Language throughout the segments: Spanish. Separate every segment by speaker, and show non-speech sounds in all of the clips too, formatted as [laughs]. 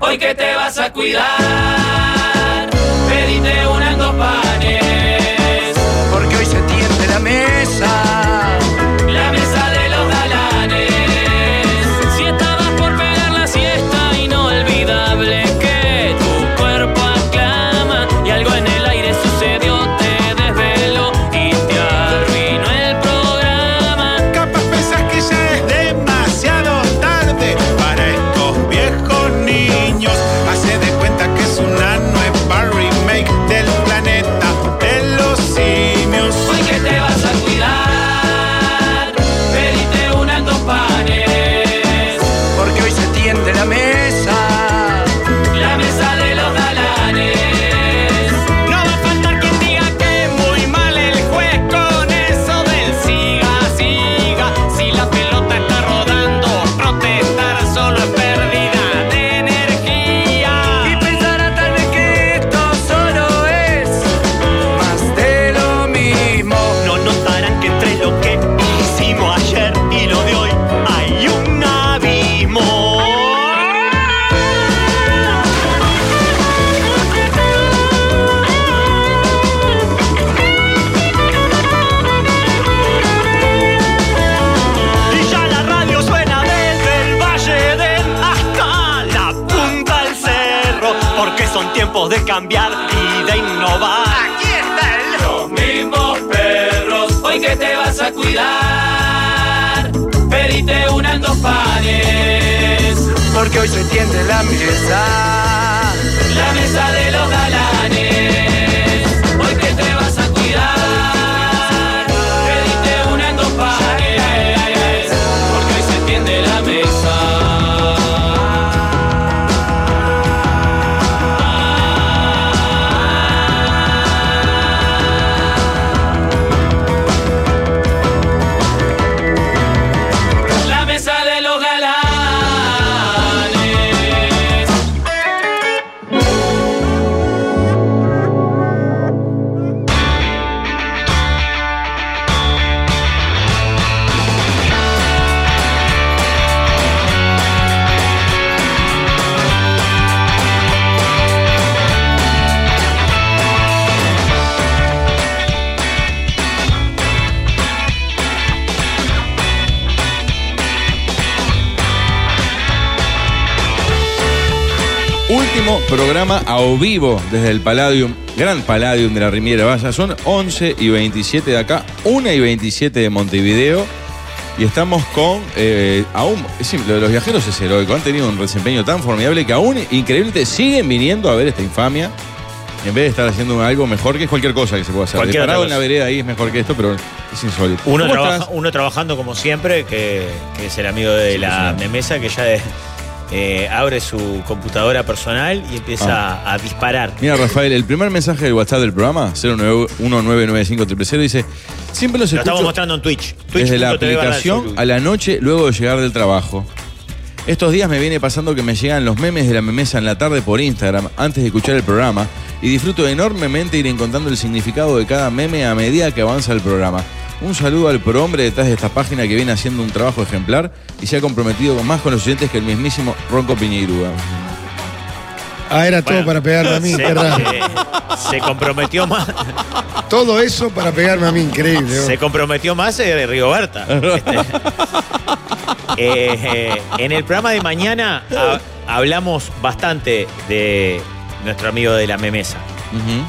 Speaker 1: hoy que te vas a cuidar, pedite unas dos panes,
Speaker 2: porque hoy se tiende la mesa.
Speaker 1: la mesa de los galanes. Si estabas por pegar la siesta, inolvidable que tu cuerpo aclama y algo en el aire sucedió, te desveló y te arruinó el programa.
Speaker 3: Capaz pensás que ya es demasiado tarde para estos viejos niños. Hace de cuenta que es una nueva remake del planeta de los simios.
Speaker 1: Hoy que te vas a cuidar, pedite unas dos panes,
Speaker 2: Porque hoy se tiende la mesa.
Speaker 1: la mesa de los galanes.
Speaker 3: No va a faltar quien diga que muy mal el juez con eso del siga, siga. Si la pelota está rodando, protestar solo es pérdida de
Speaker 2: Y
Speaker 3: energía.
Speaker 2: pensará tal vez que esto solo es más de lo mismo.
Speaker 3: No notarán que entre lo que hicimos ayer y lo de hoy hay un abismo. Y ya la radio suena desde el Valle del hasta la punta al cerro, porque son tiempos de cambiar y de innovar.
Speaker 1: Los mismos perros, hoy que te vas a cuidar, pedite unas dos panes,
Speaker 2: Porque hoy se tiende la mesa.
Speaker 1: la mesa de los galanes. Hoy que te vas a cuidar, pedite unas dos panes, porque hoy se tiende la mesa. La mesa de los galanes.
Speaker 4: Último programa a o vivo desde el Palladium, Gran Palladium de la Rimiera Vaya. Son 11 y 27 de acá, 1 y 27 de Montevideo. Y estamos con. eh, aún. es simple, lo de los viajeros es heroico. Han tenido un desempeño tan formidable que aún increíblemente siguen viniendo a ver esta infamia. Y en vez de estar haciendo algo mejor, que es cualquier cosa que se pueda hacer.
Speaker 5: Cualquier otra
Speaker 4: Parado en la
Speaker 5: cosa.
Speaker 4: vereda ahí es mejor que esto, pero es insólito.
Speaker 5: Uno,
Speaker 4: ¿Cómo
Speaker 5: trabaja-
Speaker 4: estás?
Speaker 5: uno trabajando como siempre, que, que es el amigo de la memesa, que ya de- eh, abre su computadora personal y empieza
Speaker 4: Ah.
Speaker 5: a, a disparar.
Speaker 4: Mira, Rafael, el primer mensaje del WhatsApp del programa, 09995 dice: Siempre los
Speaker 5: Lo estamos
Speaker 4: escucho-
Speaker 5: mostrando en Twitch. Twitch.
Speaker 4: desde la aplicación a la noche luego de llegar del trabajo. Estos días me viene pasando que me llegan los memes de la memesa en la tarde por Instagram antes de escuchar el programa y disfruto enormemente ir encontrando el significado de cada meme a medida que avanza el programa. Un saludo al prohombre detrás de esta página que viene haciendo un trabajo ejemplar y se ha comprometido con- más con los oyentes que el mismísimo
Speaker 5: [laughs]
Speaker 4: Ronco Piñeiruga.
Speaker 6: Ah, era todo
Speaker 5: Bueno.
Speaker 6: para pegarme a mí,
Speaker 5: se,
Speaker 6: ¿verdad?
Speaker 5: se- se comprometió más,
Speaker 6: Todo eso para pegarme a mí, increíble. ¿no?
Speaker 5: Ah, se comprometió más eh,
Speaker 6: [laughs]
Speaker 5: Rigoberta. Este, eh, eh, en el programa de mañana ha- hablamos bastante de nuestro amigo de la memesa.
Speaker 4: Ujú.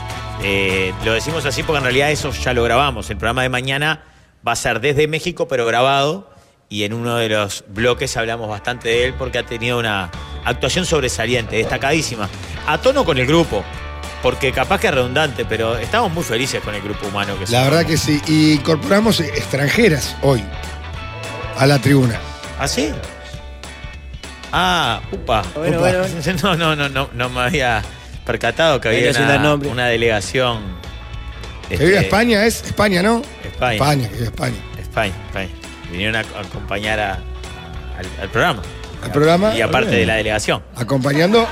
Speaker 5: Eh, lo decimos así porque en realidad eso ya lo grabamos. El programa de mañana va a ser desde México, pero grabado. Y en uno de los bloques hablamos bastante de él porque ha tenido una actuación sobresaliente, destacadísima. A tono con el grupo, porque capaz que es redundante, pero estamos muy felices con el grupo humano que se
Speaker 6: La verdad
Speaker 5: formó.
Speaker 6: que sí. Y incorporamos extranjeras hoy a la tribuna.
Speaker 5: ¿Ah, sí? Ah, upa.
Speaker 7: Bueno,
Speaker 5: upa.
Speaker 7: bueno,
Speaker 5: [laughs] No, no, no, no, no me había percatado que había
Speaker 7: Hay que hacer
Speaker 5: una,
Speaker 7: el nombre.
Speaker 5: una delegación.
Speaker 6: que vive
Speaker 5: este,
Speaker 6: España, ¿es? España, ¿no?
Speaker 5: España.
Speaker 6: España, que vive España.
Speaker 5: España, España. Vinieron a ac- acompañar a- al, al programa.
Speaker 6: Al programa,
Speaker 5: Y aparte de la delegación.
Speaker 6: acompañando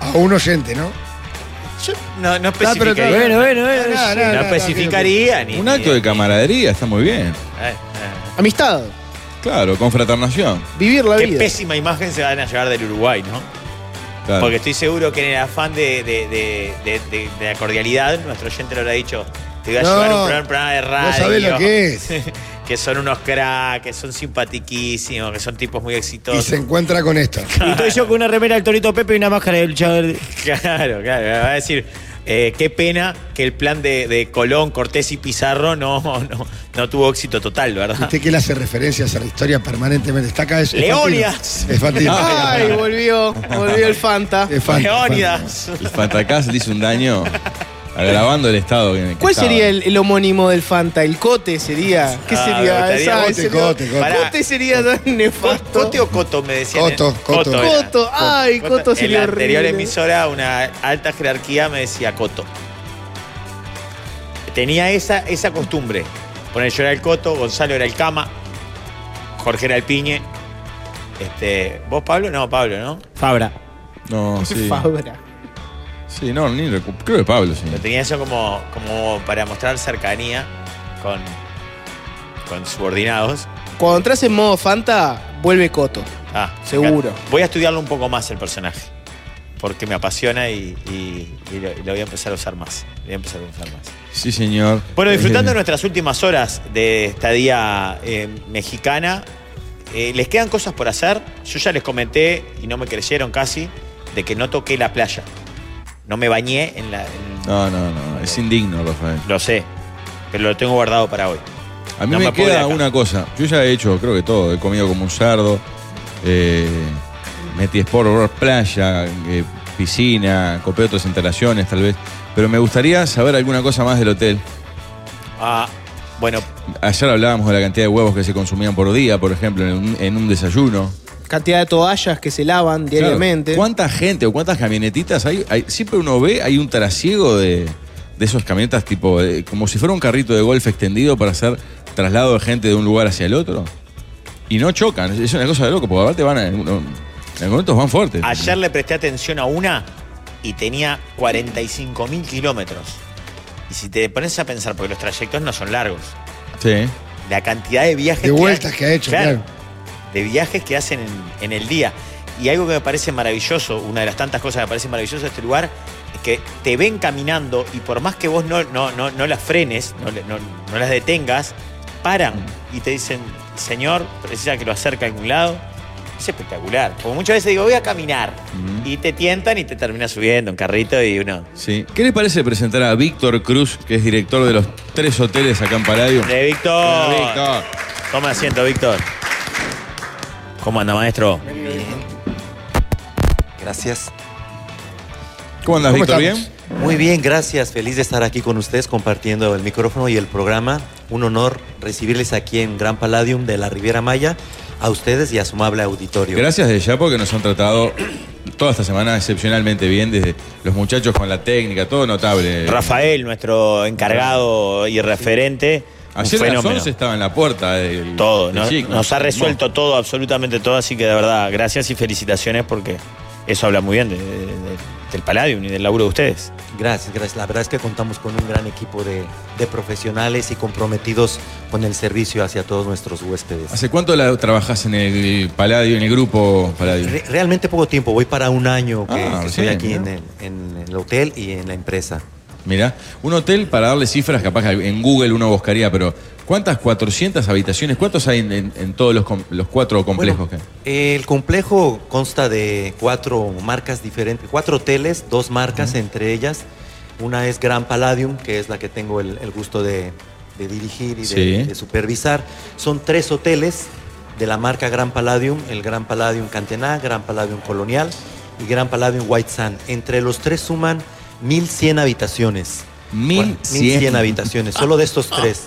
Speaker 6: a un oyente, ¿no? Ah,
Speaker 5: Yo no, no
Speaker 6: pero
Speaker 5: especificaría.
Speaker 6: está
Speaker 7: Bueno, bueno, bueno.
Speaker 6: Nada,
Speaker 5: no
Speaker 6: nada, nada,
Speaker 5: especificaría ni.
Speaker 4: Un
Speaker 5: ni-
Speaker 4: acto de
Speaker 5: ni-
Speaker 4: camaradería, está muy bien.
Speaker 5: Eh, eh.
Speaker 7: Amistad,
Speaker 4: Claro, confraternación.
Speaker 7: vivir la
Speaker 5: Qué
Speaker 7: vida.
Speaker 5: pésima imagen se van a llevar del Uruguay, ¿no?
Speaker 4: Claro.
Speaker 5: Porque estoy seguro que en el afán de, de- de- de- de- de la cordialidad, nuestro oyente lo habrá dicho, te voy a
Speaker 6: No,
Speaker 5: llevar a un programa, un programa de radio.
Speaker 6: vos sabés lo que es.
Speaker 5: [laughs] que son unos cracks, que son simpatiquísimos, que son tipos muy
Speaker 6: Y
Speaker 5: exitosos.
Speaker 6: se encuentra con esto.
Speaker 7: Y estoy yo con una remera del Torito Pepe y una máscara del luchador. de-
Speaker 5: [laughs] Claro, claro. Va a decir, eh, qué pena que el plan de, de Colón, Cortés y Pizarro no, no, no tuvo éxito total, ¿verdad?
Speaker 6: Usted que le hace referencias a la historia permanentemente. Está acá, es. es
Speaker 5: Leónidas.
Speaker 6: Fantino. Es Fantino.
Speaker 8: Ay, volvió, volvió el Fanta.
Speaker 6: Es Fantino.
Speaker 5: Leónidas.
Speaker 4: El Fantacás le hizo un daño agravando el estado. en el que
Speaker 8: ¿Cuál
Speaker 4: estaba.
Speaker 8: sería el, el homónimo del Fanta? ¿El Cote sería? ¿Qué
Speaker 5: Ah, me
Speaker 8: sería?
Speaker 5: gustaría.
Speaker 8: Esa-
Speaker 5: Cote,
Speaker 8: ese-
Speaker 6: Cote, Cote.
Speaker 8: Pará. Cote sería tan nefasto.
Speaker 5: ¿Cote o Coto me decían?
Speaker 6: Coto,
Speaker 5: eh?
Speaker 6: Coto.
Speaker 5: era.
Speaker 8: Coto, ay, Coto sería
Speaker 5: En la anterior
Speaker 8: horrible.
Speaker 5: emisora, una alta jerarquía me decía Coto. Tenía esa, esa costumbre. Poner yo era el Coto, Gonzalo era el Cama, Jorge era el Piñe. Este, ¿Vos, Pablo? No, Pablo, ¿no?
Speaker 7: Fabra.
Speaker 8: [laughs]
Speaker 4: No, sí.
Speaker 8: Fabra.
Speaker 4: Sí, no, ni recu- Creo que Pablo, sí.
Speaker 5: Pero tenía eso como, como para mostrar cercanía con, con subordinados.
Speaker 8: Cuando entras en modo Fanta, vuelve Coto.
Speaker 5: Ah,
Speaker 8: Seguro.
Speaker 5: acá. Voy a estudiarlo un poco más el personaje. Porque me apasiona y, y- y lo, y lo voy a empezar a usar más. Voy a empezar a usar más.
Speaker 4: Sí, señor.
Speaker 5: Bueno, disfrutando
Speaker 4: Eh,
Speaker 5: nuestras últimas horas de estadía eh, mexicana, eh, les quedan cosas por hacer. Yo ya les comenté, y no me creyeron casi, de que no toqué la playa. No me bañé en la. en-
Speaker 4: No, no, no. Es indigno, Rafael.
Speaker 5: Lo sé, pero lo tengo guardado para hoy.
Speaker 4: A mí
Speaker 5: No
Speaker 4: me,
Speaker 5: me pude
Speaker 4: queda
Speaker 5: acá.
Speaker 4: una cosa. Yo ya he hecho, creo que todo. He comido como un sardo. Eh, metí sport, playa, eh, piscina, copé otras instalaciones, tal vez. Pero me gustaría saber alguna cosa más del hotel.
Speaker 5: Ah, bueno,
Speaker 4: Ayer hablábamos de la cantidad de huevos que se consumían por día, por ejemplo, en un, en un desayuno.
Speaker 8: Cantidad de toallas que se lavan
Speaker 4: Claro,
Speaker 8: diariamente.
Speaker 4: ¿Cuánta gente o cuántas camionetitas hay? Hay- Siempre uno ve, hay un trasiego de, de esos camionetas, tipo, eh, como si fuera un carrito de golf extendido para hacer traslado de gente de un lugar hacia el otro. Y no chocan, es- es una cosa de loco, porque aparte van a, en uno- en momentos van fuertes.
Speaker 5: ayer le presté atención a una y tenía 45 mil kilómetros. Y si te pones a pensar, porque los trayectos no son largos,
Speaker 4: Sí.
Speaker 5: la cantidad de viajes
Speaker 6: De
Speaker 5: que
Speaker 6: vueltas
Speaker 5: hay-
Speaker 6: que ha hecho, claro.
Speaker 5: de viajes que hacen en, en el día. Y algo que me parece maravilloso, una de las tantas cosas que me parece maravilloso de este lugar, es que te ven caminando y por más que vos no, no, no, no las frenes, no, le- no- no las detengas, paran y te dicen, señor, precisa que lo acerque a algún lado. Es espectacular. Porque muchas veces digo, voy a caminar. Y te tientan y te terminas subiendo un carrito y uno.
Speaker 4: Sí. ¿Qué le parece presentar a Víctor Cruz, que es director de los tres hoteles acá en Paladio?
Speaker 5: ¡Eh, Víctor!
Speaker 4: Bueno, Víctor.
Speaker 5: Toma asiento, Víctor. ¿Cómo anda, maestro?
Speaker 9: Gracias.
Speaker 4: ¿Cómo andas,
Speaker 6: ¿Cómo
Speaker 4: Víctor?
Speaker 6: estamos?
Speaker 4: ¿Bien?
Speaker 9: Muy bien, gracias. Feliz de estar aquí con ustedes compartiendo el micrófono y el programa. Un honor recibirles aquí en Gran Palladium de la Riviera Maya, a ustedes y a su amable auditorio.
Speaker 4: Gracias de ya porque nos han tratado toda esta semana excepcionalmente bien, desde los muchachos con la técnica, todo notable.
Speaker 5: Rafael, nuestro encargado y referente. un
Speaker 4: Ayer a las
Speaker 5: fenómeno.
Speaker 4: 11 estaba en la puerta del.
Speaker 5: Todo,
Speaker 4: del
Speaker 5: nos,
Speaker 4: Chic,
Speaker 5: nos ha resuelto todo, absolutamente todo, así que de verdad, gracias y felicitaciones porque eso habla muy bien de- de- de- del Palladium y del laburo de ustedes.
Speaker 9: Gracias, gracias. La verdad es que contamos con un gran equipo de, de profesionales y comprometidos con el servicio hacia todos nuestros huéspedes.
Speaker 4: ¿Hace cuánto la, trabajas en el Paladio, en el grupo Paladio?
Speaker 9: Re- realmente poco tiempo, voy para un año que,
Speaker 4: Ah,
Speaker 9: que estoy
Speaker 4: recién,
Speaker 9: aquí en
Speaker 4: mira.
Speaker 9: el, en el hotel y en la empresa.
Speaker 4: Mirá, un hotel para darle cifras, capaz que en Google uno buscaría, pero ¿cuántas 400 habitaciones? ¿Cuántos hay en, en- en todos los, com- los cuatro complejos
Speaker 9: Bueno,
Speaker 4: que hay?
Speaker 9: El complejo consta de cuatro marcas diferentes, cuatro hoteles, dos marcas entre ellas. Una es Gran Palladium, que es la que tengo el, el gusto de, de dirigir y de,
Speaker 4: Sí.
Speaker 9: de supervisar. Son tres hoteles de la marca Gran Palladium, el Gran Palladium Cantená, Gran Palladium Colonial y Gran Palladium White Sand. Entre los tres suman 1.100 habitaciones.
Speaker 4: 1100.
Speaker 9: 1.100 habitaciones, solo de
Speaker 4: Ah,
Speaker 9: estos tres.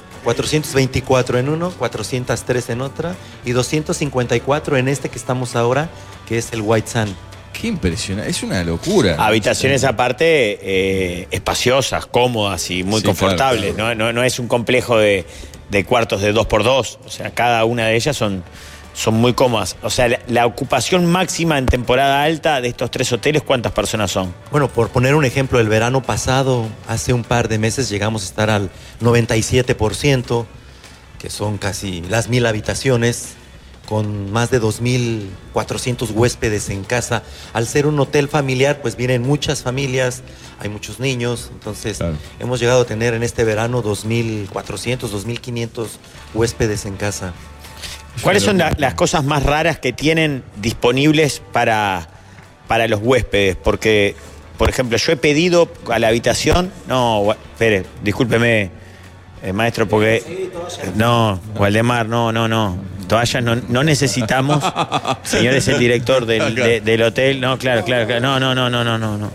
Speaker 9: 424 en uno, 403 en otra y 254 en este que estamos ahora, que es el White Sand.
Speaker 4: Qué impresionante, es una locura.
Speaker 5: Habitaciones aparte eh, espaciosas, cómodas y muy
Speaker 4: Sí,
Speaker 5: confortables,
Speaker 4: claro, claro.
Speaker 5: No, No- no es un complejo de, de cuartos de 2x2, o sea, cada una de ellas son, son muy cómodas. O sea, la, la ocupación máxima en temporada alta de estos tres hoteles, ¿cuántas personas son?
Speaker 9: Bueno, por poner un ejemplo, el verano pasado, hace un par de meses, llegamos a estar al 97%, que son casi las mil habitaciones. con más de 2.400 huéspedes en casa. Al ser un hotel familiar, pues vienen muchas familias, hay muchos niños, entonces
Speaker 4: Claro.
Speaker 9: hemos llegado a tener en este verano 2.400, 2.500 huéspedes en casa.
Speaker 5: ¿Cuáles son la- las cosas más raras que tienen disponibles para, para los huéspedes? Porque, por ejemplo, yo he pedido a la habitación. No, Gua- espere, discúlpeme, eh, maestro, porque. eh, no, Waldemar, no, no, no. Toallas no, no necesitamos. Señor es el director del, de- del hotel. No, claro, claro, claro. No, no, no, no, no, no. no.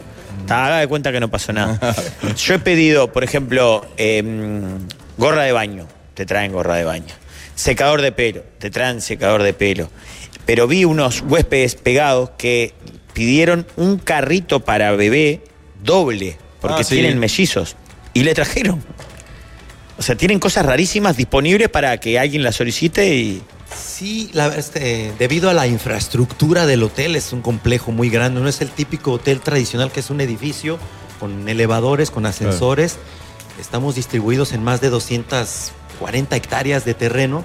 Speaker 5: Ta, Haga de cuenta que no pasó
Speaker 6: [laughs]
Speaker 5: nada. [laughs] Yo he pedido, por ejemplo, em, gorra de baño. Te traen gorra de baño. Secador de pelo. Te traen secador de pelo. Pero vi unos huéspedes pegados que pidieron un carrito para bebé doble. Porque
Speaker 4: Ah, sí.
Speaker 5: tienen mellizos. Y le trajeron. O sea, tienen cosas rarísimas disponibles para que alguien las solicite y.
Speaker 9: Sí, la- este, debido a la infraestructura del hotel, es un complejo muy grande, no es el típico hotel tradicional que es un edificio con elevadores, con ascensores. Estamos distribuidos en más de 240 hectáreas de terreno,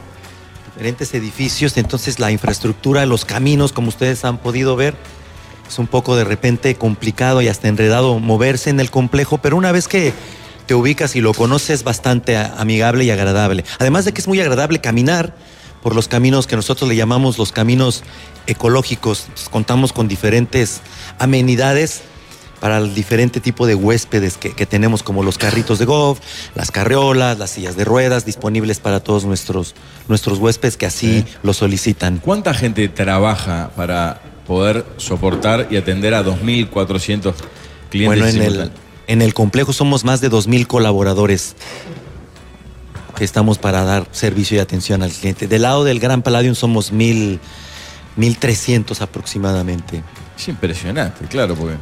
Speaker 9: diferentes edificios, entonces la infraestructura, los caminos, como ustedes han podido ver, es un poco de repente complicado y hasta enredado moverse en el complejo, pero una vez que te ubicas y lo conoces, bastante a- amigable y agradable. Además de que es muy agradable caminar por los caminos que nosotros le llamamos los caminos ecológicos. Entonces, contamos con diferentes amenidades para el diferente tipo de huéspedes que, que tenemos, como los carritos de golf, las carriolas, las sillas de ruedas, disponibles para todos nuestros, nuestros huéspedes que así lo solicitan.
Speaker 4: ¿Cuánta gente trabaja para poder soportar y atender a 2.400 clientes?
Speaker 9: Bueno, en el,
Speaker 4: simultáneos?
Speaker 9: en el complejo somos más de 2.000 colaboradores que estamos para dar servicio y atención al cliente. Del lado del Gran Palladium somos 1.000, 1.300 aproximadamente.
Speaker 4: Es impresionante, claro, porque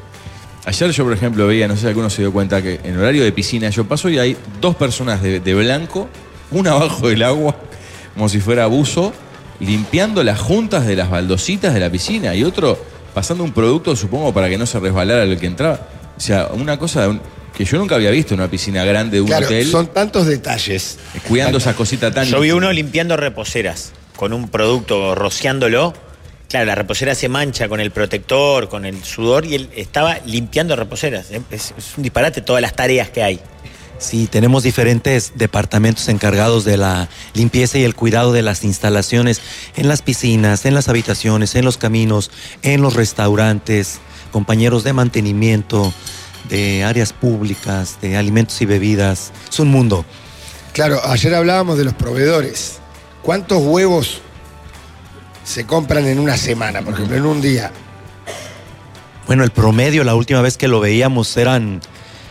Speaker 4: ayer yo, por ejemplo, veía, no sé si alguno se dio cuenta, que en horario de piscina yo paso y hay dos personas de, de blanco, una abajo del agua, como si fuera abuso, limpiando las juntas de las baldositas de la piscina y otro pasando un producto, supongo, para que no se resbalara el que entraba. O sea, una cosa de un- que yo nunca había visto en una piscina grande de un
Speaker 6: Claro,
Speaker 4: hotel,
Speaker 6: son tantos detalles.
Speaker 4: eh, cuidando esa cosita tan...
Speaker 5: Yo vi uno limpiando reposeras con un producto, rociándolo. Claro, la reposera se mancha con el protector, con el sudor, y él estaba limpiando reposeras. Es, es un disparate todas las tareas que hay.
Speaker 9: Sí, tenemos diferentes departamentos encargados de la limpieza y el cuidado de las instalaciones en las piscinas, en las habitaciones, en los caminos, en los restaurantes, compañeros de mantenimiento, de áreas públicas, de alimentos y bebidas. Es un mundo.
Speaker 6: Claro, ayer hablábamos de los proveedores. ¿Cuántos huevos se compran en una semana, por ejemplo, en un día?
Speaker 9: Bueno, el promedio, la última vez que lo veíamos, eran,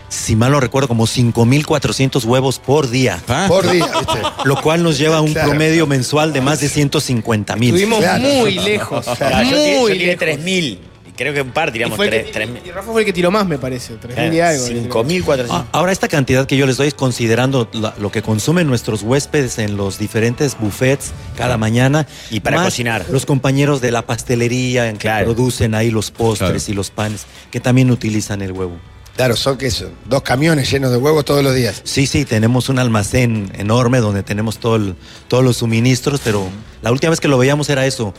Speaker 9: si mal no recuerdo, como 5.400 huevos por día.
Speaker 8: Ah.
Speaker 4: Pa.
Speaker 6: Por día, ¿viste?
Speaker 9: Lo cual nos lleva a un
Speaker 6: Claro.
Speaker 9: promedio mensual de más de 150 mil.
Speaker 8: Estuvimos
Speaker 6: Claro.
Speaker 8: muy lejos.
Speaker 5: [laughs] Claro, yo tiré- yo
Speaker 8: muy
Speaker 5: tiré
Speaker 8: lejos.
Speaker 5: 3.000. Y creo que un par
Speaker 8: Y,
Speaker 5: tiramos
Speaker 8: fue el que-
Speaker 5: 3.000. Tres,
Speaker 8: y Rafa fue el que tiró más, me parece. 3.000 y
Speaker 5: Eh,
Speaker 8: algo.
Speaker 5: 5.400.
Speaker 9: Ah, Ahora, esta cantidad que yo les doy es considerando la- lo que consumen nuestros huéspedes en los diferentes buffets cada mañana.
Speaker 5: Y para
Speaker 9: más
Speaker 5: cocinar.
Speaker 9: Los compañeros de la pastelería en que
Speaker 5: Claro.
Speaker 9: producen ahí los postres
Speaker 4: Claro.
Speaker 9: y los panes, que también utilizan el huevo.
Speaker 6: Claro, son que son dos camiones llenos de huevos todos los días.
Speaker 9: Sí, sí, tenemos un almacén enorme donde tenemos todo el- todos los suministros, pero la última vez que lo veíamos era eso,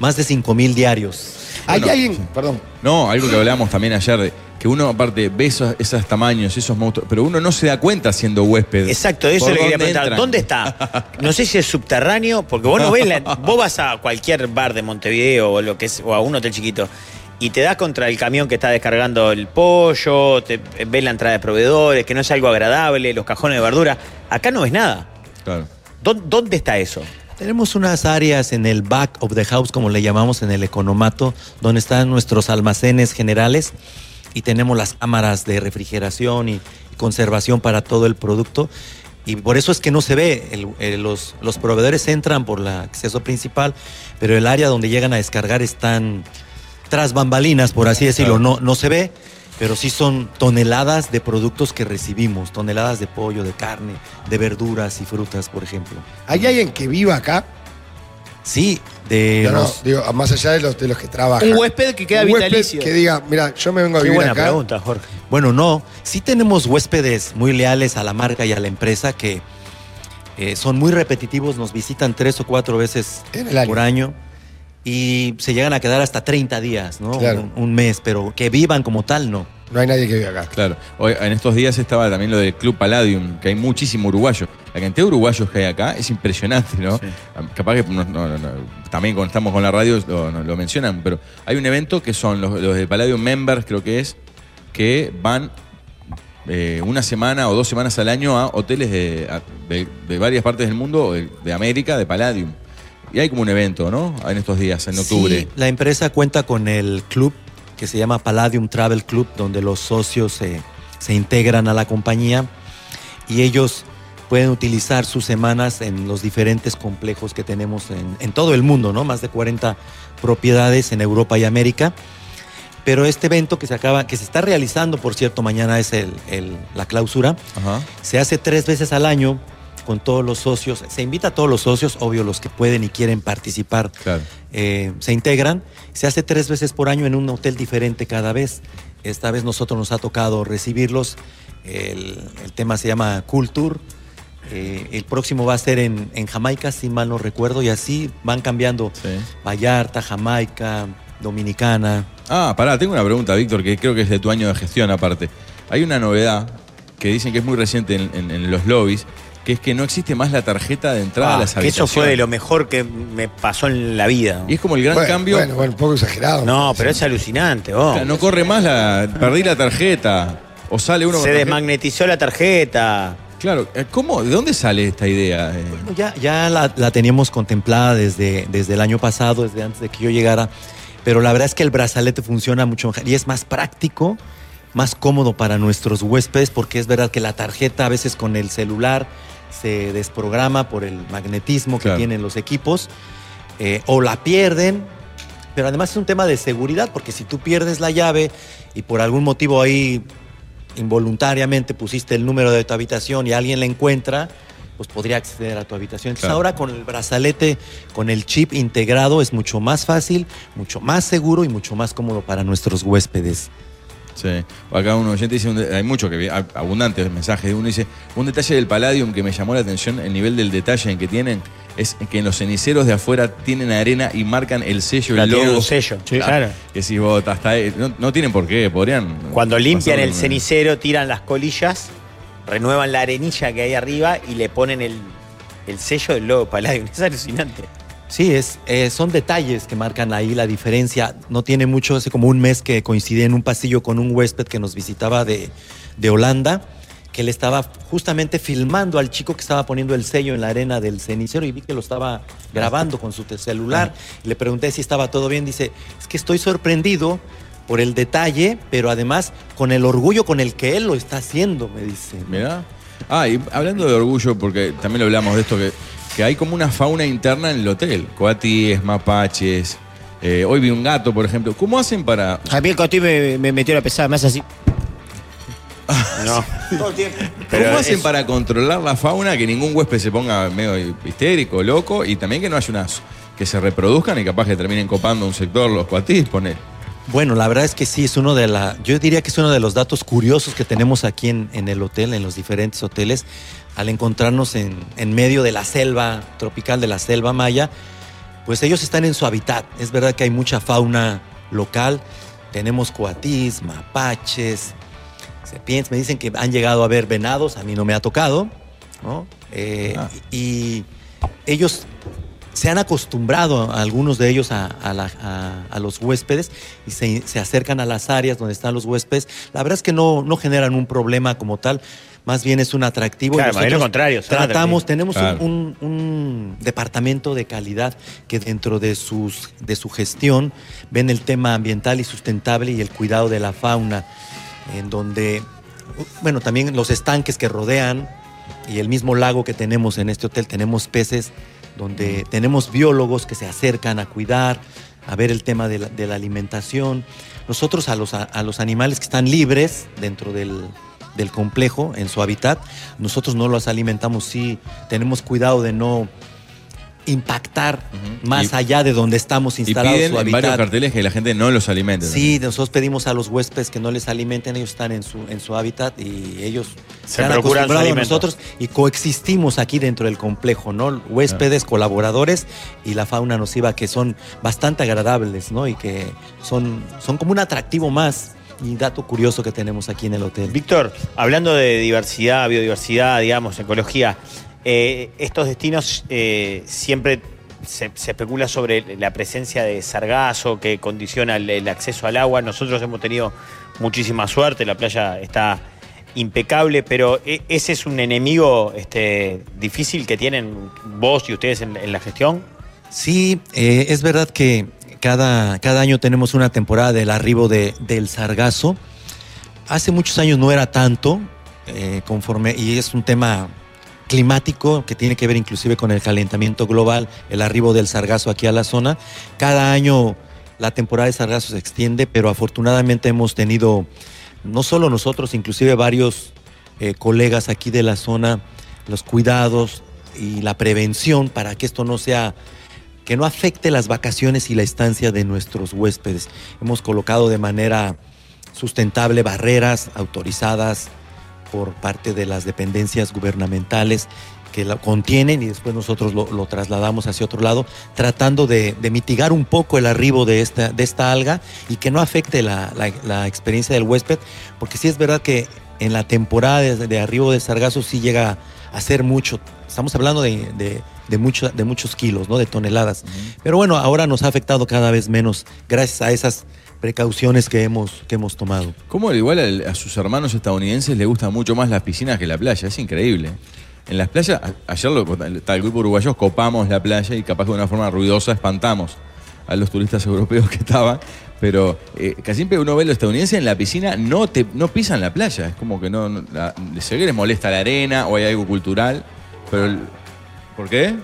Speaker 9: más de 5 mil diarios.
Speaker 6: ¿Hay
Speaker 4: Bueno,
Speaker 6: alguien? Perdón.
Speaker 4: No, algo que hablábamos también ayer, de que uno aparte ve esos, esos tamaños, esos monstruos, pero uno no se da cuenta siendo huésped.
Speaker 5: Exacto, eso
Speaker 4: ¿Por
Speaker 5: le quería
Speaker 4: dónde
Speaker 5: preguntar.
Speaker 4: entran?
Speaker 5: ¿Dónde está?
Speaker 4: [laughs]
Speaker 5: No sé si es subterráneo, porque vos no ves la- vos vas a cualquier bar de Montevideo o lo que es, o a un hotel chiquito, y te das contra el camión que está descargando el pollo, te ves la entrada de proveedores, que no es algo agradable, los cajones de verdura. Acá no ves nada.
Speaker 4: Claro.
Speaker 5: ¿Dó- ¿Dónde está eso?
Speaker 9: Tenemos unas áreas en el back of the house, como le llamamos en el economato, donde están nuestros almacenes generales y tenemos las cámaras de refrigeración y conservación para todo el producto. Y por eso es que no se ve, el- eh, los, los proveedores entran por el acceso principal, pero el área donde llegan a descargar están tras bambalinas, por así decirlo, no, no se ve, pero sí son toneladas de productos que recibimos, toneladas de pollo, de carne, de verduras y frutas, por ejemplo.
Speaker 6: ¿Hay alguien que viva acá?
Speaker 9: Sí, de
Speaker 6: No, no,
Speaker 9: los-
Speaker 6: digo, más allá de los, de los que trabajan.
Speaker 8: Un huésped que queda
Speaker 6: Un huésped
Speaker 8: vitalicio.
Speaker 6: Que diga, mira, yo me vengo a
Speaker 5: Qué
Speaker 6: vivir
Speaker 5: buena
Speaker 6: acá.
Speaker 5: pregunta, Jorge.
Speaker 9: bueno, no, sí tenemos huéspedes muy leales a la marca y a la empresa que Eh, son muy repetitivos, nos visitan tres o cuatro veces
Speaker 6: En el año.
Speaker 9: por año y se llegan a quedar hasta 30 días, ¿no?
Speaker 6: Claro.
Speaker 9: Un, un mes, pero que vivan como tal, no.
Speaker 6: No hay nadie que viva acá.
Speaker 4: Claro. Hoy, en estos días estaba también lo del Club Palladium, que hay muchísimo uruguayo. La cantidad de uruguayos que hay acá es impresionante, ¿no? Capaz que no- no- no, también cuando estamos con la radio lo, no- lo mencionan, pero hay un evento que son los, los de Palladium Members, creo que es, que van eh, una semana o dos semanas al año a hoteles de, a- de- de varias partes del mundo, de, de América, de Palladium. Y hay como un evento, ¿no? En estos días, en octubre.
Speaker 9: Sí, la empresa cuenta con el club que se llama Palladium Travel Club, donde los socios se, se integran a la compañía y ellos pueden utilizar sus semanas en los diferentes complejos que tenemos en, en todo el mundo, ¿no? Más de 40 propiedades en Europa y América. Pero este evento que se acaba, que se está realizando, por cierto, mañana es el- el- la clausura,
Speaker 4: Ajá.
Speaker 9: se hace tres veces al año con todos los socios. Se invita a todos los socios, obvio, los que pueden y quieren participar
Speaker 4: Claro.
Speaker 9: eh, se integran. Se hace tres veces por año en un hotel diferente cada vez. Esta vez nosotros nos ha tocado recibirlos. El, el tema se llama Culture. Eh, el próximo va a ser en, en Jamaica, si mal no recuerdo, y así van cambiando.
Speaker 4: Sí.
Speaker 9: Vallarta, Jamaica, Dominicana.
Speaker 4: Ah, pará, tengo una pregunta, Víctor, que creo que es de tu año de gestión aparte. Hay una novedad que dicen que es muy reciente en, en- en los lobbies, que es que no existe más la tarjeta de entrada
Speaker 5: Ah,
Speaker 4: a las
Speaker 5: que eso
Speaker 4: habitaciones.
Speaker 5: fue de lo mejor que me pasó en la vida.
Speaker 4: Y es como el gran
Speaker 6: bueno,
Speaker 4: cambio.
Speaker 6: Bueno, bueno, un poco exagerado.
Speaker 5: No, pero es alucinante, vos.
Speaker 4: no corre más la. Perdí la tarjeta. O sale uno con
Speaker 5: Se
Speaker 4: tarjeta.
Speaker 5: desmagnetizó la tarjeta.
Speaker 4: Claro, eh, ¿cómo? ¿De dónde sale esta idea? Eh,
Speaker 9: Bueno, Ya, ya la, la teníamos contemplada desde, desde el año pasado, desde antes de que yo llegara, pero la verdad es que el brazalete funciona mucho mejor y es más práctico, más cómodo para nuestros huéspedes, porque es verdad que la tarjeta a veces con el celular se desprograma por el magnetismo que
Speaker 4: Claro.
Speaker 9: tienen los equipos, eh, o la pierden, pero además es un tema de seguridad, porque si tú pierdes la llave y por algún motivo ahí involuntariamente pusiste el número de tu habitación y alguien la encuentra, pues podría acceder a tu habitación. Entonces
Speaker 4: Claro.
Speaker 9: ahora con el brazalete, con el chip integrado, es mucho más fácil, mucho más seguro y mucho más cómodo para nuestros huéspedes.
Speaker 4: Sí. Acá un oyente dice, un de- hay mucho que vi- ab- abundantes mensajes. Uno dice, un detalle del Palladium que me llamó la atención, el nivel del detalle en que tienen, es que en los ceniceros de afuera tienen arena y marcan el sello,
Speaker 5: La
Speaker 4: el
Speaker 5: tienen
Speaker 4: logo.
Speaker 5: un sello.
Speaker 7: Sí, claro.
Speaker 4: Que si vos hasta ahí- no, no tienen por qué, podrían.
Speaker 5: Cuando limpian
Speaker 4: pasarlo
Speaker 5: el
Speaker 4: con-
Speaker 5: cenicero, tiran las colillas, renuevan la arenilla que hay arriba y le ponen el, el sello del logo Palladium. [laughs] Es alucinante.
Speaker 9: Sí, es, eh, son detalles que marcan ahí la diferencia. No tiene mucho, hace como un mes que coincidí en un pasillo con un huésped que nos visitaba de, de Holanda, que le estaba justamente filmando al chico que estaba poniendo el sello en la arena del cenicero y vi que lo estaba grabando con su te- celular. Le pregunté si estaba todo bien, dice, es que estoy sorprendido por el detalle, pero además con el orgullo con el que él lo está haciendo, me dice.
Speaker 4: Mirá. Ah, y hablando de orgullo, porque también lo hablamos de esto, que, que hay como una fauna interna en el hotel. Coatíes, mapaches. eh, hoy vi un gato, por ejemplo. ¿Cómo hacen para.
Speaker 7: A mí el Cotí me, me metió la pesada, me hace así.
Speaker 4: [laughs]
Speaker 5: No.
Speaker 4: ¿Cómo
Speaker 5: Pero
Speaker 4: hacen
Speaker 5: es-
Speaker 4: para controlar la fauna que ningún huésped se ponga medio histérico, loco? Y también que no haya unas. que se reproduzcan y capaz que terminen copando un sector los coatíes, poner.
Speaker 9: Bueno, la verdad es que sí, es uno de la, yo diría que es uno de los datos curiosos que tenemos aquí en, en el hotel, en los diferentes hoteles, al encontrarnos en, en medio de la selva tropical, de la selva maya, pues ellos están en su hábitat. Es verdad que hay mucha fauna local, tenemos coatís, mapaches, serpientes, me dicen que han llegado a ver venados, a mí no me ha tocado, ¿no? Eh,
Speaker 4: Ah.
Speaker 9: Y ellos se han acostumbrado a- algunos de ellos a, a la- a- a los huéspedes y se, se acercan a las áreas donde están los huéspedes. La verdad es que no, no generan un problema como tal, más bien es un atractivo. y
Speaker 5: Claro, más bien lo
Speaker 9: nosotros
Speaker 5: contrario, son
Speaker 9: Tratamos,
Speaker 5: atractivos.
Speaker 9: tenemos un-
Speaker 4: Claro.
Speaker 9: un, un departamento de calidad que dentro de, sus, de su gestión ven el tema ambiental y sustentable y el cuidado de la fauna, en donde, bueno, también los estanques que rodean y el mismo lago que tenemos en este hotel, tenemos peces, donde tenemos biólogos que se acercan a cuidar, a ver el tema de la, de la alimentación. Nosotros a los, a, a los animales que están libres dentro del, del complejo, en su hábitat, nosotros no los alimentamos, sí tenemos cuidado de no impactar más
Speaker 4: Y-
Speaker 9: allá de donde estamos
Speaker 4: Y
Speaker 9: instalados
Speaker 4: piden
Speaker 9: su
Speaker 4: en varios
Speaker 9: hábitat.
Speaker 4: carteles que la gente no los alimente.
Speaker 9: Sí, nosotros pedimos a los huéspedes que no les alimenten, ellos están en su, en su hábitat y ellos
Speaker 5: Se procuran su
Speaker 9: a
Speaker 5: alimento.
Speaker 9: nosotros y coexistimos aquí dentro del complejo, ¿no?
Speaker 5: Ah.
Speaker 9: Huéspedes, colaboradores y la fauna nociva que son bastante agradables, ¿no? Y que son, son como un atractivo más y dato curioso que tenemos aquí en el hotel.
Speaker 5: Víctor, hablando de diversidad, biodiversidad, digamos, ecología, eh, estos destinos eh, siempre se, se especula sobre la presencia de sargazo que condiciona el, el acceso al agua. Nosotros hemos tenido muchísima suerte, la playa está impecable, pero e- ese es un enemigo este, difícil que tienen vos y ustedes en, en la gestión.
Speaker 9: Sí, eh, es verdad que cada, cada año tenemos una temporada del arribo de, del sargazo. Hace muchos años no era tanto, eh, conforme, y es un tema climático que tiene que ver inclusive con el calentamiento global, el arribo del sargazo aquí a la zona. Cada año la temporada de sargazo se extiende, pero afortunadamente hemos tenido, no solo nosotros, inclusive varios eh, colegas aquí de la zona, los cuidados y la prevención para que esto no sea que no afecte las vacaciones y la estancia de nuestros huéspedes. Hemos colocado de manera sustentable barreras autorizadas por parte de las dependencias gubernamentales que la contienen y después nosotros lo, lo trasladamos hacia otro lado, tratando de, de mitigar un poco el arribo de esta, de esta alga y que no afecte la, la- la experiencia del huésped, porque sí es verdad que en la temporada de, de arribo de sargazo sí llega a ser mucho. Estamos hablando de, de- de mucho- de muchos kilos, ¿no? de toneladas. Pero bueno, ahora nos ha afectado cada vez menos gracias a esas precauciones que hemos, que hemos tomado.
Speaker 4: Como al igual al- a sus hermanos estadounidenses les gustan mucho más las piscinas que la playa, es increíble. En las playas, a- ayer lo- tal grupo de uruguayos copamos la playa y capaz de una forma ruidosa espantamos a los turistas europeos que estaban, pero eh, casi siempre uno ve a los estadounidenses en la piscina, no, te, no pisan la playa, es como que no, no- la- se ve que les molesta la arena o hay algo cultural, pero... el- ¿Por qué?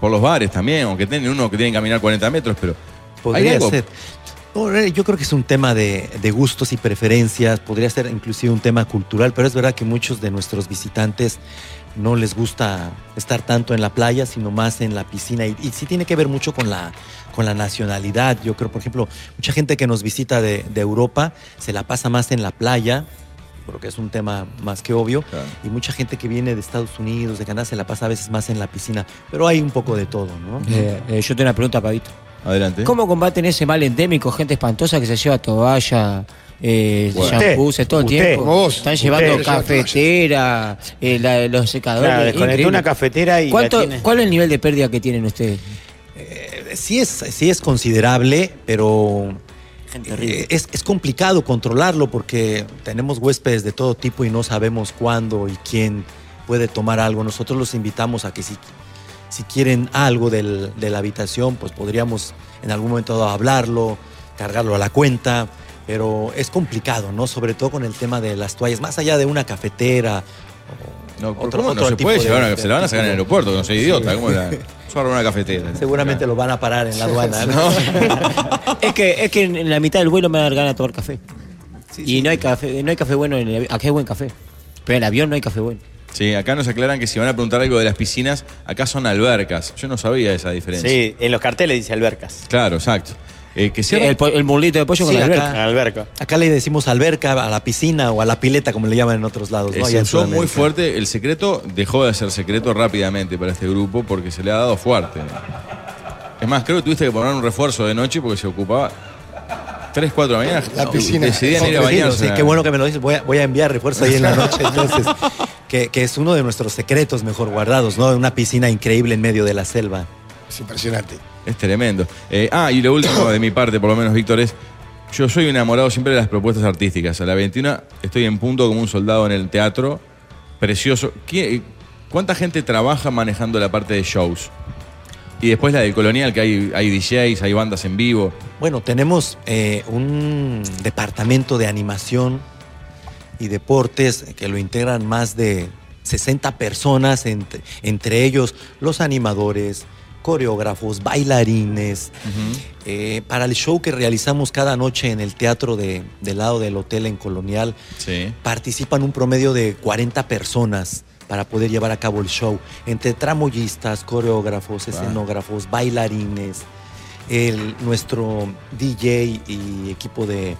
Speaker 4: Por los bares también, aunque tienen uno que tiene que caminar 40 metros, pero... ¿Hay
Speaker 9: Podría
Speaker 4: algo?
Speaker 9: ser. No, eh, Yo creo que es un tema de, de gustos y preferencias, podría ser inclusive un tema cultural, pero es verdad que muchos de nuestros visitantes no les gusta estar tanto en la playa, sino más en la piscina. Y, y sí tiene que ver mucho con la, con la nacionalidad. Yo creo, por ejemplo, mucha gente que nos visita de, de Europa se la pasa más en la playa, creo que es un tema más que obvio.
Speaker 4: Claro.
Speaker 9: Y mucha gente que viene de Estados Unidos, de Canadá, se la pasa a veces más en la piscina. Pero hay un poco de todo, ¿no?
Speaker 7: Eh, eh, yo tengo una pregunta, Pavito.
Speaker 4: Adelante.
Speaker 7: ¿Cómo combaten ese mal endémico, gente espantosa que se lleva toalla, eh,
Speaker 4: Bueno.
Speaker 7: shampoos todo el
Speaker 5: Usted,
Speaker 7: tiempo?
Speaker 6: como vos,
Speaker 7: Están
Speaker 6: usted
Speaker 7: llevando
Speaker 6: lleva
Speaker 7: cafetera, eh, la- los secadores.
Speaker 5: Claro, desconectó
Speaker 7: increíble.
Speaker 5: una cafetera y la
Speaker 7: ¿Cuánto-
Speaker 5: tiene-
Speaker 7: ¿Cuál es el nivel de pérdida que tienen ustedes?
Speaker 9: Eh, sí es, sí es considerable, pero
Speaker 7: Gente horrible.
Speaker 9: eh, es, es complicado controlarlo porque tenemos huéspedes de todo tipo y no sabemos cuándo y quién puede tomar algo. Nosotros los invitamos a que si, si quieren algo del- de la habitación, pues podríamos en algún momento dado hablarlo, cargarlo a la cuenta, pero es complicado, ¿no? Sobre todo con el tema de las toallas, más allá de una cafetera. o
Speaker 4: No, ¿por
Speaker 9: otro-
Speaker 4: cómo no
Speaker 9: otro
Speaker 4: se
Speaker 9: tipo
Speaker 4: puede
Speaker 9: de- este
Speaker 4: llevar una, Se la van a sacar en el
Speaker 9: tipo de-
Speaker 4: aeropuerto, no soy idiota. ¿Cómo
Speaker 9: [laughs]
Speaker 4: la.? Solo una cafetera.
Speaker 9: Seguramente lo van a parar en la aduana. ¿no?
Speaker 7: es que, es que en la mitad del vuelo me dan ganas de tomar café. y no hay café, no hay café bueno en el avión. Acá hay buen café. Pero en el avión no hay café bueno.
Speaker 4: Sí, acá nos aclaran que si van a preguntar algo de las piscinas, acá son albercas. Yo no sabía esa diferencia.
Speaker 5: Sí, en los carteles dice albercas.
Speaker 4: Claro, exacto. Eh, que cierran-
Speaker 7: El, po- el mulito de pollo
Speaker 9: Sí,
Speaker 7: con la
Speaker 9: acá.
Speaker 7: alberca.
Speaker 5: Alberca.
Speaker 9: Acá le decimos alberca, a la piscina o a la pileta, como le llaman en otros lados.
Speaker 4: eh,
Speaker 9: ¿no?
Speaker 4: se
Speaker 9: Allá Pues en
Speaker 4: usó muy
Speaker 9: Sudamérica.
Speaker 4: fuerte el secreto, dejó de ser secreto rápidamente para este grupo porque se le ha dado fuerte. Es más, creo que tuviste que poner un refuerzo de noche porque se ocupaba 3, 4 de la mañana.
Speaker 6: La piscina.
Speaker 4: Decidían ir a
Speaker 9: Sí,
Speaker 4: bañarse.
Speaker 9: sí, qué bueno que me lo dices. Voy a, voy a enviar refuerzo ahí en la noche.
Speaker 4: [laughs]
Speaker 9: Entonces, que, que es uno de nuestros secretos mejor guardados, ¿no? Una piscina increíble en medio de la selva.
Speaker 6: Es impresionante.
Speaker 4: Es tremendo. Eh, ah, y lo último de mi parte, por lo menos, Víctor, es. Yo soy enamorado siempre de las propuestas artísticas. A la 21 estoy en punto como un soldado en el teatro. Precioso. ¿Qué- ¿Cuánta gente trabaja manejando la parte de shows? Y después la del Colonial, que hay, hay DJs, hay bandas en vivo.
Speaker 9: Bueno, tenemos eh, un departamento de animación y deportes que lo integran más de 60 personas, entre, entre ellos los animadores, coreógrafos, bailarines. Eh, para el show que realizamos cada noche en el teatro de- del lado del hotel en Colonial,
Speaker 4: Sí.
Speaker 9: participan un promedio de 40 personas para poder llevar a cabo el show. Entre tramoyistas, coreógrafos, escenógrafos, bailarines, el, nuestro DJ y equipo de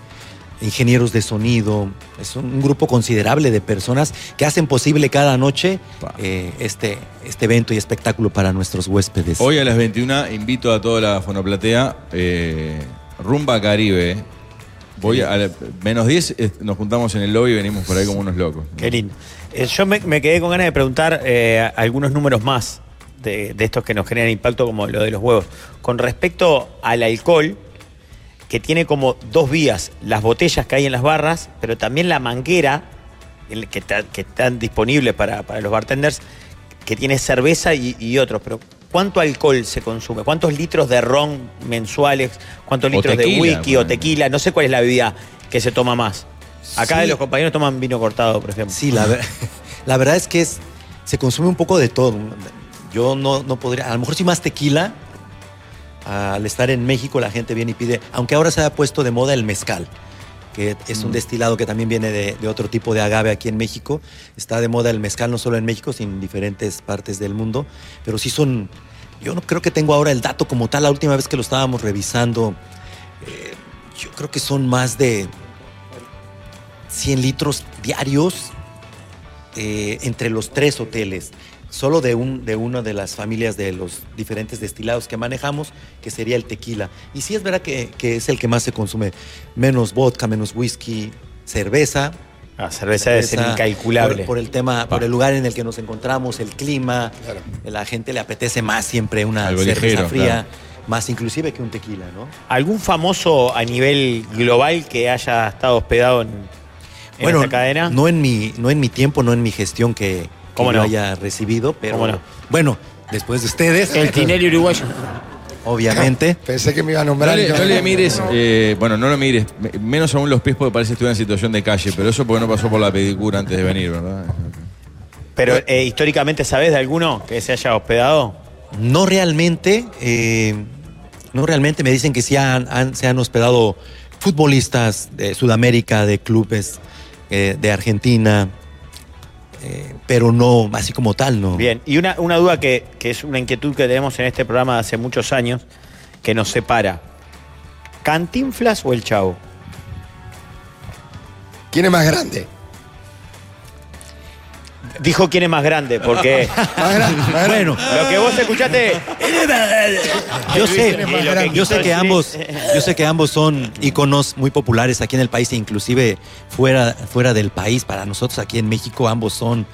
Speaker 9: ingenieros de sonido. Es un, un grupo considerable de personas que hacen posible cada noche
Speaker 4: Pa.
Speaker 9: eh, este, este evento y espectáculo para nuestros huéspedes.
Speaker 4: Hoy a las 21 invito a toda la fonoplatea eh, Rumba Caribe. Voy a la- menos 10, eh, nos juntamos en el lobby y venimos por ahí como unos locos.
Speaker 5: Qué lindo. Eh, yo me, me quedé con ganas de preguntar eh, algunos números más de, de estos que nos generan impacto, como lo de los huevos. Con respecto al alcohol, que tiene como dos vías, las botellas que hay en las barras, pero también la manguera, el que, ta- que están disponibles para, para los bartenders, que tiene cerveza y, y otros. Pero ¿cuánto alcohol se consume? ¿Cuántos litros de ron mensuales? ¿Cuántos
Speaker 4: O
Speaker 5: litros de
Speaker 4: tequila,
Speaker 5: whisky o
Speaker 4: bueno.
Speaker 5: tequila? No sé cuál es la bebida que se toma más. Acá
Speaker 9: Sí.
Speaker 5: los compañeros toman vino cortado, por ejemplo.
Speaker 9: Sí, la, ver- [laughs] la verdad es que es, se consume un poco de todo. Yo no, no podría, a lo mejor sí más tequila. Al estar en México la gente viene y pide, aunque ahora se ha puesto de moda el mezcal, que es un destilado que también viene de, de otro tipo de agave aquí en México. Está de moda el mezcal no solo en México, sino en diferentes partes del mundo. Pero sí son, yo no creo que tengo ahora el dato como tal, la última vez que lo estábamos revisando, eh, yo creo que son más de 100 litros diarios eh, entre los tres hoteles, solo de, un, de una de las familias de los diferentes destilados que manejamos, que sería el tequila. Y sí es verdad que, que es el que más se consume, menos vodka, menos whisky, cerveza.
Speaker 5: La Ah, cerveza debe ser
Speaker 9: cerveza,
Speaker 5: incalculable.
Speaker 9: Por, por el tema, por el lugar en el que nos encontramos, el clima,
Speaker 6: Claro.
Speaker 9: la gente le apetece más siempre una
Speaker 4: Algo
Speaker 9: cerveza
Speaker 4: ligero,
Speaker 9: fría,
Speaker 4: claro.
Speaker 9: más inclusive que un tequila, ¿no?
Speaker 5: ¿Algún famoso a nivel global que haya estado hospedado en, en esta cadena?
Speaker 9: No en, mi, no en mi tiempo, no en mi gestión que, que
Speaker 5: ¿Cómo
Speaker 9: yo
Speaker 5: no?
Speaker 9: haya recibido, pero
Speaker 5: ¿Cómo no?
Speaker 9: bueno, después de ustedes,
Speaker 7: El Tinelli uruguayo.
Speaker 9: obviamente.
Speaker 6: [laughs] Pensé que me iba a
Speaker 4: No
Speaker 6: nombrar. y
Speaker 4: le,
Speaker 6: yo-
Speaker 4: no le mires, eh, bueno, no lo mires, me- menos aún los pies porque parece que estuviera en situación de calle, pero eso porque no pasó por la pedicura antes de venir, ¿verdad?
Speaker 5: Pero eh, históricamente, ¿sabés de alguno que se haya hospedado?
Speaker 9: No realmente, eh, no realmente me dicen que sí han- han- se han hospedado futbolistas de Sudamérica, de clubes eh, de Argentina, eh, pero no así como tal, ¿no?
Speaker 5: Bien, y una, una duda que, que es una inquietud que tenemos en este programa de hace muchos años, que nos separa. ¿Cantinflas o el Chavo?
Speaker 6: ¿Quién es más grande?
Speaker 5: Dijo quién es más grande, porque
Speaker 6: [laughs] Más grande. más grande.
Speaker 9: [laughs] Bueno,
Speaker 5: lo que vos escuchaste...
Speaker 9: [laughs] yo
Speaker 5: Luis,
Speaker 9: sé,
Speaker 5: tiene más grande.
Speaker 9: yo sé que ambos, yo sé que ambos son iconos muy populares aquí en el país e inclusive fuera, fuera del país. Para nosotros aquí en México ambos son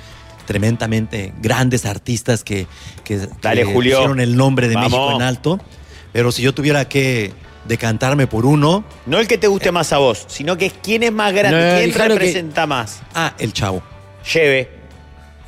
Speaker 9: tremendamente grandes artistas que, que,
Speaker 5: Dale,
Speaker 9: que
Speaker 5: Julio.
Speaker 9: pusieron el nombre de
Speaker 5: Vamos.
Speaker 9: México en alto. Pero si yo tuviera que decantarme por uno, eh,
Speaker 5: No el que te guste más a vos, sino que es quién es más grande,
Speaker 7: No, no,
Speaker 5: quién
Speaker 7: dijeron que-
Speaker 5: representa más.
Speaker 9: ah, el Chavo.
Speaker 5: Lleve.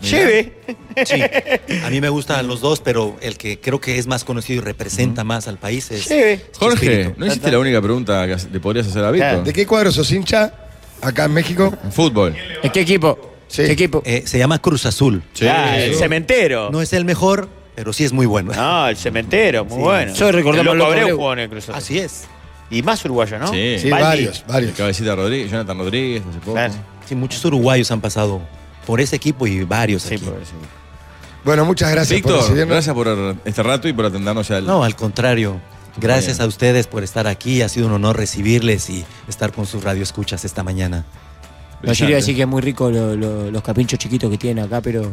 Speaker 5: Lleve.
Speaker 9: Sí, a mí me gustan los dos, pero el que creo que es más conocido y representa más al país es
Speaker 5: Lleve.
Speaker 4: Jorge,
Speaker 9: Chespirito.
Speaker 4: ¿no hiciste la única pregunta que le podrías hacer a Víctor?
Speaker 6: ¿De qué cuadro sos hincha? Acá en México.
Speaker 4: En Fútbol.
Speaker 7: ¿En qué equipo?
Speaker 6: Sí.
Speaker 7: ¿Qué equipo?
Speaker 9: Eh, se llama Cruz Azul.
Speaker 5: Ah, el cementero.
Speaker 9: No es el mejor, pero sí es muy bueno.
Speaker 5: No, el cementero, muy bueno.
Speaker 7: Yo recordaba
Speaker 5: el
Speaker 7: Loco
Speaker 5: loco Abreu
Speaker 7: Abreu.
Speaker 5: jugó en el Cruz Azul.
Speaker 9: Así es.
Speaker 5: Y más uruguayo, ¿no?
Speaker 4: Sí.
Speaker 6: Sí,
Speaker 5: Baldi.
Speaker 6: varios, varios.
Speaker 4: Cabecita Rodríguez, Jonathan Rodríguez, hace poco.
Speaker 5: Claro.
Speaker 9: Sí, muchos uruguayos han pasado por ese equipo y varios
Speaker 5: Sí,
Speaker 9: aquí.
Speaker 4: pues,
Speaker 5: por eso.
Speaker 6: Bueno, muchas gracias por
Speaker 4: Víctor,
Speaker 6: recibirnos.
Speaker 4: gracias por este rato y por atendernos al.
Speaker 9: No, al contrario. Gracias a ustedes por estar aquí. Ha sido un honor recibirles y estar con sus radioescuchas esta mañana.
Speaker 7: No, yo iba a decir que es muy rico lo- lo- los capinchos chiquitos que tienen acá, pero.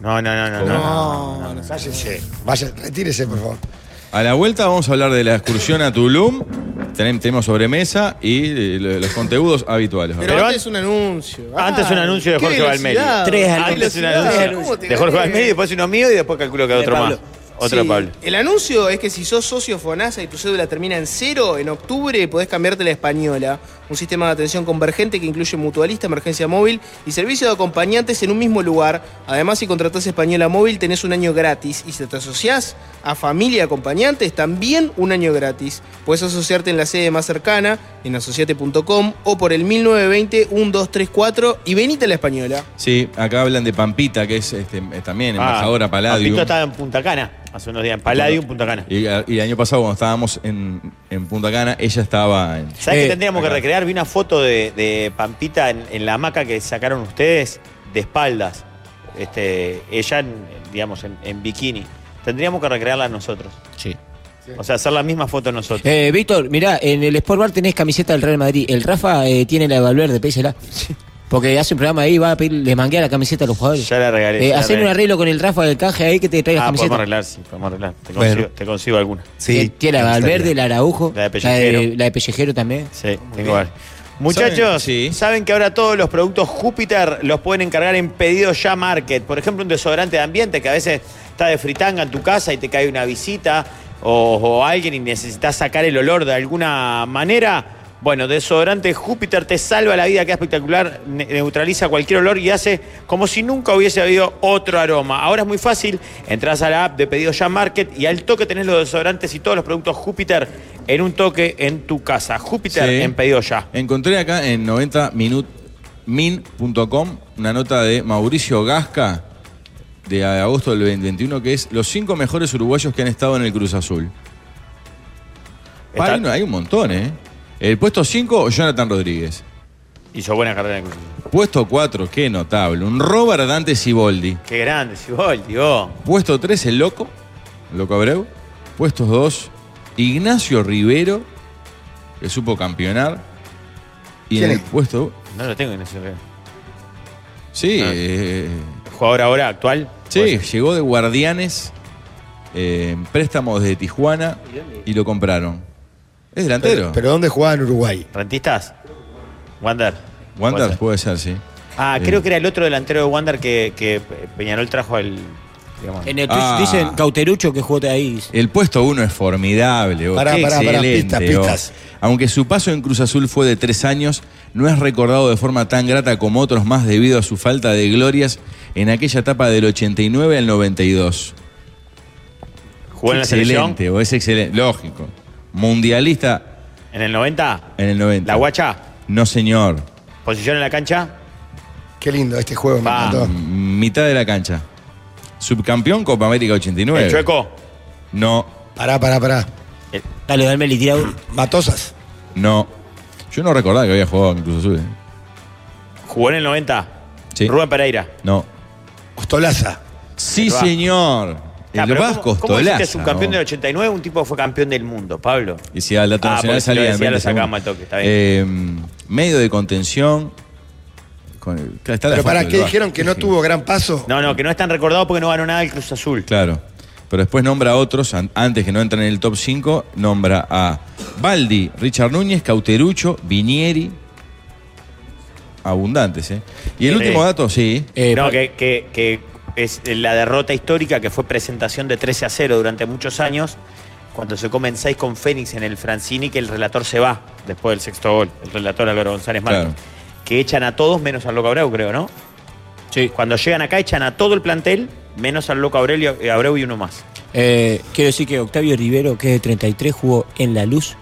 Speaker 5: No, no, no, no. no, no, no, no, no.
Speaker 6: Cállense. Vaya, retírese, por favor.
Speaker 4: A la vuelta vamos a hablar de la excursión a Tulum. Tenem- Tenemos sobremesa y eh, lo- los conteudos habituales.
Speaker 8: Pero,
Speaker 5: Pero
Speaker 8: antes un anuncio. Ah,
Speaker 5: Antes un anuncio de
Speaker 8: qué
Speaker 5: Jorge Valmeri.
Speaker 8: velocidad.
Speaker 7: Tres
Speaker 8: Qué
Speaker 7: anuncios.
Speaker 5: Antes un
Speaker 8: velocidad. ¿Cómo
Speaker 5: anuncio
Speaker 8: te
Speaker 5: de Jorge
Speaker 8: crees?
Speaker 5: Valmeri, después uno mío y después calculo que
Speaker 7: De
Speaker 5: otro
Speaker 7: Pablo.
Speaker 5: más. Otro
Speaker 8: Sí,
Speaker 5: de Pablo.
Speaker 8: El anuncio es que si sos socio FONASA y tu cédula termina en cero, en octubre podés cambiarte la española. Un sistema de atención convergente que incluye mutualista, emergencia móvil y servicio de acompañantes en un mismo lugar. Además, si contratás española móvil, tenés un año gratis. Y si te asociás a familia acompañantes, también un año gratis. Podés asociarte en la sede más cercana, en asociate.com o por el 1920-1234 y venite a la española.
Speaker 4: Sí, acá hablan de Pampita, que es este, eh, también embajadora Palladium.
Speaker 5: Papito estaba en Punta Cana hace unos días. Ah, En Palladium, Punta Cana.
Speaker 4: Y, a- y el año pasado, cuando estábamos en, en Punta Cana, ella estaba en.
Speaker 5: ¿Sabes
Speaker 7: Eh,
Speaker 5: que tendríamos
Speaker 4: acá.
Speaker 5: que recrear? Vi una foto de, de Pampita en, en la hamaca que sacaron ustedes de espaldas. este, ella, en- digamos, en, en bikini. Tendríamos que recrearla nosotros.
Speaker 7: Sí.
Speaker 5: O sea, hacer la misma foto nosotros.
Speaker 7: Eh, Víctor, mirá, en el Sport Bar tenés camiseta del Real Madrid. El Rafa eh, tiene la de Valverde, pedísela. Porque hace un programa ahí, va a pedir, le manguea la camiseta a los jugadores.
Speaker 5: Ya la regalé.
Speaker 7: Eh,
Speaker 5: ya la
Speaker 7: hacer un
Speaker 5: regalé.
Speaker 7: arreglo con el Rafa del canje ahí que te traiga
Speaker 5: Ah, podemos
Speaker 7: camiseta.
Speaker 5: arreglar, sí, podemos arreglar. Te
Speaker 9: Bueno.
Speaker 5: consigo, te consigo alguna.
Speaker 7: Tiene- tiene la de
Speaker 9: me gustaría.
Speaker 7: Valverde, la de Araujo,
Speaker 5: La de
Speaker 7: la
Speaker 5: Pellejero.
Speaker 7: de, la de Pellejero también.
Speaker 5: Sí, tengo varias. Muchachos,
Speaker 4: Sí.
Speaker 5: ¿saben? que ahora todos los productos Júpiter los pueden encargar en pedido ya market? Por ejemplo, un desodorante de ambiente que a veces está de fritanga en tu casa y te cae una visita o, o alguien y necesitas sacar el olor de alguna manera. Bueno, desodorante Júpiter te salva la vida, queda espectacular, ne- neutraliza cualquier olor y hace como si nunca hubiese habido otro aroma. Ahora es muy fácil, entras a la app de Pedido Ya Market y al toque tenés los desodorantes y todos los productos Júpiter en un toque en tu casa. Júpiter
Speaker 4: Sí.
Speaker 5: en Pedido Ya.
Speaker 4: Encontré acá en 90minutemin.com una nota de Mauricio Gasca de agosto del 2021 que es los cinco mejores uruguayos que han estado en el Cruz Azul.
Speaker 5: Está-
Speaker 4: Hay, un- hay un montón, ¿eh? El puesto 5, Jonathan Rodríguez.
Speaker 5: Hizo buena carrera en el club.
Speaker 4: Puesto 4, qué notable. Un Robert Dante Siboldi.
Speaker 5: Qué grande, Cibol, tío.
Speaker 4: Puesto 3, el Loco, el Loco Abreu. Puestos 2, Ignacio Rivero, que supo campeonar. Y en
Speaker 6: ¿Quién
Speaker 4: el
Speaker 6: es?
Speaker 4: puesto.
Speaker 5: No lo tengo en ese lugar.
Speaker 4: Sí,
Speaker 5: Ah.
Speaker 4: eh,
Speaker 5: Jugador ahora actual.
Speaker 4: sí llegó de Guardianes, eh, en préstamos de Tijuana, y lo compraron. Es delantero.
Speaker 6: Pero ¿dónde jugaba en Uruguay?
Speaker 5: ¿Rentistas? Wander.
Speaker 4: Wander puede ser, sí.
Speaker 5: Ah,
Speaker 4: Sí.
Speaker 5: creo que era el otro delantero de Wander que, que Peñarol trajo al. digamos.
Speaker 7: En el Twitch
Speaker 4: Ah.
Speaker 7: dicen Cauterucho que jugó ahí.
Speaker 4: El puesto uno es formidable. oh,
Speaker 6: Pará,
Speaker 4: qué
Speaker 6: pará, pará,
Speaker 4: excelente,
Speaker 6: pistas,
Speaker 4: oh.
Speaker 6: pistas.
Speaker 4: Aunque su paso en Cruz Azul fue de tres años, no es recordado de forma tan grata como otros más debido a su falta de glorias en aquella etapa del 89 al 92.
Speaker 5: Jugó en la selección.
Speaker 4: excelente, oh, es excelente. Lógico. Mundialista
Speaker 5: En el 90.
Speaker 4: en el 90.
Speaker 5: La guacha.
Speaker 4: No, señor.
Speaker 5: Posición en la cancha.
Speaker 6: Qué lindo este juego, me
Speaker 5: Pa.
Speaker 6: encantó.
Speaker 4: M- Mitad de la cancha. Subcampeón Copa América 89.
Speaker 5: El chueco.
Speaker 4: No,
Speaker 6: Pará, pará, pará.
Speaker 7: Dale, dame el tirado.
Speaker 6: Matosas.
Speaker 4: no. Yo no recordaba que había jugado en Cruz Azul. eh.
Speaker 5: Jugó en el 90.
Speaker 4: Sí.
Speaker 5: Rubén Pereira.
Speaker 4: No.
Speaker 6: Ostolaza.
Speaker 4: Sí,
Speaker 5: El Vasco.
Speaker 4: señor.
Speaker 5: Ah,
Speaker 4: El
Speaker 5: pero ¿cómo-
Speaker 4: Vasco,
Speaker 5: ¿Cómo
Speaker 4: Tolaza,
Speaker 5: hiciste subcampeón
Speaker 4: ¿no?
Speaker 5: del 89? Un tipo que fue campeón del mundo, Pablo.
Speaker 4: Y si al dato
Speaker 5: Ah,
Speaker 4: nacional
Speaker 5: porque si lo
Speaker 4: salía en
Speaker 5: decía, lo
Speaker 4: 20
Speaker 5: sacamos
Speaker 4: segundos.
Speaker 5: al toque, está bien.
Speaker 4: Eh, medio de contención. Con el- claro, está la
Speaker 6: Pero
Speaker 4: foto
Speaker 6: para
Speaker 4: del
Speaker 6: qué
Speaker 4: Vasco,
Speaker 6: dijeron que no
Speaker 4: sí.
Speaker 6: tuvo gran paso.
Speaker 5: No, no, que no es tan recordado porque no ganó nada el Cruz Azul.
Speaker 4: Claro. Pero después nombra a otros, an- antes que no entren en el top 5, nombra a Baldi, Richard Núñez, Cauterucho, Vinieri. Abundantes, ¿eh? Y el
Speaker 5: Sí.
Speaker 4: último dato, sí.
Speaker 7: Eh,
Speaker 5: no,
Speaker 7: pa-
Speaker 5: que, que- que es la derrota histórica que fue presentación de 13 a 0 durante muchos años, cuando se comen 6 con Fénix en el Francini, que el relator se va después del sexto gol, el relator Álvaro González Márquez.
Speaker 4: Claro.
Speaker 5: Que echan a todos menos al Loco Abreu, creo, ¿no?
Speaker 7: Sí.
Speaker 5: Cuando llegan acá echan a todo el plantel menos al Loco Abreu y, Abreu y uno más.
Speaker 7: Eh, quiero decir que Octavio Rivero, que es de 33, jugó en La Luz.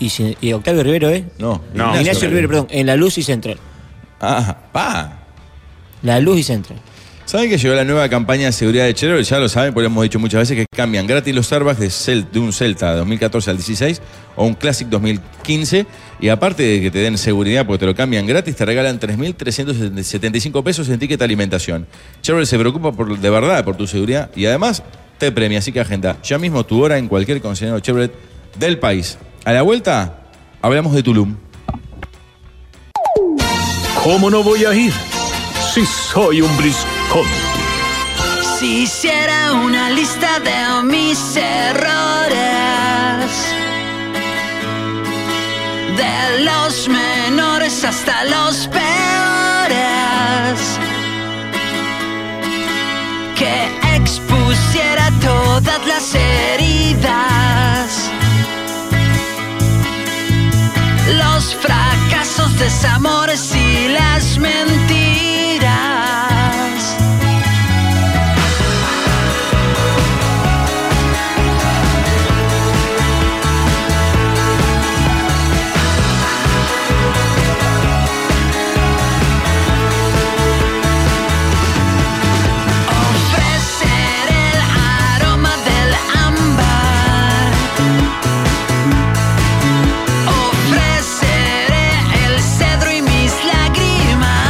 Speaker 7: Y, se- y Octavio Rivero, ¿eh?
Speaker 4: No,
Speaker 5: No.
Speaker 7: Ignacio, Rivero, perdón. En La Luz y Central.
Speaker 4: Ah, pa.
Speaker 7: La Luz y Central.
Speaker 4: ¿Saben que llegó la nueva campaña de seguridad de Chernobyl? Ya lo saben, porque lo hemos dicho muchas veces que cambian gratis los Starbucks de, Cel- de un Celta 2014 al 16 o un Classic 2015. Y aparte de que te den seguridad porque te lo cambian gratis, te regalan 3.375 pesos en ticket de alimentación. Chernobyl se preocupa por, de verdad por tu seguridad y además te premia. Así que agenda ya mismo tu hora en cualquier concesionario Chevrolet del país. A la vuelta, hablamos de Tulum.
Speaker 10: ¿Cómo no voy a ir? Si soy un briscón.
Speaker 11: Si hiciera una lista de mis errores, de los menores hasta los peores, que expusiera todas las heridas, los fracasos, desamores y las mentiras. Ofrecer el aroma del ámbar Ofreceré el cedro y mis lágrimas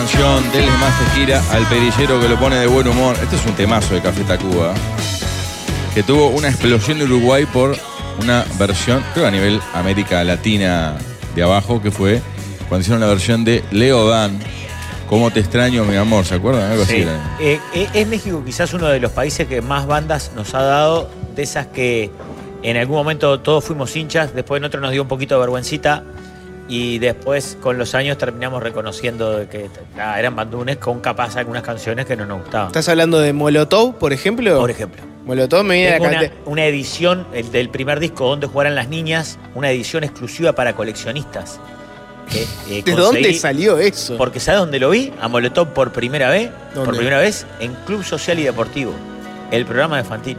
Speaker 4: Horizonte, él es más Tequila, al perillero que lo pone de buen humor. Este es un temazo de Café Tacuba, que tuvo una explosión de Uruguay por una versión, creo a nivel América Latina de abajo, que fue cuando hicieron la versión de Leo Dan, Cómo te extraño, mi amor, ¿se acuerdan? Algo así
Speaker 5: Sí.
Speaker 4: era.
Speaker 5: Eh, eh, es México quizás uno de los países que más bandas nos ha dado, de esas que en algún momento todos fuimos hinchas, después en otro nos dio un poquito de vergüencita y después con los años terminamos reconociendo de que ah, eran bandunes con capaz algunas canciones que no nos gustaban.
Speaker 8: ¿Estás hablando de Molotov, por ejemplo? Por
Speaker 5: ejemplo.
Speaker 8: Molotov me viene a
Speaker 5: Tengo
Speaker 8: la
Speaker 5: una,
Speaker 8: cante-
Speaker 5: una edición el del primer disco donde jugarán las niñas, una edición exclusiva para coleccionistas. que, eh,
Speaker 8: ¿De dónde
Speaker 5: conseguí-
Speaker 8: salió eso?
Speaker 5: Porque ¿sabes dónde lo vi? A Molotov por primera vez.
Speaker 8: ¿Dónde?
Speaker 5: Por primera vez en Club Social y Deportivo. El programa de Fantino.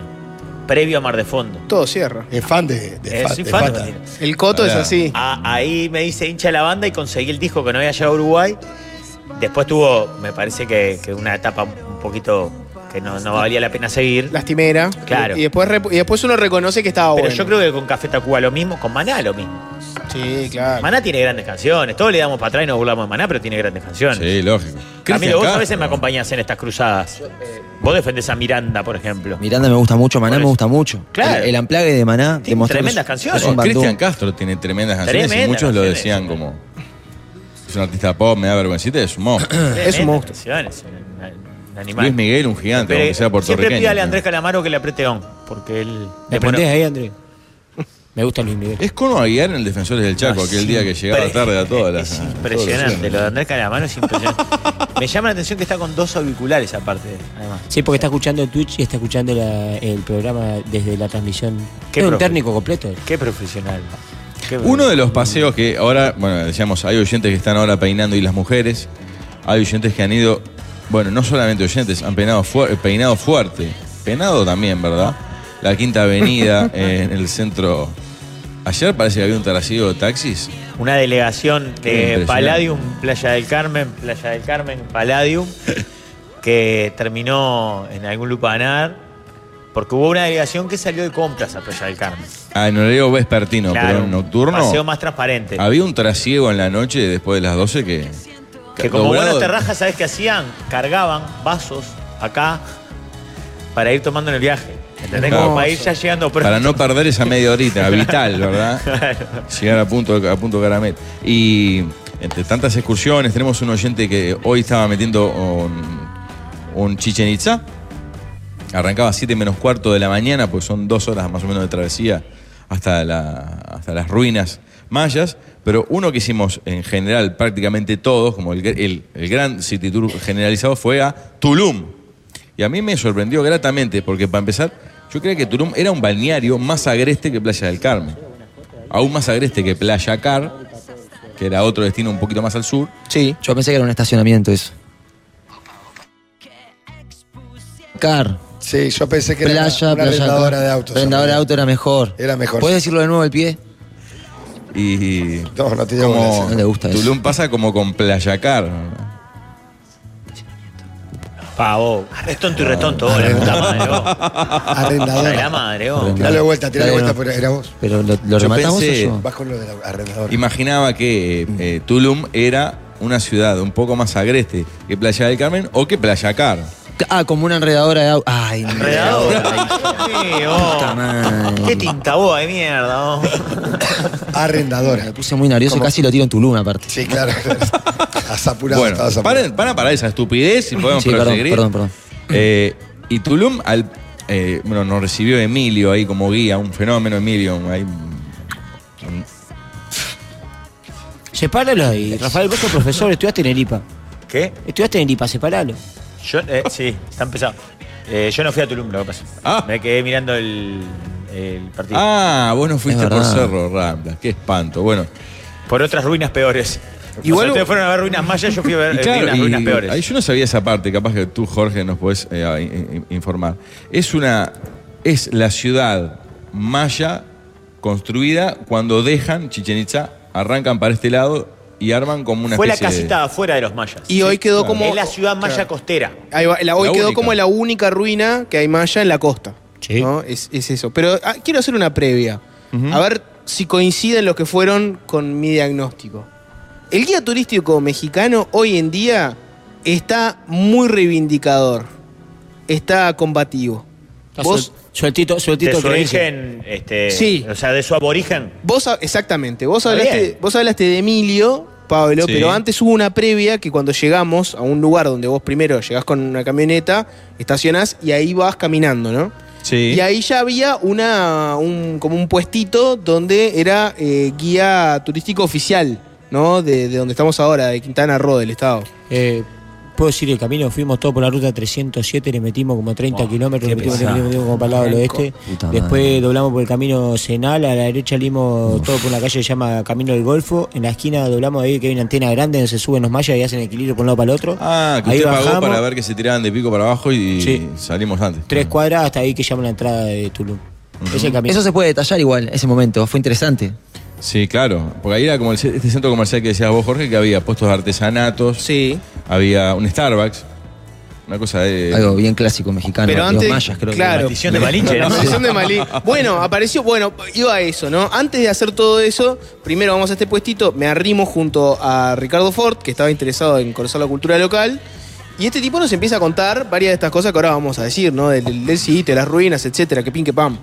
Speaker 5: Previo a Mar de Fondo.
Speaker 8: Todo cierra.
Speaker 6: Es fan de,
Speaker 5: Eh, soy fan de Fantino.
Speaker 8: El coto es
Speaker 5: Pará.
Speaker 8: así.
Speaker 5: A- ahí me hice hincha de la banda y conseguí el disco que no había llegado a Uruguay. Después tuvo, me parece que, que una etapa un poquito que no, no valía la pena seguir.
Speaker 8: Lastimera.
Speaker 5: Claro.
Speaker 8: Y después, rep- y después uno reconoce que estaba
Speaker 5: Pero
Speaker 8: Ah, bueno.
Speaker 5: yo creo que con Café Tacuba lo mismo, con Maná lo mismo.
Speaker 8: Sí, claro.
Speaker 5: Maná tiene grandes canciones. Todos le damos para atrás y nos burlamos de Maná, pero tiene grandes canciones.
Speaker 4: Sí, lógico.
Speaker 5: Camilo, vos a veces
Speaker 4: Castro.
Speaker 5: me acompañás en estas cruzadas.
Speaker 7: eh,
Speaker 5: Vos defendés a Miranda, por ejemplo.
Speaker 7: [clears throat]
Speaker 12: Miranda me gusta mucho, Maná
Speaker 5: Por
Speaker 12: me
Speaker 5: eso.
Speaker 12: gusta mucho.
Speaker 5: Claro.
Speaker 12: El, el amplague de Maná demostró que
Speaker 5: tremendas
Speaker 12: es-
Speaker 5: canciones.
Speaker 12: es un bandú.
Speaker 4: Cristian Castro tiene tremendas canciones y
Speaker 5: Tremendas
Speaker 4: muchos lo
Speaker 5: canciones.
Speaker 4: decían como. Es un artista pop, me da vergüencita, es
Speaker 5: [clears throat]
Speaker 4: un monstruo.
Speaker 5: Tremendas canciones, un- un animal.
Speaker 4: Luis Miguel, un gigante,
Speaker 5: Pero
Speaker 4: aunque sea puertorriqueño.
Speaker 5: Siempre pídale a Andrés Calamaro que le apriete on, porque él...
Speaker 7: ¿Me aprendés ahí, André? [laughs] Me gusta Luis Miguel.
Speaker 4: Es Cono Aguiar en el Defensores del Chaco,
Speaker 5: No,
Speaker 4: aquel
Speaker 5: sí,
Speaker 4: día que llegaba
Speaker 5: impre-
Speaker 4: tarde a todas las. a todos los
Speaker 5: Impresionante,
Speaker 4: shows.
Speaker 5: lo de Andrés Calamaro es
Speaker 7: [laughs]
Speaker 5: impresionante. Me llama la atención que está con dos auriculares aparte, además.
Speaker 7: Sí, porque está escuchando Twitch y está escuchando la- el programa desde la transmisión.
Speaker 5: Qué
Speaker 7: es un
Speaker 5: profe.
Speaker 7: técnico completo.
Speaker 5: Qué profesional. Qué
Speaker 4: Uno de los paseos que ahora, bueno, decíamos, hay oyentes que están ahora peinando y las mujeres, hay oyentes que han ido, bueno, no solamente oyentes, han peinado fuer- eh, peinado fuerte, peinado también, ¿verdad? La
Speaker 5: [laughs]
Speaker 4: Quinta Avenida, eh, en el centro. Ayer parece que había un taracillo de taxis.
Speaker 5: Una delegación
Speaker 4: Qué
Speaker 5: de
Speaker 4: impresionante.
Speaker 5: Eh, Palladium, Playa del Carmen, Playa del Carmen,
Speaker 4: [laughs]
Speaker 5: Palladium, que terminó en algún lupanar, porque hubo una delegación que salió de compras a Playa del Carmen.
Speaker 4: Ah, en horario vespertino,
Speaker 5: Claro,
Speaker 4: pero en nocturno.
Speaker 5: Paseo más transparente.
Speaker 4: Había un trasiego en la noche después de las 12 que.
Speaker 5: Que como
Speaker 4: logrado-
Speaker 5: buenas terrajas, ¿sabes qué hacían? Cargaban vasos acá para ir tomando en el viaje. ¿Entendés? Como
Speaker 4: Hermoso.
Speaker 5: para ir ya llegando pronto. [laughs]
Speaker 4: Para no perder esa media horita, vital, ¿verdad?
Speaker 5: Claro.
Speaker 4: Llegar a punto, a punto Caramet. Y entre tantas excursiones, tenemos un oyente que hoy estaba metiendo un, un Chichen Itza. Arrancaba 7 menos cuarto de la mañana, pues son dos horas más o menos de travesía hasta, la- hasta las ruinas mayas. Pero uno que hicimos en general, prácticamente todos, como el, el- el gran city tour generalizado, fue a Tulum. Y a mí me sorprendió gratamente, porque para empezar, yo creía que Tulum era un balneario más agreste que Playa del Carmen. Aún más agreste que Playa Car, que era otro destino un poquito más al sur.
Speaker 8: Sí.
Speaker 12: Yo pensé que era un estacionamiento eso. Car.
Speaker 6: Sí, yo pensé que era
Speaker 12: playa,
Speaker 6: una, una
Speaker 12: playa.
Speaker 6: arrendadora
Speaker 12: Car.
Speaker 6: de autos.
Speaker 12: Arrendadora de auto era mejor.
Speaker 6: Era mejor.
Speaker 12: ¿Puedes decirlo de nuevo al pie?
Speaker 4: Y.
Speaker 6: No, no te digo
Speaker 4: como,
Speaker 6: eso.
Speaker 12: No le gusta eso.
Speaker 4: Tulum pasa como con Playa Car.
Speaker 5: Pavo. Es tonto y retonto, vos, la puta madre.
Speaker 4: [laughs]
Speaker 5: vos.
Speaker 6: Arrendadora.
Speaker 5: La madre, vos.
Speaker 6: Dale vuelta, tirale
Speaker 12: Dale,
Speaker 6: vuelta,
Speaker 12: no.
Speaker 6: por era vos.
Speaker 12: Pero lo, lo
Speaker 4: Yo
Speaker 12: rematamos
Speaker 4: pensé-
Speaker 12: o yo.
Speaker 6: Vas con lo de la arrendadora.
Speaker 4: Imaginaba que eh, Tulum era una ciudad un poco más agreste que Playa del Carmen o que Playa Car.
Speaker 12: Ah, como una enredadora de auto. Ay, no.
Speaker 5: Redadora. Sí, vos.
Speaker 12: Puta madre.
Speaker 5: Qué tinta boba de mierda, vos.
Speaker 12: Me
Speaker 6: Arrendadora.
Speaker 12: puse muy nervioso y
Speaker 6: ¿Cómo?
Speaker 12: casi lo tiro en Tulum aparte.
Speaker 6: Sí, claro. Has apurado,
Speaker 4: bueno,
Speaker 6: estabas apurado.
Speaker 4: paren, para, para esa estupidez y podemos
Speaker 12: Sí, perdón,
Speaker 4: proseguir.
Speaker 12: perdón, perdón.
Speaker 4: Eh, y Tulum, al, eh, bueno, nos recibió Emilio ahí como guía, un fenómeno, Emilio. ahí, un-
Speaker 7: Sepáralo ahí. Rafael, vos sos profesor, estudiaste en el IPA.
Speaker 5: ¿Qué?
Speaker 7: Estudiaste en el IPA, sepáralo.
Speaker 5: Yo, eh, sí, está empezado. Eh, yo no fui a Tulum, lo que pasa.
Speaker 4: Ah.
Speaker 5: Me quedé mirando el, el partido.
Speaker 4: Ah, vos no fuiste
Speaker 12: Es
Speaker 4: por
Speaker 12: verdad.
Speaker 4: Cerro Rambla, qué espanto. Bueno,
Speaker 5: Por otras ruinas peores.
Speaker 8: Igual-
Speaker 5: Igual ustedes fueron a ver ruinas mayas, yo fui a ver
Speaker 4: [laughs] y
Speaker 5: eh,
Speaker 4: claro,
Speaker 5: ruinas,
Speaker 4: y-
Speaker 5: ruinas peores.
Speaker 4: ahí yo no sabía esa parte, capaz que tú, Jorge, nos podés eh, ah, in- in- informar. Es una. Es la ciudad maya construida cuando dejan Chichen Itza, arrancan para este lado y arman como una
Speaker 5: Fue la
Speaker 4: especie de-
Speaker 5: casita afuera de los mayas.
Speaker 8: Y hoy quedó
Speaker 4: claro.
Speaker 8: como.
Speaker 5: Es la ciudad maya
Speaker 8: Claro.
Speaker 5: costera.
Speaker 8: Ahí va, la- hoy
Speaker 4: La
Speaker 8: quedó
Speaker 4: única.
Speaker 8: como la única ruina que hay maya en la costa.
Speaker 7: Sí.
Speaker 8: ¿no? Es, es eso. Pero ah, quiero hacer una previa. A ver si coinciden los que fueron con mi diagnóstico. El guía turístico mexicano hoy en día está muy reivindicador. Está combativo.
Speaker 7: Está
Speaker 8: Vos,
Speaker 7: suel- sueltito, sueltito
Speaker 5: de su
Speaker 7: el que dice.
Speaker 5: origen, este,
Speaker 8: Sí.
Speaker 5: o sea, de su aborigen.
Speaker 8: vos ha- exactamente, vos
Speaker 5: Está
Speaker 8: hablaste,
Speaker 5: bien.
Speaker 8: vos hablaste de Emilio, Pablo,
Speaker 5: Sí.
Speaker 8: pero antes hubo una previa que cuando llegamos a un lugar donde vos primero llegás con una camioneta, estacionás y ahí vas caminando, ¿no?
Speaker 4: Sí.
Speaker 8: Y ahí ya había una, un, como un puestito donde era eh, guía turístico oficial, ¿no? De, de donde estamos ahora, de Quintana Roo, del estado.
Speaker 7: Eh, Puedo decir el camino, fuimos todos por la ruta 307, le metimos como 30 kilómetros,
Speaker 12: qué
Speaker 7: le metimos, le
Speaker 12: pesado.
Speaker 7: metimos, le metimos como para el lado del
Speaker 12: Puta
Speaker 7: oeste.
Speaker 12: madre.
Speaker 7: Después doblamos por el camino Senal, a la derecha limos todo por una calle que se llama Camino del Golfo. En la esquina doblamos ahí que hay una antena grande donde se suben los mayas y hacen equilibrio por un lado para el otro.
Speaker 4: Ah, que
Speaker 7: ahí
Speaker 4: usted pagó
Speaker 7: bajamos,
Speaker 4: para ver que se tiraban de pico para abajo y
Speaker 7: Sí.
Speaker 4: salimos antes.
Speaker 7: Tres cuadras hasta ahí que llama la entrada de Tulum. Ese es el camino.
Speaker 12: Eso se puede detallar igual, ese momento. Fue interesante.
Speaker 4: Sí, claro. Porque ahí era como el ce- este centro comercial que decías vos, Jorge, que había puestos de artesanatos.
Speaker 8: Sí.
Speaker 4: Había un Starbucks. Una cosa de.
Speaker 12: Algo bien clásico mexicano.
Speaker 8: Pero
Speaker 12: los
Speaker 8: antes-
Speaker 12: mayas, creo que
Speaker 8: claro.
Speaker 12: era.
Speaker 5: Maldición de Malinche,
Speaker 8: La
Speaker 5: ¿no?
Speaker 8: maldición de Malí. Bueno, apareció, bueno, iba a eso, ¿no? Antes de hacer todo eso, primero vamos a este puestito, me arrimo junto a Ricardo Ford, que estaba interesado en conocer la cultura local. Y este tipo nos empieza a contar varias de estas cosas que ahora vamos a decir, ¿no? Del, del, del sitio, las ruinas, etcétera, que pin, que pam.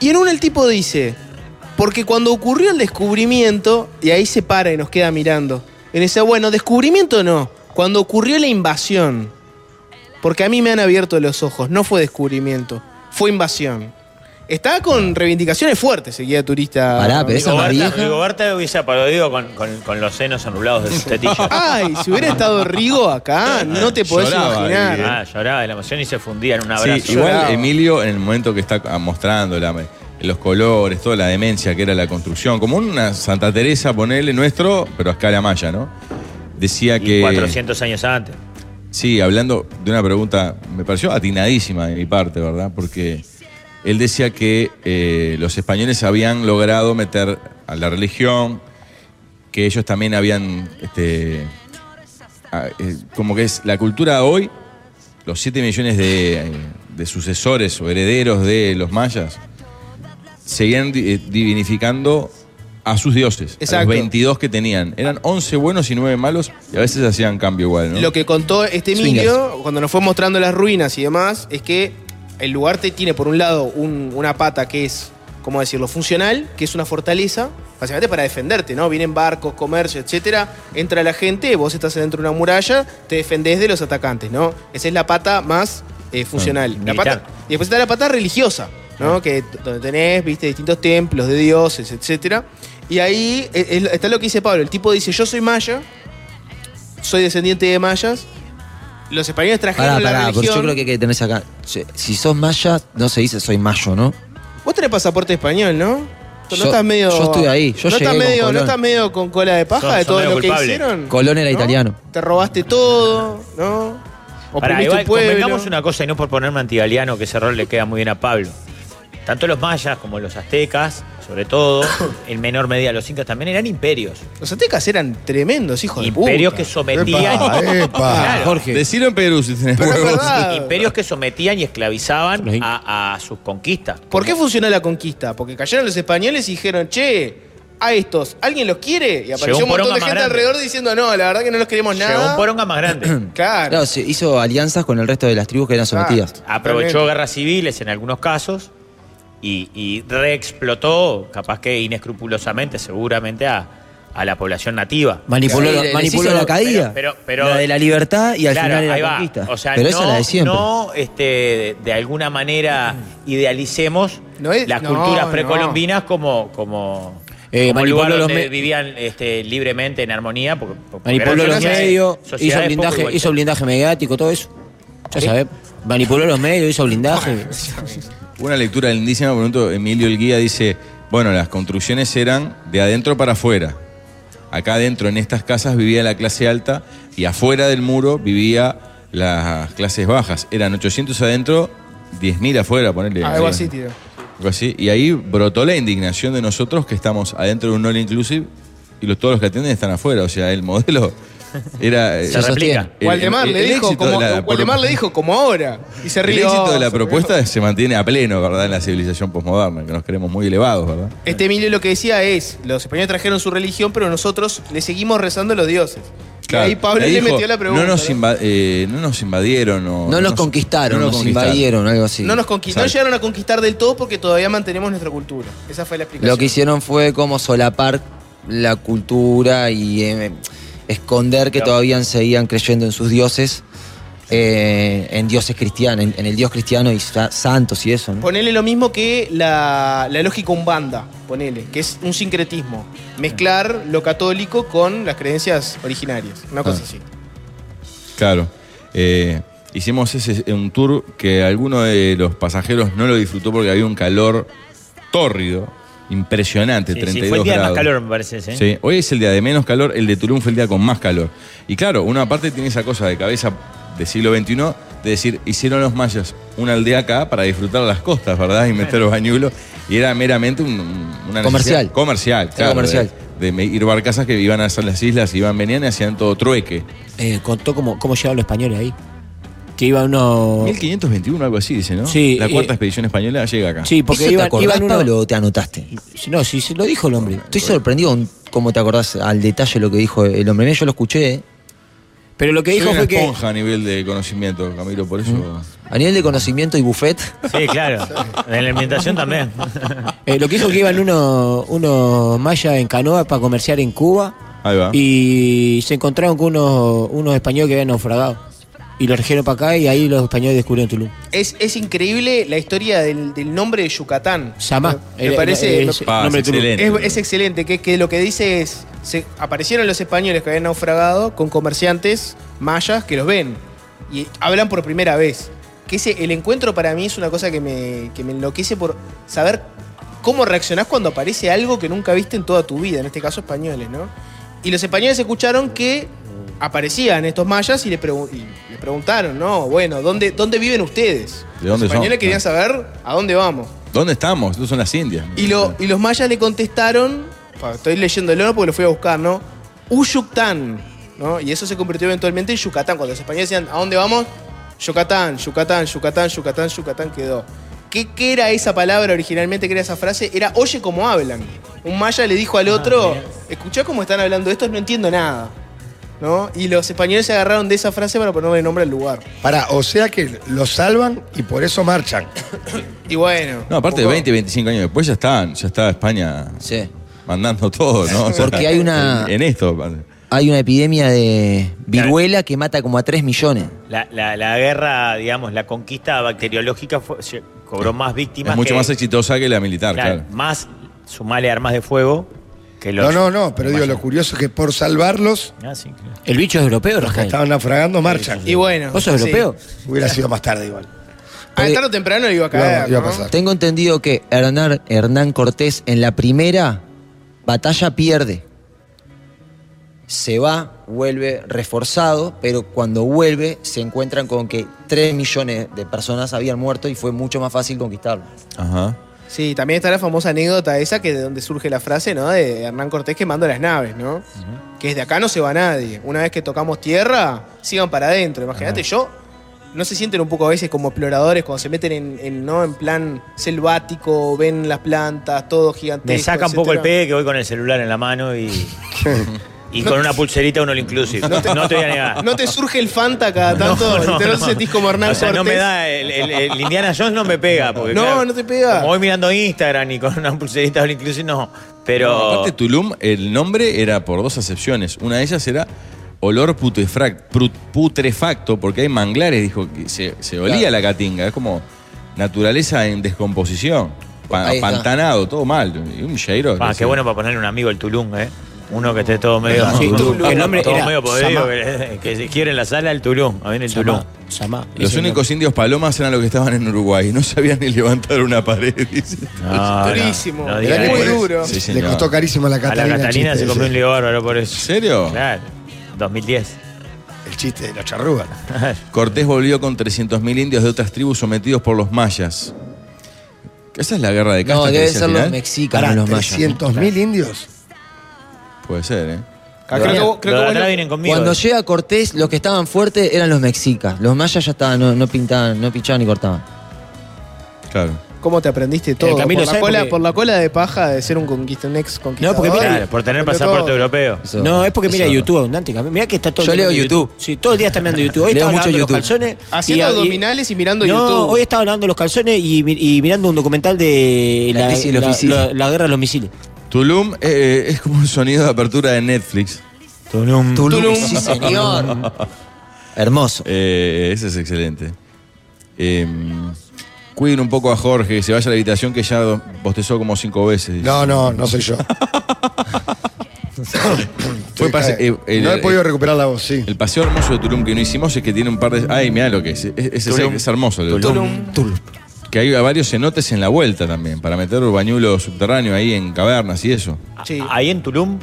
Speaker 8: Y en una el tipo dice, porque cuando ocurrió el descubrimiento, y ahí se para y nos queda mirando. Y dice, bueno, descubrimiento no, cuando ocurrió la invasión. Porque a mí me han abierto los ojos, no fue descubrimiento, fue invasión. Está con reivindicaciones fuertes el guía turista.
Speaker 12: Pará, pero esa
Speaker 5: Rigoberta-
Speaker 12: Marieja-
Speaker 5: Rigoberta hubiese aplaudido con, con, con los senos anulados de su tetillo.
Speaker 8: [laughs] Ay, si hubiera estado Rigo
Speaker 5: [laughs]
Speaker 8: acá, no te podés
Speaker 4: Lloraba,
Speaker 8: imaginar.
Speaker 4: eh.
Speaker 5: Ah, lloraba de la emoción y se fundía en un abrazo.
Speaker 4: Sí, igual Emilio, en el momento que está ah, mostrando la- los colores, toda la demencia que era la construcción, como una Santa Teresa, ponele nuestro, pero a escala maya, ¿no? Decía que.
Speaker 5: 400 años antes.
Speaker 4: Sí, hablando de una pregunta, me pareció atinadísima de mi parte, ¿verdad? Porque él decía que eh, los españoles habían logrado meter a la religión, que ellos también habían, este, a- eh, como que es la cultura de hoy, los 7 millones de, eh, de sucesores o herederos de los mayas, seguían di- eh, divinificando a sus dioses, a
Speaker 8: Exacto.
Speaker 4: los 22 que tenían. Eran 11 buenos y 9 malos, y a veces hacían cambio igual, ¿no?
Speaker 8: Lo que contó este Emilio, cuando nos fue mostrando las ruinas y demás, es que el lugar te tiene por un lado un- una pata que es, ¿cómo decirlo?, funcional, que es una fortaleza, básicamente para defenderte, ¿no? Vienen barcos, comercio, etcétera, entra la gente, vos estás dentro de una muralla, te defendés de los atacantes, ¿no? Esa es la pata más eh, funcional.
Speaker 5: Ah,
Speaker 8: La
Speaker 5: militar.
Speaker 8: pata- y después está la pata religiosa, ¿no? Que t- donde tenés, viste, distintos templos de dioses, etcétera. Y ahí eh, es- está lo que dice Pablo, el tipo dice, yo soy maya, soy descendiente de mayas. Los españoles trajeron
Speaker 12: Pará,
Speaker 8: la
Speaker 12: pará, porque
Speaker 8: religión.
Speaker 12: yo creo que, que tenés acá. Si- Si sos maya, no se dice soy mayo, ¿no?
Speaker 8: Vos tenés pasaporte español, ¿no? No
Speaker 12: Yo-
Speaker 8: estás medio.
Speaker 12: yo estoy ahí, yo
Speaker 8: no
Speaker 12: llegué
Speaker 8: estás
Speaker 12: con
Speaker 8: medio,
Speaker 12: Colón.
Speaker 8: ¿No estás medio con cola de paja
Speaker 5: Son-
Speaker 8: de
Speaker 5: son
Speaker 8: todo
Speaker 5: medio
Speaker 8: lo que
Speaker 5: culpables.
Speaker 8: hicieron?
Speaker 12: Colón era
Speaker 8: ¿No?
Speaker 12: italiano.
Speaker 8: Te robaste todo, ¿no?
Speaker 5: Pará,
Speaker 8: Oprimiste
Speaker 5: igual,
Speaker 8: un este pueblo.
Speaker 5: convengamos una cosa, y no por ponerme antigaliano, que ese rol le queda muy bien a Pablo. Tanto los mayas como los aztecas, sobre todo, en menor medida los incas también eran imperios.
Speaker 8: Los aztecas eran tremendos, hijos de puta.
Speaker 5: Imperios que sometían.
Speaker 8: [laughs]
Speaker 5: [laughs]
Speaker 6: Epa, epa.
Speaker 5: Claro.
Speaker 7: Jorge.
Speaker 4: Decilo en Perú si tenés
Speaker 8: Pero es
Speaker 4: huevos.
Speaker 8: verdad.
Speaker 5: Imperios que sometían y esclavizaban
Speaker 7: Los incas.
Speaker 5: a, a sus conquistas.
Speaker 8: ¿Por qué funcionó la conquista? Porque cayeron los españoles y dijeron, che, a estos, ¿alguien los quiere? Y apareció
Speaker 5: Llegó
Speaker 8: un
Speaker 5: un poronga
Speaker 8: montón de
Speaker 5: más
Speaker 8: gente
Speaker 5: grande.
Speaker 8: alrededor diciendo, no, la verdad que no los queremos
Speaker 5: Llegó un
Speaker 8: nada.
Speaker 5: poronga más grande.
Speaker 8: [clears throat] Claro. Ah.
Speaker 12: Claro, se hizo alianzas con el resto de las tribus que eran sometidas.
Speaker 5: Ah, Aprovechó
Speaker 8: Totalmente.
Speaker 5: guerras civiles en algunos casos y, y reexplotó, capaz que inescrupulosamente, seguramente, a, a la población nativa.
Speaker 7: Manipuló,
Speaker 12: Sí, le- les
Speaker 7: manipuló
Speaker 12: hizo la
Speaker 7: la
Speaker 12: caída.
Speaker 5: Pero- pero-
Speaker 12: la de la libertad y al
Speaker 5: Claro,
Speaker 12: final
Speaker 5: ahí
Speaker 12: era
Speaker 5: va.
Speaker 12: conquista.
Speaker 5: O sea,
Speaker 12: pero
Speaker 5: no,
Speaker 12: esa es la de siempre.
Speaker 5: no, este, de, de alguna manera idealicemos
Speaker 8: Mm. No es-
Speaker 5: las
Speaker 8: no,
Speaker 5: culturas
Speaker 8: no.
Speaker 5: precolombinas como, como,
Speaker 7: Eh,
Speaker 5: como
Speaker 7: manipuló
Speaker 5: lugar
Speaker 7: los
Speaker 5: donde
Speaker 7: me-
Speaker 5: vivían este, libremente en armonía. Porque, porque
Speaker 7: Manipuló
Speaker 5: eran
Speaker 7: los
Speaker 5: sociedades-
Speaker 7: medios, hizo
Speaker 5: sociedades poco ¿eh?
Speaker 7: blindaje, hizo
Speaker 5: igualitarias.
Speaker 7: blindaje mediático, todo eso. Ya sabés. Manipuló los medios,
Speaker 5: [laughs]
Speaker 7: hizo blindaje.
Speaker 4: Una lectura lindísima, por ejemplo, Emilio el guía dice, bueno, las construcciones eran de adentro para afuera. Acá adentro, en estas casas, vivía la clase alta y afuera del muro vivía las clases bajas. Eran 800 adentro, 10.000 afuera, ponerle.
Speaker 8: [laughs] Ah, Algo así, tío.
Speaker 4: Algo así. Y ahí brotó la indignación de nosotros que estamos adentro de un all inclusive y los, todos los que atienden están afuera. O sea, el modelo era... eh,
Speaker 12: Se replica.
Speaker 4: el-
Speaker 8: Waldemar,
Speaker 4: el-
Speaker 8: le,
Speaker 4: el
Speaker 8: dijo,
Speaker 4: éxito de
Speaker 8: como,
Speaker 4: la-
Speaker 8: Waldemar le dijo como ahora. Y se
Speaker 4: El
Speaker 8: rió.
Speaker 4: éxito de la
Speaker 8: se rió.
Speaker 4: propuesta se mantiene a pleno, ¿verdad? En la civilización posmoderna, que nos creemos muy elevados, ¿verdad?
Speaker 8: Este Emilio lo que decía es, los españoles trajeron su religión, pero nosotros le seguimos rezando a los dioses.
Speaker 4: Claro,
Speaker 8: ahí Pablo
Speaker 4: le
Speaker 8: le
Speaker 4: dijo,
Speaker 8: metió la pregunta.
Speaker 4: No nos, inva- eh, no nos invadieron. O,
Speaker 12: No nos conquistaron, nos invadieron, algo así.
Speaker 4: No
Speaker 8: nos conqui- no
Speaker 12: Exacto.
Speaker 8: llegaron a conquistar del todo porque todavía mantenemos nuestra cultura. Esa fue la explicación.
Speaker 12: Lo que hicieron fue como solapar la cultura y eh, esconder que todavía seguían creyendo en sus dioses, eh, en dioses cristianos, en, en el dios cristiano y sa- santos y eso. ¿no?
Speaker 8: Ponele lo mismo que la, la lógica umbanda, ponele, que es un sincretismo. Mezclar lo católico con las creencias originarias. Una cosa
Speaker 4: Ah.
Speaker 8: así.
Speaker 4: Claro. Eh, hicimos ese, un tour que alguno de los pasajeros no lo disfrutó porque había un calor tórrido, impresionante,
Speaker 5: Sí,
Speaker 4: 32
Speaker 5: sí, fue el día de más
Speaker 4: grados.
Speaker 5: calor, me parece. ese, ¿eh?
Speaker 4: Sí, hoy es el día de menos calor, el de Tulum fue el día con más calor. Y claro, uno aparte tiene esa cosa de cabeza de siglo XXI de decir, hicieron los mayas una aldea acá para disfrutar las costas, ¿verdad? Y meter los bañuelos. Y era meramente un- un- una
Speaker 12: Comercial.
Speaker 4: necesidad- Comercial, claro.
Speaker 12: comercial.
Speaker 4: De, de me- ir barcazas que iban a hacer las islas, iban, venían y hacían todo trueque.
Speaker 7: Eh, contó cómo, cómo llegaron los españoles ahí. Que iba uno.
Speaker 4: 1521, algo así, dice, ¿no?
Speaker 7: Sí,
Speaker 4: La
Speaker 7: eh,
Speaker 4: cuarta expedición española llega acá.
Speaker 7: Sí, porque
Speaker 12: ¿Eso
Speaker 7: iban,
Speaker 12: te acordás,
Speaker 7: iban uno-
Speaker 12: Pablo, o te anotaste?
Speaker 7: No, sí, sí, lo dijo el hombre.
Speaker 12: Estoy sorprendido con cómo te acordás al detalle lo que dijo el hombre. Yo lo escuché, ¿eh?
Speaker 7: Pero lo
Speaker 12: que dijo
Speaker 4: Soy una
Speaker 12: fue que-
Speaker 4: esponja a nivel de conocimiento, Camilo, por eso.
Speaker 12: a nivel de conocimiento y buffet.
Speaker 5: Sí, claro. En la ambientación también.
Speaker 7: Eh, lo que dijo que iban unos unos mayas en canoa para comerciar en Cuba
Speaker 4: Ahí va.
Speaker 7: y se encontraron con unos, unos españoles que habían naufragado. Y los trajeron para acá y ahí los españoles descubrieron Tulum.
Speaker 8: Es, es increíble la historia del, del nombre de Yucatán.
Speaker 7: Samá.
Speaker 8: Me
Speaker 7: Era-
Speaker 8: parece.
Speaker 7: era-
Speaker 8: me-
Speaker 4: Ah,
Speaker 7: eh, nombre
Speaker 4: es
Speaker 7: de Tulum.
Speaker 8: es,
Speaker 4: excelente.
Speaker 8: es excelente, que, que lo que dice es, se, aparecieron los españoles que habían naufragado con comerciantes mayas que los ven y hablan por primera vez. Que ese, el encuentro para mí es una cosa que me, que me enloquece por saber cómo reaccionás cuando aparece algo que nunca viste en toda tu vida, en este caso españoles, ¿no? Y los españoles escucharon que aparecían estos mayas y le, pregun- y le preguntaron, ¿no? Bueno, ¿dónde, dónde viven ustedes?
Speaker 4: ¿De dónde
Speaker 8: los españoles
Speaker 4: son? Ah.
Speaker 8: querían saber a dónde vamos.
Speaker 4: ¿Dónde estamos? Estos son las Indias.
Speaker 8: Y, lo- y los mayas le contestaron, pa, estoy leyendo el honor porque lo fui a buscar, ¿no? Uyuctán, ¿no? Y eso se convirtió eventualmente en Yucatán. Cuando los españoles decían, ¿a dónde vamos? Yucatán, Yucatán, Yucatán, Yucatán, Yucatán quedó. ¿Qué, qué era esa palabra originalmente? ¿Qué era esa frase? Era oye cómo hablan. Un maya le dijo al
Speaker 6: Ah,
Speaker 8: otro, escuchá cómo están hablando estos, no entiendo nada. ¿No? Y los españoles se agarraron de esa frase para ponerle nombre al lugar.
Speaker 6: Para, o sea que lo salvan y por eso marchan.
Speaker 8: Y bueno.
Speaker 4: No, aparte de 20, 25 años después ya están, ya está España mandando todo, ¿no? O sea,
Speaker 12: Porque hay una-
Speaker 4: En, en esto.
Speaker 12: Hay una epidemia de viruela que mata como a 3 millones.
Speaker 5: La, la- la guerra, digamos, la conquista bacteriológica fue- se- cobró más víctimas.
Speaker 4: Es mucho
Speaker 5: que-
Speaker 4: más exitosa que la militar,
Speaker 5: claro,
Speaker 4: claro.
Speaker 5: Más sumale armas de fuego que los.
Speaker 6: No, no, no, pero digo, lo curioso es que por salvarlos,
Speaker 5: Ah, sí, claro.
Speaker 7: El bicho es europeo,
Speaker 6: los que estaban naufragando marchan.
Speaker 8: Y bueno.
Speaker 7: ¿Vos sos
Speaker 8: sí.
Speaker 7: europeo?
Speaker 6: Hubiera sido más tarde igual.
Speaker 8: Ah, tarde o temprano iba a caer.
Speaker 6: iba a
Speaker 8: ¿no?
Speaker 6: pasar.
Speaker 12: Tengo entendido que Hernán, Hernán Cortés en la primera batalla pierde. Se va, vuelve reforzado, pero cuando vuelve se encuentran con que 3 millones de personas habían muerto y fue mucho más fácil conquistarlo.
Speaker 4: Ajá.
Speaker 8: Sí, también está la famosa anécdota esa que de donde surge la frase, ¿no? De Hernán Cortés quemando las naves, ¿no? Que desde acá no se va nadie. Una vez que tocamos tierra, sigan para adentro. Imagínate, yo. ¿No se sienten un poco a veces como exploradores cuando se meten en, en, ¿no? en plan selvático, ven las plantas, todo gigantesco?
Speaker 5: Me saca un poco el
Speaker 8: etcétera?
Speaker 5: pegue que voy con el celular en la mano y.
Speaker 8: [laughs]
Speaker 5: y con una pulserita uno lo inclusive. No te, voy a negar.
Speaker 8: ¿No te surge el Fanta cada tanto?
Speaker 5: no,
Speaker 8: ¿No, te
Speaker 5: no.
Speaker 8: sentís como Hernán
Speaker 5: o sea, no
Speaker 8: Cortés?
Speaker 5: me da. El, el- el Indiana Jones no me pega. Porque,
Speaker 8: No,
Speaker 5: claro,
Speaker 8: no te pega.
Speaker 5: Como voy mirando Instagram y con una pulserita all inclusive, no. Pero.
Speaker 4: Aparte, Tulum, el nombre era por dos acepciones. Una de ellas era olor putrefrac- prut- putrefacto, porque hay manglares, dijo que se, se olía
Speaker 12: Claro.
Speaker 4: la caatinga. Es como naturaleza en descomposición. Pa-
Speaker 12: Ahí está.
Speaker 4: pantanado, todo mal. Y un Jairo.
Speaker 5: Ah, qué bueno para ponerle un amigo el Tulum, ¿eh? Uno que esté todo medio.
Speaker 7: Sí,
Speaker 5: [laughs]
Speaker 7: Tulum. El nombre
Speaker 5: todo
Speaker 7: era
Speaker 5: medio podrido,
Speaker 7: Samá.
Speaker 5: que, eh, que se quiere en la sala el Tulum. A ver el Tulum.
Speaker 7: Samá.
Speaker 4: Los
Speaker 7: Ese
Speaker 4: únicos indios palomas eran los que estaban en Uruguay. No sabían ni levantar una pared. [laughs] dice.
Speaker 5: No, Ah, no,
Speaker 8: Durísimo.
Speaker 5: no
Speaker 8: Era
Speaker 5: diga
Speaker 8: muy
Speaker 5: eso.
Speaker 8: duro.
Speaker 4: Sí,
Speaker 6: Le
Speaker 4: señor.
Speaker 6: costó carísimo a la
Speaker 5: A
Speaker 6: Catalina.
Speaker 5: la Catalina
Speaker 6: el
Speaker 5: se
Speaker 6: chiste
Speaker 5: compró un
Speaker 6: ese.
Speaker 5: lío bárbaro por
Speaker 4: ¿En
Speaker 5: eso.
Speaker 4: serio?
Speaker 5: Claro. 2010.
Speaker 6: El chiste de la
Speaker 7: [laughs]
Speaker 6: charrúa.
Speaker 4: Cortés volvió con 300.000 indios de otras tribus sometidos por los mayas. Esa es la guerra de
Speaker 12: No,
Speaker 4: castas que ¿eh?
Speaker 12: deben
Speaker 4: dice al
Speaker 12: ser los
Speaker 4: final?
Speaker 12: mexicanos,
Speaker 6: Para
Speaker 12: los mayas.
Speaker 6: 300.000 indios.
Speaker 4: Puede ser, ¿eh?
Speaker 8: Creo que vos- creo
Speaker 5: Los
Speaker 8: que
Speaker 5: de
Speaker 8: vos
Speaker 5: atrás
Speaker 8: lo-
Speaker 5: vienen conmigo.
Speaker 12: Cuando
Speaker 5: eh.
Speaker 12: llega Cortés, los que estaban fuertes eran los mexicas. Los mayas ya estaban, no, no pintaban, no pinchaban ni cortaban.
Speaker 4: Claro.
Speaker 8: ¿Cómo te aprendiste todo?
Speaker 5: el camino,
Speaker 8: por, la
Speaker 5: ¿sabes?
Speaker 8: cola,
Speaker 5: Porque-
Speaker 8: por la cola de paja de ser un, conquista, un ex conquistador.
Speaker 5: Claro, por tener pasaporte
Speaker 8: todo.
Speaker 5: europeo.
Speaker 7: No, es porque mira
Speaker 5: Eso.
Speaker 7: YouTube abundante. cabrón. Mira que está todo el
Speaker 5: Yo
Speaker 7: día
Speaker 5: leo
Speaker 7: mirando
Speaker 5: YouTube.
Speaker 7: Sí, todo el día está mirando YouTube. Hoy
Speaker 5: Leo
Speaker 7: estaba
Speaker 5: mucho
Speaker 7: lavando los
Speaker 5: YouTube.
Speaker 7: calzones.
Speaker 8: Haciendo
Speaker 7: y- y-
Speaker 8: abdominales y mirando
Speaker 7: no,
Speaker 8: YouTube.
Speaker 7: hoy estaba lavando los calzones y, mi- y mirando un documental de
Speaker 4: La
Speaker 7: la,
Speaker 4: crisis de los
Speaker 7: la-
Speaker 4: misiles.
Speaker 7: la- la guerra de los misiles.
Speaker 4: Tulum eh, es como un sonido de apertura de Netflix. Tulum.
Speaker 7: Tulum.
Speaker 4: [laughs]
Speaker 7: Sí, señor.
Speaker 4: Hermoso. ese es excelente. Eh, cuiden un poco a Jorge, que se vaya a la habitación que ya do- bostezó como cinco veces. dice.
Speaker 6: No, no, no soy yo.
Speaker 4: Fue pase- eh, el-
Speaker 6: no he
Speaker 4: el-
Speaker 6: podido recuperar la voz, sí.
Speaker 4: El paseo hermoso de Tulum que no hicimos es que tiene un par de. Ay, mira lo que es. Es, es- es-
Speaker 6: Tulum.
Speaker 4: es hermoso. el de
Speaker 6: Tulum.
Speaker 4: Que hay varios cenotes en la vuelta también, para meter bañulo subterráneo ahí en cavernas y eso.
Speaker 5: Ahí en Tulum.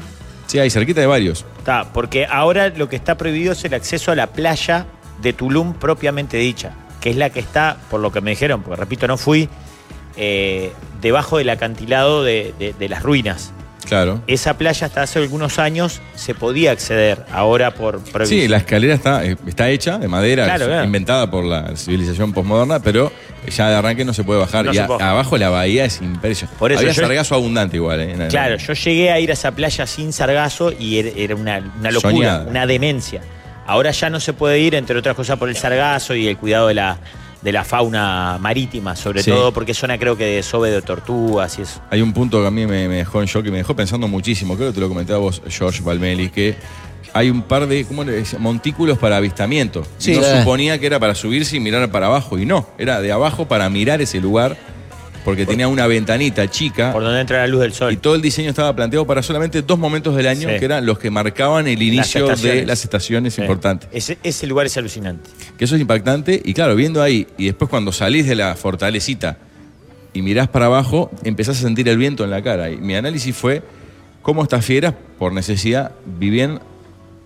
Speaker 4: Sí, hay cerquita de varios.
Speaker 5: Está, porque ahora lo que está prohibido es el acceso a la playa de Tulum propiamente dicha, que es la que está, por lo que me dijeron, porque repito, no fui, eh, debajo del acantilado de, de- de las ruinas.
Speaker 4: Claro.
Speaker 5: Esa playa hasta hace algunos años se podía acceder, ahora por prohibición.
Speaker 4: Sí, la escalera está, eh, está hecha de madera,
Speaker 5: Claro,
Speaker 4: es
Speaker 5: claro.
Speaker 4: inventada por la civilización posmoderna, pero ya de arranque no se puede bajar.
Speaker 5: No
Speaker 4: y
Speaker 5: se
Speaker 4: a-
Speaker 5: puede bajar.
Speaker 4: abajo la bahía es impresionante.
Speaker 5: Por eso
Speaker 4: Había
Speaker 5: yo-
Speaker 4: sargazo abundante igual. eh, en la-
Speaker 5: Claro, yo llegué a ir a esa playa sin sargazo y er, era, era una, una locura,
Speaker 4: Soñada.
Speaker 5: una demencia. Ahora ya no se puede ir, entre otras cosas, por el sargazo y el cuidado de la, de la fauna marítima, sobre
Speaker 4: Sí.
Speaker 5: todo porque es zona creo que de sobe de tortugas y eso.
Speaker 4: Hay un punto que a mí me, me dejó en shock y me dejó pensando muchísimo. Creo que te lo comentaba vos, George Palmeli, que hay un par de ¿cómo le decía? montículos para avistamiento.
Speaker 5: Sí.
Speaker 4: Yo
Speaker 5: Sí.
Speaker 4: suponía que era para subirse y mirar para abajo, y no. Era de abajo para mirar ese lugar, porque tenía una ventanita chica. Por
Speaker 5: donde entra la luz del sol.
Speaker 4: Y todo el diseño estaba planteado para solamente dos momentos del año,
Speaker 5: Sí.
Speaker 4: que eran los que marcaban el inicio de
Speaker 5: estaciones.
Speaker 4: las estaciones
Speaker 5: Sí.
Speaker 4: importantes.
Speaker 5: Ese, ese lugar es alucinante.
Speaker 4: Que eso es impactante. Y claro, viendo ahí, y después cuando salís de la fortalecita y mirás para abajo, empezás a sentir el viento en la cara. Y mi análisis fue cómo estas fieras, por necesidad, vivían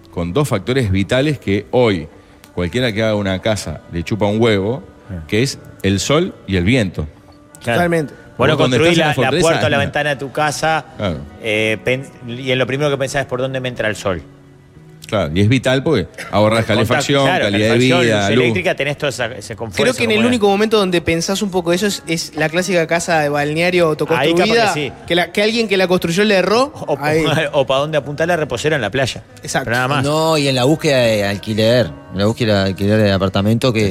Speaker 4: con dos factores vitales que hoy cualquiera que haga una casa le chupa un huevo, que es el sol y el viento.
Speaker 8: Totalmente.
Speaker 5: Bueno,
Speaker 4: Vos cuando
Speaker 5: construís
Speaker 4: estás
Speaker 5: la,
Speaker 4: en la
Speaker 5: la
Speaker 4: fortaleza,
Speaker 5: puerta o la
Speaker 4: mira.
Speaker 5: ventana de tu casa
Speaker 4: Claro,
Speaker 5: eh, pen- y en lo primero que pensás es por dónde me entra el sol.
Speaker 4: claro. Y es vital porque ahorras calefacción,
Speaker 5: Claro,
Speaker 4: calidad
Speaker 5: calefacción,
Speaker 4: de vida,
Speaker 5: luz
Speaker 4: luz.
Speaker 5: eléctrica, tenés todo esa- ese confort.
Speaker 8: Creo
Speaker 5: esa
Speaker 8: que en el
Speaker 5: comodidad.
Speaker 8: único momento donde pensás un poco eso es, es la clásica casa de balneario
Speaker 5: Ahí capaz
Speaker 8: autoconstruida.
Speaker 5: que sí.
Speaker 8: que, la- que alguien que la construyó le erró. Ahí.
Speaker 5: [laughs] o para dónde apuntar la reposera en la playa.
Speaker 8: Exacto.
Speaker 5: Pero nada más.
Speaker 12: No, y en la búsqueda de alquiler, en la búsqueda de alquiler de apartamento que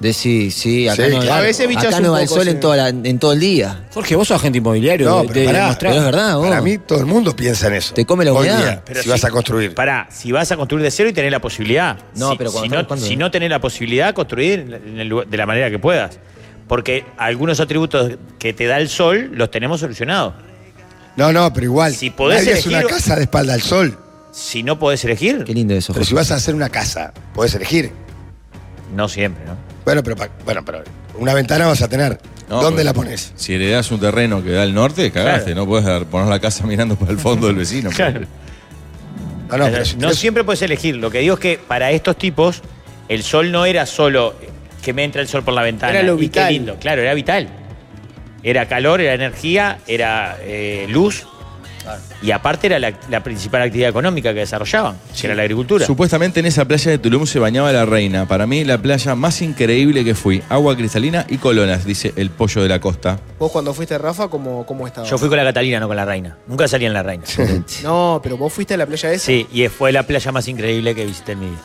Speaker 12: decís, sí, acá
Speaker 7: Sí,
Speaker 12: no,
Speaker 7: claro. A veces
Speaker 12: acá
Speaker 7: bichás
Speaker 12: no
Speaker 7: un
Speaker 12: va el
Speaker 7: poco,
Speaker 12: sol
Speaker 7: sí.
Speaker 12: en, toda la- en todo el día.
Speaker 7: Jorge, vos sos agente inmobiliario.
Speaker 12: No,
Speaker 7: de-
Speaker 12: pero
Speaker 7: de-
Speaker 12: pará,
Speaker 7: demostrar.
Speaker 12: pero es
Speaker 6: [laughs]
Speaker 12: verdad, vos. Para mí
Speaker 6: todo el mundo piensa en eso.
Speaker 12: Te come la
Speaker 6: Hoy
Speaker 12: humedad.
Speaker 6: día,
Speaker 5: Pero
Speaker 6: si vas a construir.
Speaker 5: Pará, si vas a construir de cero y tenés la posibilidad.
Speaker 12: No,
Speaker 5: si,
Speaker 12: pero cuando
Speaker 5: si
Speaker 12: estamos
Speaker 5: no,
Speaker 12: buscando-
Speaker 5: si no tenés la posibilidad, construir en el- en el lugar- de la manera que puedas. Porque algunos atributos que te da el sol los tenemos solucionados.
Speaker 6: No, no, pero igual. Si
Speaker 5: podés
Speaker 6: nadie
Speaker 5: elegir-
Speaker 6: es una casa de espalda al sol.
Speaker 5: Si no podés elegir.
Speaker 12: Qué lindo eso.
Speaker 6: Pero si vas a hacer una casa, podés elegir.
Speaker 5: No siempre, ¿no?
Speaker 6: Bueno, pero, pa- bueno, pero una ventana vas a tener.
Speaker 4: No,
Speaker 5: pues,
Speaker 6: ¿Dónde
Speaker 4: pero
Speaker 6: la pones?
Speaker 4: Si heredás un terreno que da al norte, cagaste. No puedes dar- poner la casa mirando para el fondo
Speaker 5: [laughs]
Speaker 4: del vecino.
Speaker 5: Claro.
Speaker 6: No,
Speaker 5: O sea, Eh, no siempre puedes elegir. Lo que digo es que para estos tipos, el sol no era solo que me entra el sol por la ventana.
Speaker 8: Era lo
Speaker 5: y qué
Speaker 8: vital.
Speaker 5: lindo. Claro, era vital. Era calor, era energía, era eh, luz. Y aparte era la, la principal actividad económica que desarrollaban, que era la agricultura.
Speaker 4: Supuestamente en esa playa de Tulum se bañaba la reina. Para mí, la playa más increíble que fui. Agua cristalina y colonas, dice el pollo de la costa.
Speaker 8: Vos cuando fuiste Rafa, ¿cómo, cómo estabas?
Speaker 5: Yo fui con la Catalina, no con la Reina. Nunca salí en la Reina.
Speaker 8: No, pero vos fuiste a la playa esa.
Speaker 5: sí, y fue la playa más increíble que visité en mi vida.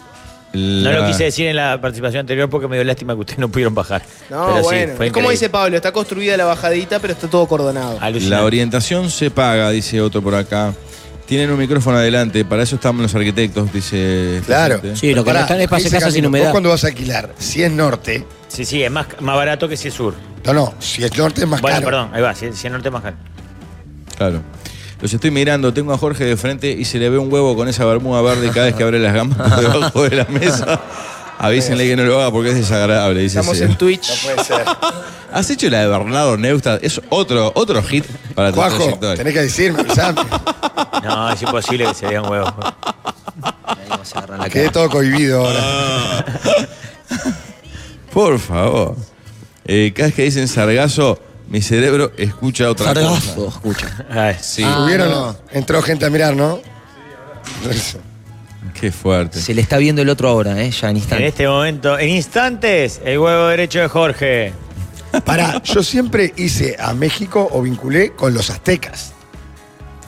Speaker 5: No
Speaker 4: La-
Speaker 5: lo quise decir en la participación anterior porque me dio lástima que ustedes no pudieron bajar.
Speaker 8: No,
Speaker 5: Pero
Speaker 8: bueno.
Speaker 5: sí, fue
Speaker 8: es como
Speaker 5: increíble.
Speaker 8: dice Pablo, está construida la bajadita, pero está todo cordonado.
Speaker 4: La orientación se paga, dice otro por acá. Tienen un micrófono adelante, para eso estamos los arquitectos, dice. esta
Speaker 6: Claro.
Speaker 4: gente.
Speaker 6: Pará, dice Camilo, Vos cuando vas a alquilar, si es norte,
Speaker 5: Sí, sí, es más, más barato que si es sur.
Speaker 6: no, no, si es norte es más
Speaker 5: bueno,
Speaker 6: caro.
Speaker 5: perdón, ahí va, si, si es norte es más caro.
Speaker 4: Claro. Los estoy mirando, tengo a Jorge de frente y se le ve un huevo con esa bermuda verde cada vez que abre las gambas [laughs] por debajo de la mesa. Avísenle que no lo haga porque es desagradable, dice
Speaker 8: Estamos
Speaker 4: ese.
Speaker 8: en Twitch.
Speaker 6: No puede ser.
Speaker 4: ¿Has hecho la de Bernardo Neustadt? Es otro, otro hit
Speaker 5: Ah,
Speaker 4: para tu
Speaker 6: Juanjo,
Speaker 4: trayectoria.
Speaker 6: tenés que decirme, avisame.
Speaker 5: No, es imposible que se vean huevos.
Speaker 6: Quedé todo cohibido ahora.
Speaker 5: Ah.
Speaker 4: Por favor. Eh, cada vez que dicen sargazo, mi cerebro escucha otra
Speaker 12: Sargazo,
Speaker 4: cosa.
Speaker 12: escucha.
Speaker 4: sí.
Speaker 12: Ah,
Speaker 6: ¿Subieron o no? Entró gente a mirar, ¿no?
Speaker 4: Qué fuerte.
Speaker 12: Se le está viendo el otro ahora, ¿eh? Ya en
Speaker 5: En
Speaker 12: instante.
Speaker 5: este momento, en instantes, el huevo derecho de Jorge.
Speaker 6: Pará, yo siempre hice a México o vinculé con los aztecas.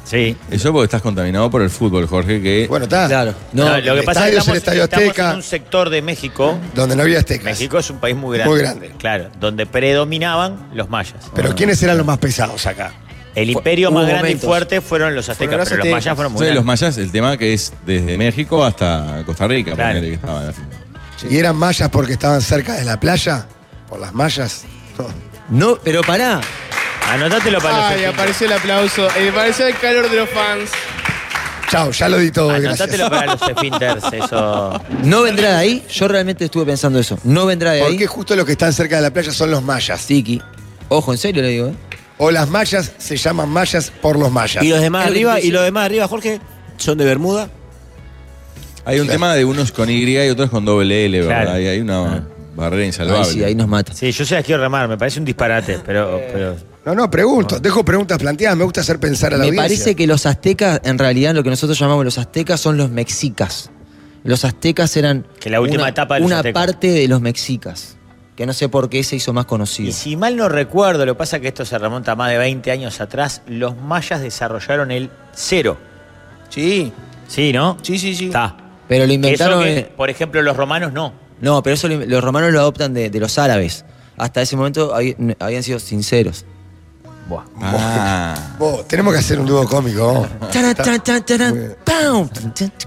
Speaker 5: Sí.
Speaker 4: Eso porque estás contaminado por el fútbol, Jorge, que.
Speaker 6: Bueno, está. Claro.
Speaker 5: No, lo que pasa es que
Speaker 6: el
Speaker 5: estamos,
Speaker 6: estadio
Speaker 5: estamos
Speaker 6: Azteca.
Speaker 5: en un sector de México.
Speaker 6: Donde no había aztecas.
Speaker 5: México es un país muy grande.
Speaker 6: Muy grande.
Speaker 5: Claro, donde predominaban los mayas.
Speaker 12: Ah,
Speaker 6: Pero ¿quiénes eran los más pesados acá?
Speaker 5: El imperio
Speaker 6: hubo
Speaker 5: más grande
Speaker 6: momentos.
Speaker 5: y fuerte fueron los aztecas,
Speaker 6: Fueron los
Speaker 5: pero los
Speaker 6: aztecas.
Speaker 5: mayas fueron muy
Speaker 4: Sí, los
Speaker 5: grandes.
Speaker 4: mayas, el tema que es desde México hasta Costa Rica,
Speaker 5: Claro.
Speaker 4: ponele que estaban así.
Speaker 6: ¿Y eran mayas porque estaban cerca de la playa? ¿Por las mayas?
Speaker 12: [laughs] No, pero pará.
Speaker 5: Anotátelo
Speaker 8: Ay, apareció el aplauso. eh, Apareció el calor de los fans.
Speaker 6: Chao, ya lo di todo, gracias.
Speaker 5: Anotátelo para los esfínteres, eso.
Speaker 6: [laughs]
Speaker 12: No vendrá de ahí. Yo realmente estuve pensando eso. No vendrá de ahí.
Speaker 6: Porque justo los que están cerca de la playa son los mayas.
Speaker 12: Tiki. Ojo, en serio le digo, ¿eh?
Speaker 6: O las mayas se llaman mayas por los mayas.
Speaker 7: Y los demás
Speaker 6: Es lo que
Speaker 7: arriba,
Speaker 6: te
Speaker 7: y los demás arriba, Jorge, son de Bermuda.
Speaker 4: Hay un tema de unos con Y y otros con doble L, ¿verdad?
Speaker 5: Claro. Ah.
Speaker 4: Y hay una barrera insalvable.
Speaker 12: Ahí sí, ahí nos mata.
Speaker 5: Sí, yo se las quiero remar, me parece un disparate, pero. pero
Speaker 6: No, no, pregunto. Dejo preguntas planteadas. Me gusta hacer pensar a la
Speaker 12: Me
Speaker 6: audiencia.
Speaker 12: parece que los aztecas, en realidad, lo que nosotros llamamos los aztecas son los mexicas. Los aztecas eran
Speaker 5: Que la última
Speaker 12: una,
Speaker 5: etapa de los
Speaker 12: una
Speaker 5: aztecas.
Speaker 12: parte de los mexicas, que no sé por qué se hizo más
Speaker 5: Y
Speaker 12: conocido.
Speaker 5: si mal no recuerdo, lo que pasa es que esto se remonta a más de 20 años atrás, los mayas desarrollaron el cero.
Speaker 8: Sí.
Speaker 5: Sí, ¿no?
Speaker 8: Sí, sí, sí.
Speaker 5: Está.
Speaker 12: Pero lo
Speaker 5: Que Eso
Speaker 12: inventaron.
Speaker 5: que,
Speaker 12: eh,
Speaker 5: por ejemplo, los romanos no.
Speaker 12: no, pero eso lo- los romanos lo adoptan de, de los árabes. Hasta ese momento habí- n- habían sido sinceros.
Speaker 4: Ah.
Speaker 6: Vos, tenemos que hacer un dúo cómico. vos.
Speaker 12: Tarán, tarán, tarán, tarán, ¡pam!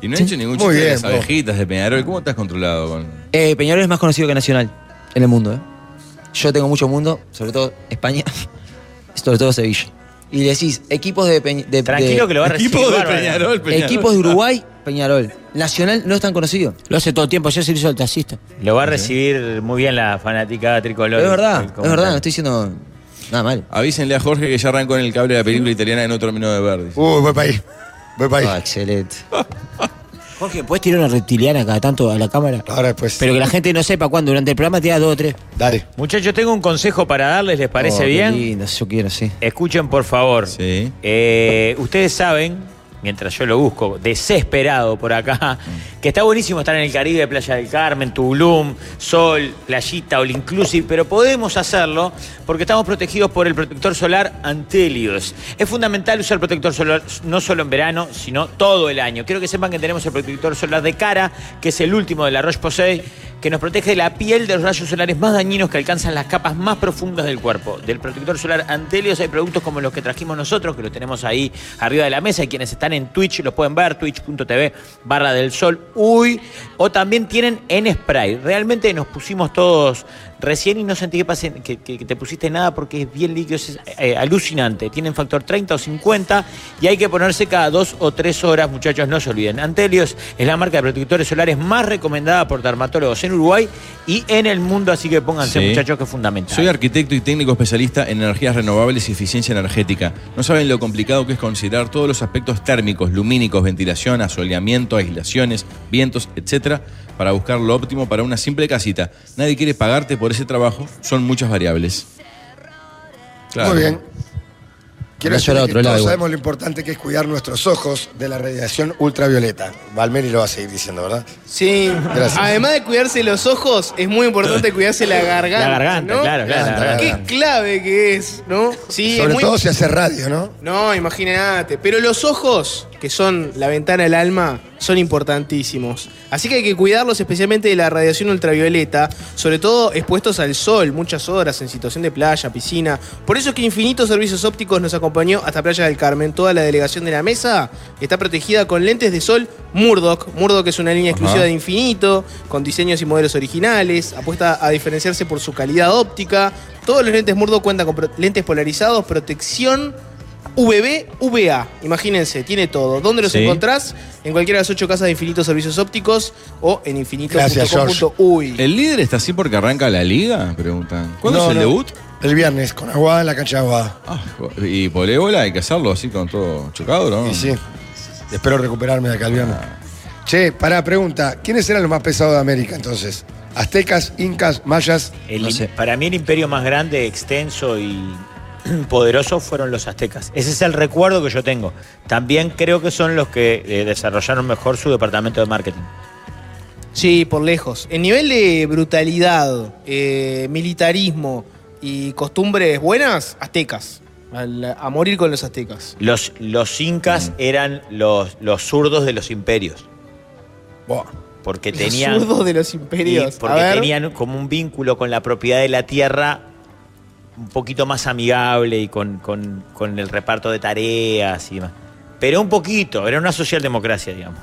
Speaker 4: Y no he hecho ningún
Speaker 6: Muy
Speaker 4: chiste de
Speaker 6: bien,
Speaker 4: las
Speaker 6: vos.
Speaker 4: abejitas de Peñarol. ¿Cómo estás controlado con.?
Speaker 12: Eh, Peñarol es más conocido que Nacional en el mundo. ¿eh? Yo tengo mucho mundo, sobre todo España, [laughs] sobre todo Sevilla. Y le decís, equipos de, Peñ- de-
Speaker 5: Tranquilo
Speaker 12: de-
Speaker 5: que lo va a recibir.
Speaker 4: Equipo de
Speaker 5: bárbaro.
Speaker 4: Peñarol, Peñarol.
Speaker 12: Equipos de Uruguay, Peñarol. Nacional no es tan conocido.
Speaker 7: Lo hace todo el tiempo, ayer se lo hizo el taxista.
Speaker 5: Lo va a recibir muy bien la fanaticada Ah, tricolor.
Speaker 12: es verdad,
Speaker 5: El
Speaker 12: es
Speaker 5: comentario.
Speaker 12: verdad, no estoy diciendo nada mal.
Speaker 4: Avísenle a Jorge que ya arrancó en el cable de la película italiana que no terminó de ver. dice.
Speaker 6: Uy, Uh, voy para ahí. Voy para ahí.
Speaker 12: Ah, excelente.
Speaker 7: Jorge, ¿puedes tirar una reptiliana cada tanto a la cámara?
Speaker 6: Ahora después.
Speaker 7: Pero que la gente no sepa cuándo, durante el programa te da dos o tres.
Speaker 6: Dale.
Speaker 5: Muchachos, tengo un consejo para darles, ¿les
Speaker 12: Oh,
Speaker 5: parece
Speaker 12: qué
Speaker 5: bien?
Speaker 12: lindo, yo quiero, sí.
Speaker 5: Escuchen, por favor.
Speaker 4: Sí.
Speaker 5: Eh, ustedes saben, mientras yo lo busco, desesperado por acá, que está buenísimo estar en el Caribe, Playa del Carmen, Tulum, Sol, Playita, All Inclusive, pero podemos hacerlo porque estamos protegidos por el protector solar Antelios. Es fundamental usar protector solar no solo en verano, sino todo el año. Quiero que sepan que tenemos el protector solar de cara, que es el último de la Roche-Posay, que nos protege de la piel de los rayos solares más dañinos que alcanzan las capas más profundas del cuerpo. Del protector solar Antelios hay productos como los que trajimos nosotros, que los tenemos ahí arriba de la mesa, y quienes están en Twitch los pueden ver, twitch.tv barra del sol, uy, o también tienen en spray. Realmente nos pusimos todos recién y no sentí que, pase- que- que- que te pusiste nada porque es bien líquido, es eh, alucinante. Tienen factor 30 o 50 y hay que ponerse cada dos o tres horas, muchachos, no se olviden. Antelios es la marca de protectores solares más recomendada por dermatólogos en Uruguay y en el mundo, así que pónganse,
Speaker 4: Sí.
Speaker 5: muchachos, que es fundamental.
Speaker 4: Soy arquitecto y técnico especialista en energías renovables y eficiencia energética. No saben lo complicado que es considerar todos los aspectos térmicos, lumínicos, ventilación, asoleamiento, aislaciones, vientos, etcétera, para buscar lo óptimo para una simple casita. Nadie quiere pagarte por ese trabajo, son muchas variables.
Speaker 6: Muy bien. Quiero
Speaker 12: Ahora
Speaker 6: decir
Speaker 12: llora
Speaker 6: que
Speaker 12: otro lado
Speaker 6: todos
Speaker 12: igual.
Speaker 6: sabemos lo importante que es cuidar nuestros ojos de la radiación ultravioleta. Valmeri lo va a seguir diciendo, ¿verdad?
Speaker 8: Sí.
Speaker 6: Gracias.
Speaker 8: Además de cuidarse los ojos, es muy importante cuidarse la garganta.
Speaker 5: La garganta,
Speaker 8: ¿no?
Speaker 5: claro, claro, la
Speaker 6: Garganta.
Speaker 8: Qué clave que es, ¿no? Sí,
Speaker 6: Sobre
Speaker 8: es muy-
Speaker 6: todo si hace radio, ¿no?
Speaker 8: No, imagínate. Pero los ojos, que son la ventana del alma, son importantísimos. Así que hay que cuidarlos especialmente de la radiación ultravioleta, sobre todo expuestos al sol muchas horas en situación de playa, piscina. Por eso es que Infinitos Servicios Ópticos nos acompañó hasta Playa del Carmen. Toda la delegación de la mesa está protegida con lentes de sol Murdoch. Murdoch es una línea exclusiva de Infinito, con diseños y modelos originales, apuesta a diferenciarse por su calidad óptica. Todos los lentes Murdoch cuentan con pro- lentes polarizados, protección VB, VA. Imagínense, tiene todo. ¿Dónde los
Speaker 4: Sí.
Speaker 8: encontrás? En cualquiera de las ocho casas de Infinitos Servicios Ópticos o en
Speaker 6: Gracias,
Speaker 8: infinito.com.uy.
Speaker 4: ¿El líder está así porque arranca la liga? Preguntan. ¿Cuándo
Speaker 6: No,
Speaker 4: es el
Speaker 6: no.
Speaker 4: debut?
Speaker 6: El viernes, con Aguada en la cancha de Aguada.
Speaker 4: Ah, y polébola hay que hacerlo así con todo chocado, ¿no?
Speaker 6: Y sí. Espero recuperarme de acá el viernes. Che, pará, pregunta. ¿Quiénes eran los más pesados de América entonces? ¿Aztecas, incas, mayas?
Speaker 5: El
Speaker 12: No
Speaker 5: im-
Speaker 12: sé.
Speaker 5: Para mí el imperio más grande, extenso y [clears throat] poderoso fueron los aztecas. Ese es el recuerdo que yo tengo. También creo que son los que eh, desarrollaron mejor su departamento de marketing.
Speaker 8: Sí, por lejos. El nivel de brutalidad, eh, militarismo, y costumbres buenas, aztecas. Al- a morir con los aztecas.
Speaker 5: Los, los
Speaker 4: Mm.
Speaker 5: incas eran los, los zurdos de los imperios. Porque tenían.
Speaker 8: Los zurdos de los imperios.
Speaker 5: y
Speaker 8: a
Speaker 5: porque
Speaker 8: ver,
Speaker 5: tenían como un vínculo con la propiedad de la tierra un poquito más amigable y con, con- con el reparto de tareas y demás. Pero un poquito, era una socialdemocracia, digamos.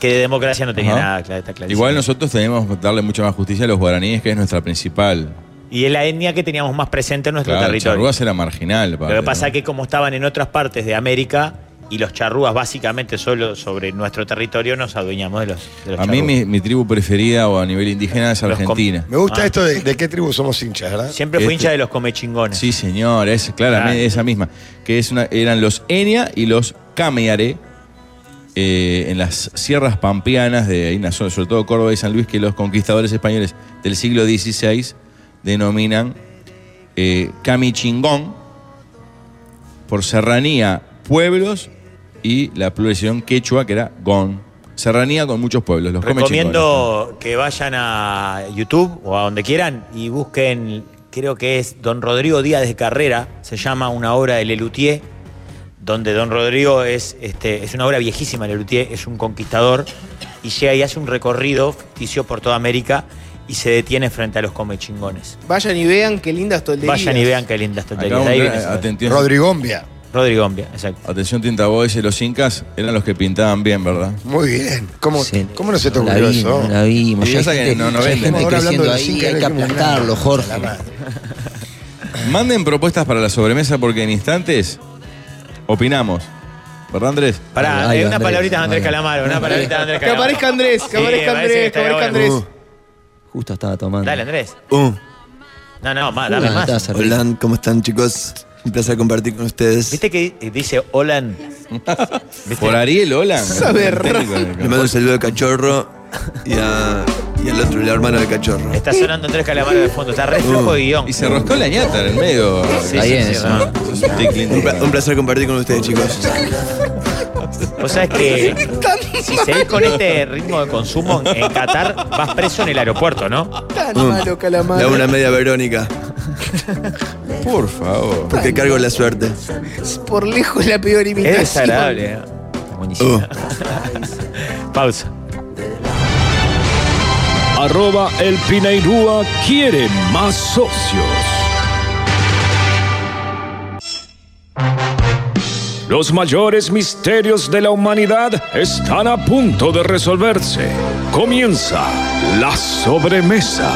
Speaker 5: Que de democracia no tenía
Speaker 4: Ajá.
Speaker 5: nada, claro, está clarísimo.
Speaker 4: Igual nosotros tenemos que darle mucha más justicia a los guaraníes, que es nuestra principal.
Speaker 5: Y es la etnia que teníamos más presente en nuestro
Speaker 4: Claro,
Speaker 5: territorio.
Speaker 4: Charrúas era marginal.
Speaker 5: Lo que pasa es que como estaban en otras partes de América y los charrúas básicamente solo sobre nuestro territorio, nos adueñamos de los, de los
Speaker 4: a mí
Speaker 5: charrúas.
Speaker 4: mi, mi tribu preferida o a nivel indígena es
Speaker 5: Los com-
Speaker 4: Argentina.
Speaker 6: Me gusta
Speaker 5: Ah.
Speaker 6: esto de, de qué tribu somos hinchas, ¿verdad?
Speaker 5: Siempre fui hincha de los comechingones.
Speaker 4: Este- Sí, señor, es claramente esa misma. Que es una, eran los Enia y los Cameare eh, en las sierras pampeanas de ahí, en la zona, sobre todo Córdoba y San Luis, que los conquistadores españoles del siglo XVI denominan eh, Camichingón por serranía, pueblos y la pluralización quechua, que era Gon. Serranía con muchos pueblos, los comechingones.
Speaker 6: eh.
Speaker 5: Recomiendo que vayan a YouTube o a donde quieran y busquen, creo que es Don Rodrigo Díaz de Carrera, se llama una obra de Lelutier, donde Don Rodrigo es, este, es una obra viejísima, Lelutier es un conquistador y llega y hace un recorrido ficticio por toda América y se detiene frente a los comechingones.
Speaker 8: Vayan y vean qué lindas tolderías.
Speaker 5: Vayan y vean qué lindas
Speaker 4: Acá un gran-
Speaker 5: tonterías.
Speaker 4: eh, atención.
Speaker 6: Rodrigombia.
Speaker 5: Rodrigombia, exacto.
Speaker 4: Atención, Tinta Boys, los incas eran los que pintaban bien, ¿verdad?
Speaker 6: Muy bien. ¿Cómo, ¿cómo no se te
Speaker 4: no la
Speaker 6: ocurrió
Speaker 4: vimos,
Speaker 6: eso?
Speaker 4: no la vimos. Y Ya hay esa que gente- no- no ya hay venden. gente
Speaker 6: Ahora hablando
Speaker 4: creciendo
Speaker 6: de los
Speaker 4: ahí,
Speaker 6: incas,
Speaker 4: hay que
Speaker 6: no dijimos nada.
Speaker 4: aplastarlo, Jorge.
Speaker 6: La madre.
Speaker 4: Manden propuestas para la sobremesa porque en instantes opinamos. ¿Verdad, Andrés?
Speaker 5: Pará, hay una palabrita de Andrés Calamaro, una palabrita de Andrés
Speaker 8: Que
Speaker 5: Calamaro.
Speaker 8: aparezca Andrés, que
Speaker 5: Sí,
Speaker 8: aparezca
Speaker 5: parece
Speaker 8: Andrés, que
Speaker 5: estaría
Speaker 8: aparezca
Speaker 5: bueno.
Speaker 8: Andrés.
Speaker 12: Uh, Justo estaba tomando.
Speaker 5: Dale, Andrés.
Speaker 13: Uh,
Speaker 5: No, no, más, dame más.
Speaker 13: Hola, ¿cómo están chicos? Un placer compartir con ustedes.
Speaker 5: ¿Viste que dice [laughs] Olan?
Speaker 4: Por Ariel, hola.
Speaker 13: Sabe Le mando un saludo al cachorro y, a, y al otro, la hermana del cachorro.
Speaker 5: Está sonando Andrés Calamaro de fondo, está re flojo de guión.
Speaker 4: Uh, Y se roscó la ñata en el medio.
Speaker 5: Sí, sí, sí, no.
Speaker 13: Un, pla- un placer compartir con ustedes, chicos.
Speaker 5: Vos
Speaker 8: [laughs]
Speaker 5: sabés que Eh, si seguís con este ritmo de consumo en Qatar, vas preso en el aeropuerto, ¿no?
Speaker 8: Tan
Speaker 13: Mm.
Speaker 8: malo,
Speaker 13: Le
Speaker 8: calamar.
Speaker 13: hago una media Verónica.
Speaker 4: Por favor.
Speaker 13: Porque cargo la suerte.
Speaker 8: Por lejos la peor imitación.
Speaker 5: Es desagradable. ¿eh?
Speaker 13: Oh.
Speaker 5: Buenísimo. Pausa.
Speaker 10: Arroba el Pinairúa quiere más socios. Los mayores misterios de la humanidad están a punto de resolverse. Comienza la sobremesa.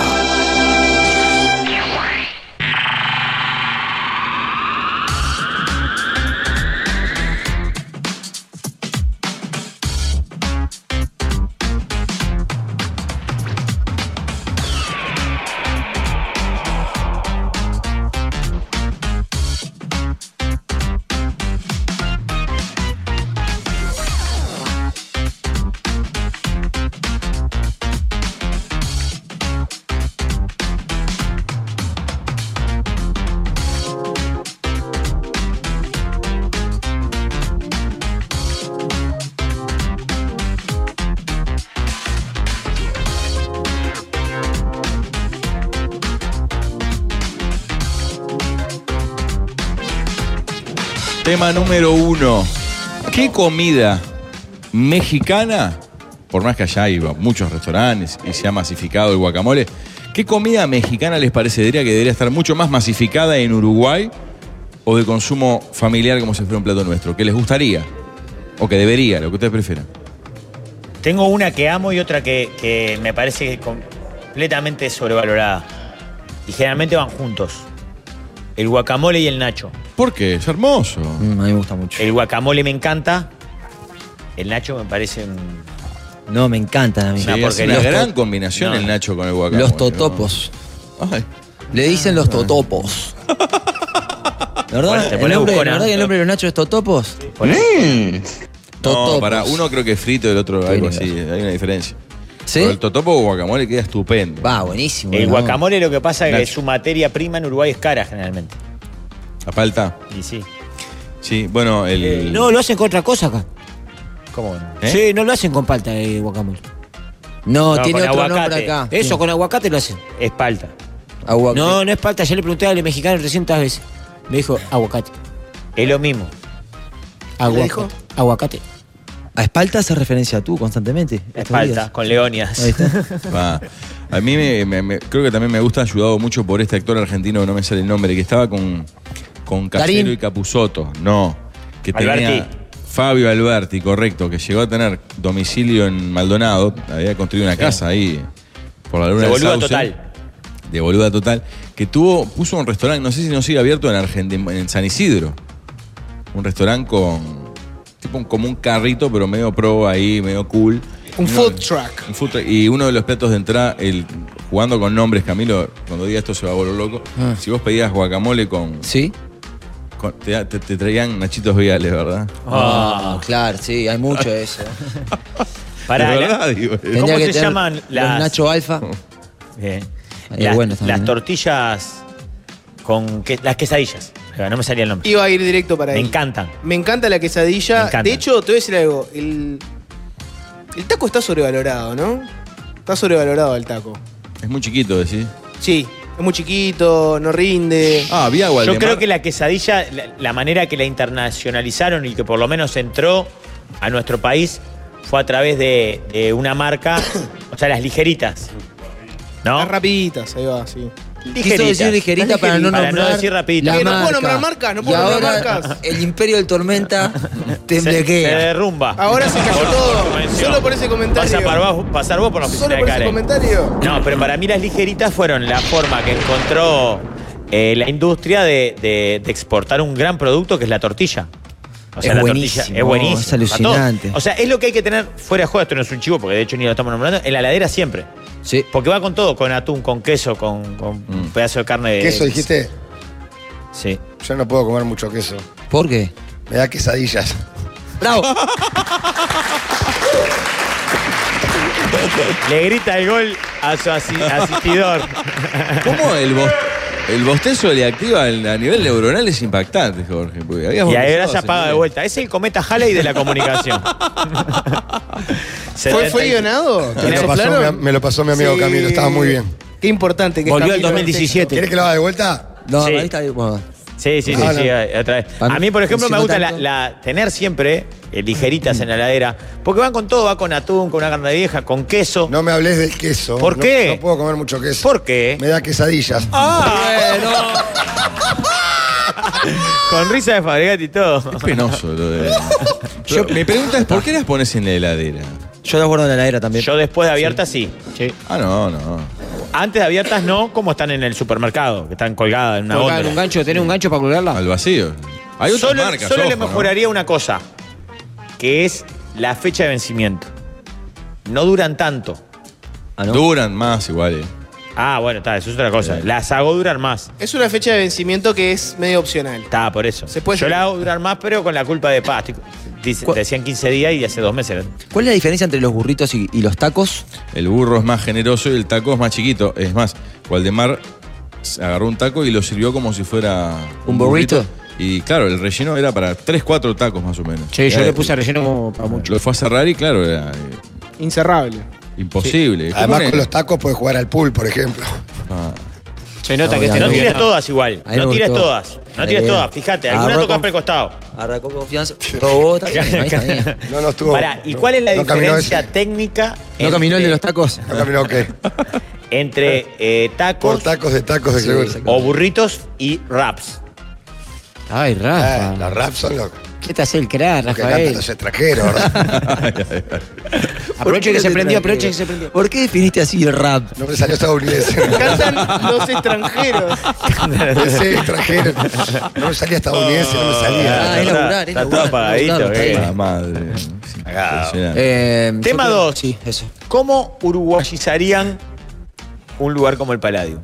Speaker 4: Tema número uno. ¿Qué comida mexicana, por más que allá hay muchos restaurantes y se ha masificado el guacamole, ¿qué comida mexicana les parecería que debería estar mucho más masificada en Uruguay o de consumo familiar como si fuera un plato nuestro? ¿Qué les gustaría? O que debería, lo que ustedes prefieran.
Speaker 5: Tengo una que amo y otra que, que me parece que completamente sobrevalorada. Y generalmente van juntos. El guacamole y el nacho.
Speaker 4: ¿Por qué? Es hermoso.
Speaker 12: Mm, a mí me gusta mucho.
Speaker 5: El guacamole me encanta. El nacho me parece un-
Speaker 12: No, me encantan a mí.
Speaker 4: Sí, es una gran combinación el nacho con el guacamole.
Speaker 12: Los totopos. Le dicen los
Speaker 4: [laughs]
Speaker 12: totopos. ¿La
Speaker 4: Bueno,
Speaker 12: verdad?
Speaker 4: te
Speaker 12: el
Speaker 4: pones
Speaker 12: nombre,
Speaker 4: buscona.
Speaker 12: ¿La verdad que el nombre de los nachos es totopos? Mm.
Speaker 4: No,
Speaker 12: Totopos.
Speaker 4: para uno creo que es frito y el otro algo así. Hay una diferencia.
Speaker 12: ¿Sí?
Speaker 4: Pero el totopo con guacamole queda estupendo.
Speaker 12: Va, buenísimo.
Speaker 5: El guacamole lo que pasa es que
Speaker 4: Nacho.
Speaker 5: su materia prima en Uruguay es cara generalmente.
Speaker 4: La palta.
Speaker 5: Y sí. Eh,
Speaker 4: Sí, bueno, el.
Speaker 7: No, lo hacen con otra cosa acá.
Speaker 5: ¿Cómo no?
Speaker 4: ¿Eh?
Speaker 7: Sí, no lo hacen con palta el guacamole.
Speaker 12: No,
Speaker 5: No,
Speaker 12: tiene
Speaker 5: con
Speaker 12: otro
Speaker 5: aguacate.
Speaker 12: nombre acá.
Speaker 7: Eso, con aguacate lo hacen.
Speaker 5: Espalda.
Speaker 12: Aguacate.
Speaker 7: No, no es palta. Yo le pregunté al mexicano 300 veces. Me dijo aguacate.
Speaker 5: Es lo mismo.
Speaker 7: Aguacate.
Speaker 12: dijo?
Speaker 7: Aguacate.
Speaker 12: A espalda hace referencia a tú constantemente. estos días.
Speaker 5: Espalda, con Leonias.
Speaker 12: Ahí está.
Speaker 5: [laughs]
Speaker 4: Va. A mí me- me- me- creo que también me gusta, ayudado mucho por este actor argentino que no me sale el nombre, que estaba con, con Casero
Speaker 12: Darín.
Speaker 4: y Capusotto. No. Que tenía
Speaker 5: Alberti.
Speaker 4: Fabio Alberti, correcto, que llegó a tener domicilio en Maldonado. Había construido una casa ahí por la luna
Speaker 5: De
Speaker 4: del
Speaker 5: boluda
Speaker 4: Sauce.
Speaker 5: total.
Speaker 4: De boluda total. Que tuvo, puso un restaurante, no sé si no sigue abierto en Argentina, en San Isidro. Un restaurante con. Tipo un- como un carrito, pero medio pro ahí, medio cool.
Speaker 8: Un
Speaker 4: Uno-
Speaker 8: food truck.
Speaker 4: un food truck. Y uno de los platos de entrada, el, jugando con nombres, Camilo, cuando diga esto se va a volver loco.
Speaker 12: Ah.
Speaker 4: Si vos pedías guacamole con.
Speaker 12: Sí.
Speaker 4: con- te, te- te traían nachitos viales, ¿verdad?
Speaker 12: Ah, claro, sí, hay mucho de eso.
Speaker 5: Pará,
Speaker 4: De
Speaker 5: la-
Speaker 4: verdad, digo. eh.
Speaker 5: ¿Cómo
Speaker 12: Tendría que
Speaker 5: se
Speaker 12: tener
Speaker 5: llaman
Speaker 12: los
Speaker 5: las-
Speaker 12: Nacho Alfa.
Speaker 5: Bien.
Speaker 12: Eh,
Speaker 5: Las,
Speaker 12: bueno, también,
Speaker 5: las
Speaker 12: ¿eh?
Speaker 5: tortillas con que- las quesadillas. Ahí va, No me salía el nombre.
Speaker 8: Iba a ir directo para
Speaker 5: Me
Speaker 8: ahí.
Speaker 5: encantan.
Speaker 8: Me encanta la quesadilla.
Speaker 5: Me encanta.
Speaker 8: De hecho, te voy a decir algo. El, el taco está sobrevalorado, ¿no? Está sobrevalorado el taco.
Speaker 4: Es muy chiquito, decís.
Speaker 8: Sí, es muy chiquito, no rinde.
Speaker 4: Ah, había Waldemar.
Speaker 5: Yo creo que la quesadilla, la, la manera que la internacionalizaron y que por lo menos entró a nuestro país fue a través de, de una marca, o sea, las ligeritas. ¿No?
Speaker 8: Las rapiditas, ahí va, sí.
Speaker 12: Quiso decir ligerita
Speaker 8: Las
Speaker 12: para no
Speaker 5: Para
Speaker 12: nombrar.
Speaker 5: no decir rapidito.
Speaker 12: la
Speaker 8: Que no puedo
Speaker 12: marca.
Speaker 8: nombrar marcas, no puedo
Speaker 12: y
Speaker 8: nombrar
Speaker 12: ahora,
Speaker 8: marcas.
Speaker 12: El imperio del tormenta
Speaker 5: Se, se
Speaker 12: temblequea.
Speaker 5: derrumba.
Speaker 8: Ahora se cayó
Speaker 5: Por-
Speaker 8: todo.
Speaker 5: por mención.
Speaker 8: Solo por ese
Speaker 5: Vas a
Speaker 8: comentario.
Speaker 5: par- vas- pasar vos por la oficina
Speaker 8: Solo
Speaker 5: de
Speaker 8: por ese
Speaker 5: Karen.
Speaker 8: comentario.
Speaker 5: No, pero para mí las ligeritas fueron la forma que encontró eh, la industria de, de- de exportar un gran producto que es la tortilla. O sea,
Speaker 12: Es
Speaker 5: la
Speaker 12: buenísimo,
Speaker 5: tortilla es buenísima.
Speaker 12: es alucinante.
Speaker 5: O sea, es lo que hay que tener fuera de juego. Esto no es un chivo, porque de hecho ni lo estamos nombrando. En la heladera siempre.
Speaker 12: Sí. Mm.
Speaker 5: Porque va con todo, con atún, con queso, con, con un pedazo de carne. de-
Speaker 6: ¿Queso dijiste?
Speaker 5: Sí.
Speaker 6: Yo no puedo comer mucho queso.
Speaker 12: ¿Por qué?
Speaker 6: Me da quesadillas.
Speaker 12: ¡Bravo!
Speaker 5: Le grita el gol a su asi- asistidor.
Speaker 4: [laughs] ¿Cómo el, bo- el bostezo le activa el- a nivel neuronal es impactante, Jorge? porque habíamos
Speaker 5: Y ahora
Speaker 4: empezado
Speaker 5: se
Speaker 4: a
Speaker 5: apaga de
Speaker 4: señalar.
Speaker 5: vuelta. Es el cometa Halley de la comunicación.
Speaker 8: ¿Fue, fue
Speaker 5: 70 y-
Speaker 8: guionado?
Speaker 6: Me lo, pasó, mi am- me lo pasó mi amigo
Speaker 8: Sí.
Speaker 6: Camilo, estaba muy bien.
Speaker 8: Qué importante que es
Speaker 7: Volvió el
Speaker 8: Camilo
Speaker 7: 2017.
Speaker 6: ¿Quieres que lo haga de vuelta?
Speaker 12: No,
Speaker 5: Sí.
Speaker 12: ahí está bien, bueno.
Speaker 5: Sí, sí, sí,
Speaker 6: Ah,
Speaker 5: sí, a- otra vez.
Speaker 12: Para
Speaker 5: A
Speaker 12: mí,
Speaker 5: mí, por ejemplo, me
Speaker 12: encima
Speaker 5: gusta la,
Speaker 12: tanto.
Speaker 5: la- tener siempre eh, ligeritas en la heladera, porque van con todo, va con atún, con una carne vieja, con queso.
Speaker 6: No me hables del queso.
Speaker 5: ¿Por
Speaker 6: No-
Speaker 5: qué?
Speaker 6: No puedo comer mucho queso.
Speaker 5: ¿Por qué?
Speaker 6: Me da quesadillas.
Speaker 5: [laughs] Ah, bueno. con risa de Fabregat y todo.
Speaker 4: Es penoso
Speaker 5: [laughs]
Speaker 4: lo de. Yo, mi pregunta es: ¿por qué las pones en la heladera?
Speaker 12: Yo las guardo en la heladera también.
Speaker 5: Yo después de abiertas sí.
Speaker 4: Ah, no, no.
Speaker 5: Antes de abiertas no, como están en el supermercado, que están colgadas en una
Speaker 7: Colgada en
Speaker 5: góndola.
Speaker 7: un gancho, ¿tenés un gancho para colgarla?
Speaker 4: Al vacío. Hay otras
Speaker 5: solo
Speaker 4: marcas.
Speaker 5: solo le
Speaker 4: ojo, ¿no?
Speaker 5: mejoraría una cosa, que es la fecha de vencimiento. No duran tanto.
Speaker 12: Ah, ¿no?
Speaker 4: Duran más eh. iguales.
Speaker 5: Ah, bueno, está, eso es otra cosa. Las hago durar más.
Speaker 8: Es una fecha de vencimiento que es medio opcional.
Speaker 5: Está, por eso.
Speaker 8: Se puede
Speaker 5: Yo
Speaker 8: hacer.
Speaker 5: la hago durar más, pero con la culpa de paz. Dice-
Speaker 12: ¿Cuál-
Speaker 5: decían 15 días y hace dos meses.
Speaker 12: ¿Cuál es la diferencia entre los burritos y, y los tacos?
Speaker 4: El burro es más generoso y el taco es más chiquito. Es más, Waldemar se agarró un taco y lo sirvió como si fuera.
Speaker 12: ¿Un burrito?
Speaker 4: Y claro, el relleno era para 3, 4 tacos más o menos.
Speaker 7: Sí, yo
Speaker 12: Eh,
Speaker 4: Era-
Speaker 7: le puse relleno como para mucho.
Speaker 4: Lo fue a cerrar y claro, era eh,
Speaker 8: Incerrable.
Speaker 4: imposible. Es como
Speaker 6: Además,
Speaker 4: una-
Speaker 6: con los tacos puedes jugar al pool, por ejemplo.
Speaker 4: Ah.
Speaker 7: Se nota
Speaker 12: No,
Speaker 7: que
Speaker 12: ya,
Speaker 7: este
Speaker 5: No
Speaker 7: no
Speaker 5: tires
Speaker 7: viene.
Speaker 5: todas igual.
Speaker 12: Ahí
Speaker 5: No
Speaker 12: me
Speaker 5: tires
Speaker 12: gustó.
Speaker 5: todas. No tires
Speaker 12: Ahí.
Speaker 5: todas. Fíjate, alguna
Speaker 12: Agarró
Speaker 5: tocas
Speaker 12: con-
Speaker 5: para el costado.
Speaker 12: Arrancó con confianza,
Speaker 4: [laughs]
Speaker 12: robó [laughs] otra. Ahí está bien.
Speaker 6: No, no estuvo.
Speaker 5: Pará, ¿y cuál es la
Speaker 6: no caminó
Speaker 5: diferencia
Speaker 6: ese.
Speaker 5: técnica
Speaker 12: ¿No caminó el de los
Speaker 5: entre,
Speaker 12: tacos?
Speaker 6: No caminó qué.
Speaker 5: entre eh,
Speaker 6: Por
Speaker 5: tacos
Speaker 6: tacos de tacos de
Speaker 12: Sí,
Speaker 6: seguro.
Speaker 12: exacto.
Speaker 5: o burritos y wraps?
Speaker 6: Ah,
Speaker 7: Ay,
Speaker 12: Eh,
Speaker 7: Rafa.
Speaker 6: las rap son los que
Speaker 7: ¿Qué te hace el crack,
Speaker 6: cantan
Speaker 7: Rafael?
Speaker 6: los extranjeros, ¿verdad?
Speaker 5: [laughs]
Speaker 7: Aprovechen que se prendió, aprovechen
Speaker 12: aproveche
Speaker 7: que se prendió.
Speaker 12: ¿Por qué definiste así el rap?
Speaker 6: No me salió estadounidense.
Speaker 8: Cantan los
Speaker 6: [laughs]
Speaker 8: extranjeros.
Speaker 6: Ese extranjero. No me salía estadounidense, no me salía.
Speaker 12: Ah, es
Speaker 5: Está-
Speaker 12: laburar, es
Speaker 5: está todo
Speaker 12: laburar,
Speaker 5: apagadito, eh.
Speaker 12: laburar,
Speaker 5: ¿qué?
Speaker 12: está
Speaker 4: La
Speaker 12: bien.
Speaker 4: madre. Es impresionante.
Speaker 12: Eh, yo
Speaker 5: Tema
Speaker 12: creo-
Speaker 5: dos.
Speaker 12: Sí, eso.
Speaker 5: ¿Cómo uruguayizarían un lugar como el Palladium?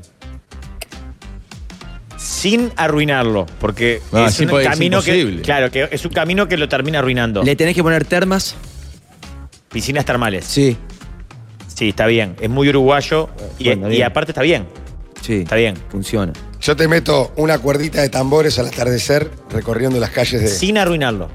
Speaker 5: Sin arruinarlo, porque
Speaker 4: Ah,
Speaker 5: es
Speaker 4: sí,
Speaker 5: un
Speaker 4: pues, es
Speaker 5: camino que
Speaker 4: imposible.
Speaker 5: claro que es un camino que lo termina arruinando.
Speaker 12: ¿Le tenés que poner termas?
Speaker 5: Piscinas termales.
Speaker 12: Sí,
Speaker 5: Sí, está bien. Es muy uruguayo y,
Speaker 12: Bueno,
Speaker 5: y
Speaker 12: bien.
Speaker 5: aparte está bien.
Speaker 12: sí.
Speaker 5: Está bien.
Speaker 12: Funciona.
Speaker 6: Yo te meto una cuerdita de tambores al atardecer recorriendo las calles de.
Speaker 5: Sin arruinarlo.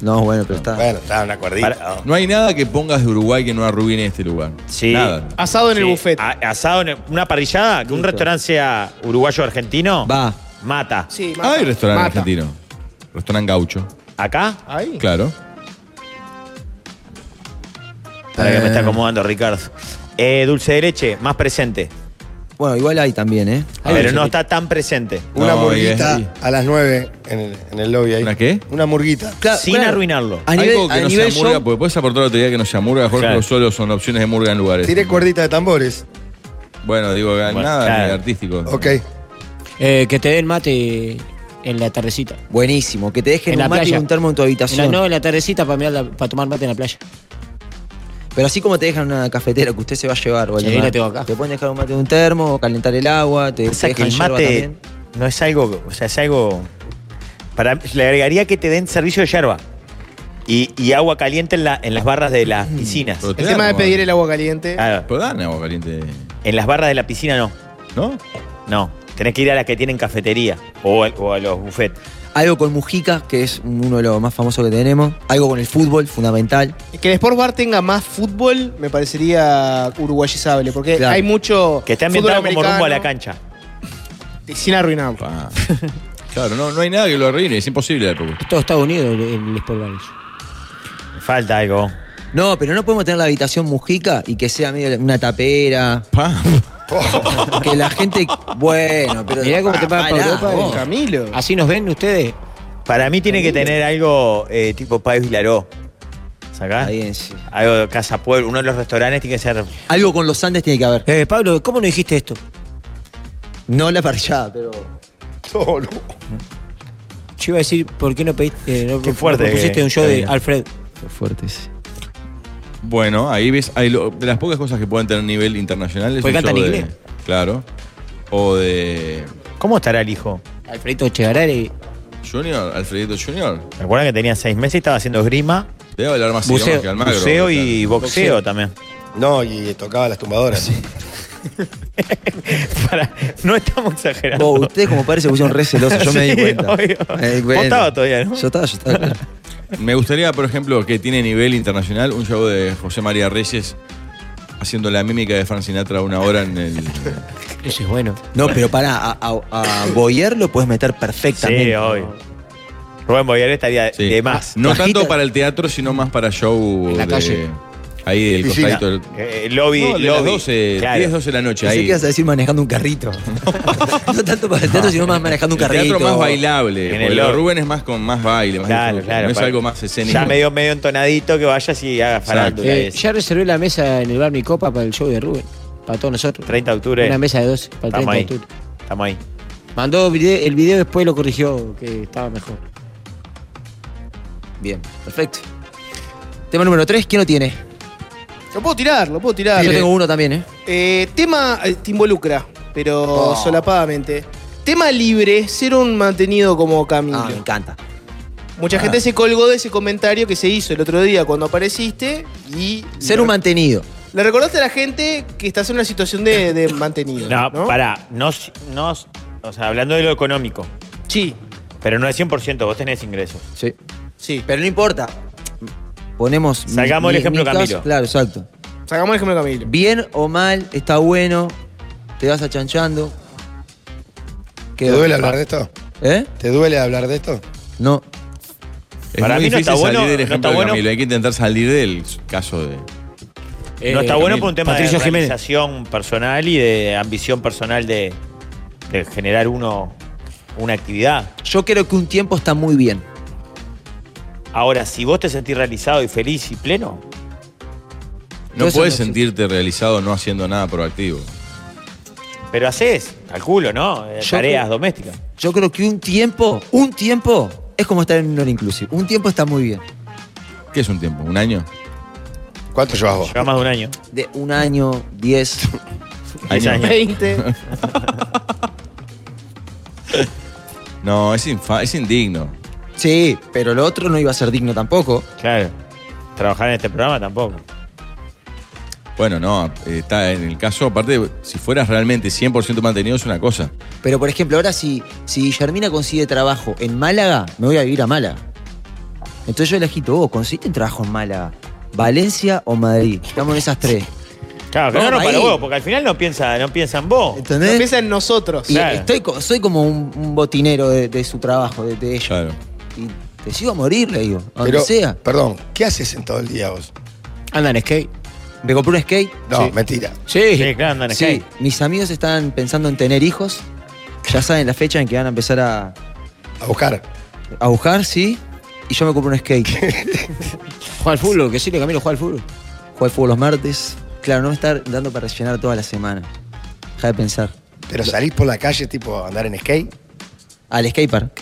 Speaker 12: No, bueno, pero está.
Speaker 6: Bueno, está una cuerdita.
Speaker 4: No hay nada que pongas de Uruguay que no arruine este lugar.
Speaker 5: Sí.
Speaker 4: Nada.
Speaker 8: Asado en el
Speaker 5: buffet. asado en el- una parrillada, que un restaurante sea uruguayo o argentino.
Speaker 4: Va.
Speaker 5: Mata.
Speaker 8: Sí,
Speaker 4: Hay restaurante argentino. Restaurante gaucho.
Speaker 5: ¿Acá?
Speaker 8: Ahí.
Speaker 4: Claro.
Speaker 5: Para que me está
Speaker 12: Eh.
Speaker 5: acomodando, Ricardo. Eh, dulce de leche, más presente.
Speaker 12: Bueno, igual hay también, ¿eh?
Speaker 5: pero no está tan presente.
Speaker 6: Una murguita a las 9 en el, en el lobby ahí. ¿Una
Speaker 4: qué?
Speaker 6: Una murguita.
Speaker 5: Sin arruinarlo.
Speaker 6: A nivel-
Speaker 4: Algo que
Speaker 6: a
Speaker 4: no
Speaker 6: nivel
Speaker 4: sea murga,
Speaker 6: show-
Speaker 4: porque puedes aportar otra idea que no sea murga, Jorge,
Speaker 6: Claro.
Speaker 4: porque solo son opciones de murga en lugares.
Speaker 6: Tiré cuerdita de tambores.
Speaker 4: Bueno, digo,
Speaker 6: Bueno,
Speaker 4: nada
Speaker 6: claro.
Speaker 4: ni artístico.
Speaker 6: Ok.
Speaker 7: Eh, que te den mate en la tardecita.
Speaker 12: Buenísimo, que te dejen
Speaker 7: En
Speaker 12: un
Speaker 7: la
Speaker 12: mate y
Speaker 7: playa.
Speaker 12: un termo en tu habitación.
Speaker 7: En la- no, en la tardecita para, mirar la- para tomar mate en
Speaker 6: [laughs]
Speaker 7: la playa.
Speaker 12: Pero así como te dejan una cafetera que usted se va a llevar,
Speaker 7: Sí,
Speaker 12: Valdemar,
Speaker 7: la tengo acá.
Speaker 12: Te pueden dejar un mate de un termo, calentar el agua, te, te
Speaker 5: Pasa que
Speaker 12: dejan
Speaker 5: el
Speaker 12: yerba
Speaker 5: mate
Speaker 12: también.
Speaker 5: no es algo, o sea, es algo. Para, le agregaría que te den servicio de yerba y, y agua caliente en, la- en las barras de las piscinas.
Speaker 8: El tema de pedir el agua caliente.
Speaker 6: Ah,
Speaker 4: Pero dan agua caliente.
Speaker 5: Ah. En las barras de la piscina no.
Speaker 4: ¿No?
Speaker 5: No. Tenés que ir a las que tienen cafetería o, al- o a los buffets.
Speaker 12: Algo con Mujica, que es uno de los más famosos que tenemos. Algo con el fútbol, fundamental.
Speaker 8: Que el Sport Bar tenga más fútbol me parecería uruguayizable, porque
Speaker 12: Claro.
Speaker 8: hay mucho.
Speaker 5: Que está
Speaker 8: fútbol
Speaker 5: ambientado como rumbo a la
Speaker 8: americano,
Speaker 5: cancha.
Speaker 8: Sin arruinar.
Speaker 6: Ah.
Speaker 4: Claro, no, no hay nada que lo arruine, es imposible la propuesta.
Speaker 7: Todo Estados Unidos el, el Sport Village.
Speaker 5: Falta algo.
Speaker 12: No, pero no podemos tener la habitación Mujica y que sea medio una tapera. [laughs] que la gente. Bueno, pero. Ah,
Speaker 7: Mirá cómo te pagan para Europa, eh.
Speaker 8: Camilo.
Speaker 7: Así nos ven ustedes.
Speaker 5: Para mí tiene que tener algo eh, tipo País Vilaró. ¿Sacás? Algo de Casa Pueblo. Uno de los restaurantes tiene que ser.
Speaker 12: Algo con los Andes tiene que haber.
Speaker 7: Eh, Pablo, ¿cómo no dijiste esto?
Speaker 12: No la parrillada, pero.
Speaker 7: Yo iba a decir, ¿por qué no pediste, eh, no-
Speaker 5: Qué
Speaker 7: no
Speaker 5: fuerte
Speaker 7: propusiste
Speaker 5: que-
Speaker 7: un show
Speaker 5: que
Speaker 7: de
Speaker 5: había.
Speaker 7: Alfred?
Speaker 12: Fuertes.
Speaker 4: Bueno, ahí ves, hay lo- de las pocas cosas que pueden tener nivel internacional es
Speaker 7: Porque
Speaker 4: un
Speaker 7: canta en
Speaker 4: show de-
Speaker 7: inglés.
Speaker 4: Claro. O de.
Speaker 5: ¿Cómo estará el hijo?
Speaker 7: Alfredito Chegarari.
Speaker 4: Junior, Alfredito Junior.
Speaker 5: Recuerda que tenía seis meses y estaba haciendo esgrima.
Speaker 4: Debe hablar más idiomas
Speaker 5: buceo,
Speaker 4: que Almagro.
Speaker 5: buceo y
Speaker 4: Claro.
Speaker 5: boxeo, también.
Speaker 6: No, y tocaba las tumbadoras.
Speaker 5: [laughs] No estamos exagerando.
Speaker 12: Vos, ustedes como padres se pusieron re celosos, yo me di
Speaker 5: Sí,
Speaker 12: cuenta.
Speaker 5: obvio.
Speaker 12: Me di
Speaker 5: Vos
Speaker 12: cuenta.
Speaker 5: estabas todavía, ¿no?
Speaker 12: Yo estaba, yo estaba. claro.
Speaker 4: Me gustaría, por ejemplo, que tiene nivel internacional un show de José María Reyes haciendo la mímica de Frank Sinatra una hora en el.
Speaker 7: Eso es bueno.
Speaker 12: No, pero pará, a, a, a Boyer lo puedes meter perfectamente.
Speaker 5: Sí, obvio. Rubén Boyer estaría de- de más.
Speaker 4: No
Speaker 5: Cajita-
Speaker 4: tanto para el teatro, sino más para show.
Speaker 5: la
Speaker 4: de-
Speaker 5: calle.
Speaker 4: Ahí del
Speaker 5: Piscina.
Speaker 4: costadito. del-
Speaker 5: Eh, lobby,
Speaker 4: No, de las
Speaker 5: lobby.
Speaker 4: 12,
Speaker 5: Claro.
Speaker 4: 10, 12 de la noche.
Speaker 12: Pensé
Speaker 4: ahí. Eh,
Speaker 12: que ibas a decir manejando un
Speaker 4: [laughs]
Speaker 12: carrito. [laughs] no tanto para el teatro, sino más manejando un
Speaker 4: El
Speaker 12: carrito.
Speaker 4: teatro más bailable.
Speaker 5: En
Speaker 4: porque
Speaker 5: el
Speaker 4: lo de
Speaker 5: lobby.
Speaker 4: Rubén es más con más baile, más
Speaker 5: Claro,
Speaker 4: disfrute,
Speaker 5: claro.
Speaker 4: no es
Speaker 5: para-
Speaker 4: algo más escénico.
Speaker 5: Ya medio, medio entonadito que vayas y hagas farándula.
Speaker 7: Eh,
Speaker 5: y eso.
Speaker 7: ya reservé la mesa en el bar Mi Copa para el show de Rubén. Para todos nosotros.
Speaker 5: 30 de octubre.
Speaker 7: Una mesa de 12 para el
Speaker 5: Estamos
Speaker 7: 30
Speaker 5: ahí.
Speaker 7: de octubre.
Speaker 5: Estamos ahí.
Speaker 7: Mandó vide- el video, después lo corrigió, que estaba mejor.
Speaker 12: Bien, perfecto. Tema número 3, ¿quién lo tiene?
Speaker 8: Lo puedo tirar, lo puedo tirar.
Speaker 12: Yo tengo uno también, ¿eh?
Speaker 8: Eh, tema eh, te involucra, pero
Speaker 12: Oh.
Speaker 8: solapadamente. Tema libre, ser un mantenido como Camilo.
Speaker 12: Ah, me encanta.
Speaker 8: Mucha
Speaker 12: Ah.
Speaker 8: gente se colgó de ese comentario que se hizo el otro día cuando apareciste y
Speaker 12: Ser un mantenido.
Speaker 8: le recordaste a la gente que estás en una situación de, de mantenido.
Speaker 5: No,
Speaker 8: No,
Speaker 5: pará. No, no, o sea, hablando de lo económico.
Speaker 8: Sí.
Speaker 5: Pero no es 100%, vos tenés ingresos.
Speaker 12: Sí.
Speaker 8: Sí.
Speaker 12: Pero no importa. Ponemos. mi-
Speaker 5: Sacamos el
Speaker 12: mi-
Speaker 5: ejemplo
Speaker 12: mi caso-
Speaker 5: Camilo.
Speaker 12: Claro, exacto.
Speaker 8: Sacamos el ejemplo de Camilo.
Speaker 12: Bien o mal, está bueno. Te vas achanchando.
Speaker 6: ¿Te duele hablar de esto?
Speaker 12: ¿Eh?
Speaker 6: ¿Te duele hablar de esto?
Speaker 12: No.
Speaker 4: Es
Speaker 5: Para
Speaker 4: muy
Speaker 5: mí no
Speaker 4: difícil
Speaker 5: está bueno,
Speaker 4: salir del
Speaker 5: no
Speaker 4: ejemplo
Speaker 5: está
Speaker 4: de
Speaker 5: bueno.
Speaker 4: Camilo. Hay que intentar salir del caso de.
Speaker 5: no está bueno
Speaker 4: Camilo.
Speaker 5: por un tema
Speaker 7: Patricio
Speaker 5: de
Speaker 7: Jiménez.
Speaker 5: realización personal y de ambición personal de, de generar uno una actividad.
Speaker 12: Yo creo que un tiempo está muy bien.
Speaker 5: Ahora, si vos te sentís realizado y feliz y pleno,
Speaker 4: No
Speaker 12: Eso
Speaker 4: puedes
Speaker 12: no
Speaker 4: sentirte realizado no haciendo nada proactivo.
Speaker 5: pero haces, calculo, ¿no? Eh,
Speaker 12: Yo
Speaker 5: Tareas
Speaker 12: creo-
Speaker 5: domésticas.
Speaker 12: Yo creo que un tiempo, un tiempo es como estar en un all inclusive. Un tiempo está muy bien.
Speaker 4: ¿Qué es un tiempo? ¿Un año?
Speaker 6: ¿Cuánto llevas vos?
Speaker 5: Lleva más de un año.
Speaker 12: De un año, diez.
Speaker 5: Diez
Speaker 4: Año.
Speaker 5: años.
Speaker 8: 20.
Speaker 12: [laughs]
Speaker 4: No, es, infa- es indigno.
Speaker 12: Sí, pero lo otro no iba a ser digno tampoco.
Speaker 5: Claro. Trabajar en este programa tampoco.
Speaker 4: Bueno, no, eh, está en el caso, aparte, si fueras realmente 100% mantenido es una cosa.
Speaker 12: Pero por ejemplo, ahora si, si Guillermina consigue trabajo en Málaga, me voy a vivir a Málaga. Entonces yo le agito, vos, ¿consiste en trabajo en Málaga? ¿Valencia o Madrid? Estamos en esas tres.
Speaker 5: Claro,
Speaker 12: Vamos
Speaker 5: no, para
Speaker 12: Ah, ahí.
Speaker 5: vos, porque al final no piensa, no piensa en vos.
Speaker 12: ¿Entendés?
Speaker 5: No
Speaker 8: piensa en nosotros.
Speaker 12: Y estoy, co- soy como un, un botinero de, de su trabajo, de, de ellos. Y te sigo a morir, le digo. Donde
Speaker 6: Pero,
Speaker 12: sea.
Speaker 6: Perdón, ¿qué haces en todo el día vos?
Speaker 12: Andan skate. ¿Me compré un skate?
Speaker 6: No,
Speaker 12: Sí.
Speaker 6: mentira.
Speaker 12: Sí.
Speaker 5: Sí, claro, andan en
Speaker 12: Sí.
Speaker 5: skate.
Speaker 12: Mis amigos están pensando en tener hijos. Ya saben la fecha en que van a empezar a.
Speaker 6: A buscar.
Speaker 12: A buscar, sí. Y yo me compro un
Speaker 6: [laughs]
Speaker 12: skate. juega al fútbol, que sí, le camino juega al fútbol. Juega al fútbol los martes. Claro, no me estar dando para rellenar toda la semana. Deja de pensar.
Speaker 6: Pero salís por la calle, tipo, a andar en skate.
Speaker 12: Al skatepark.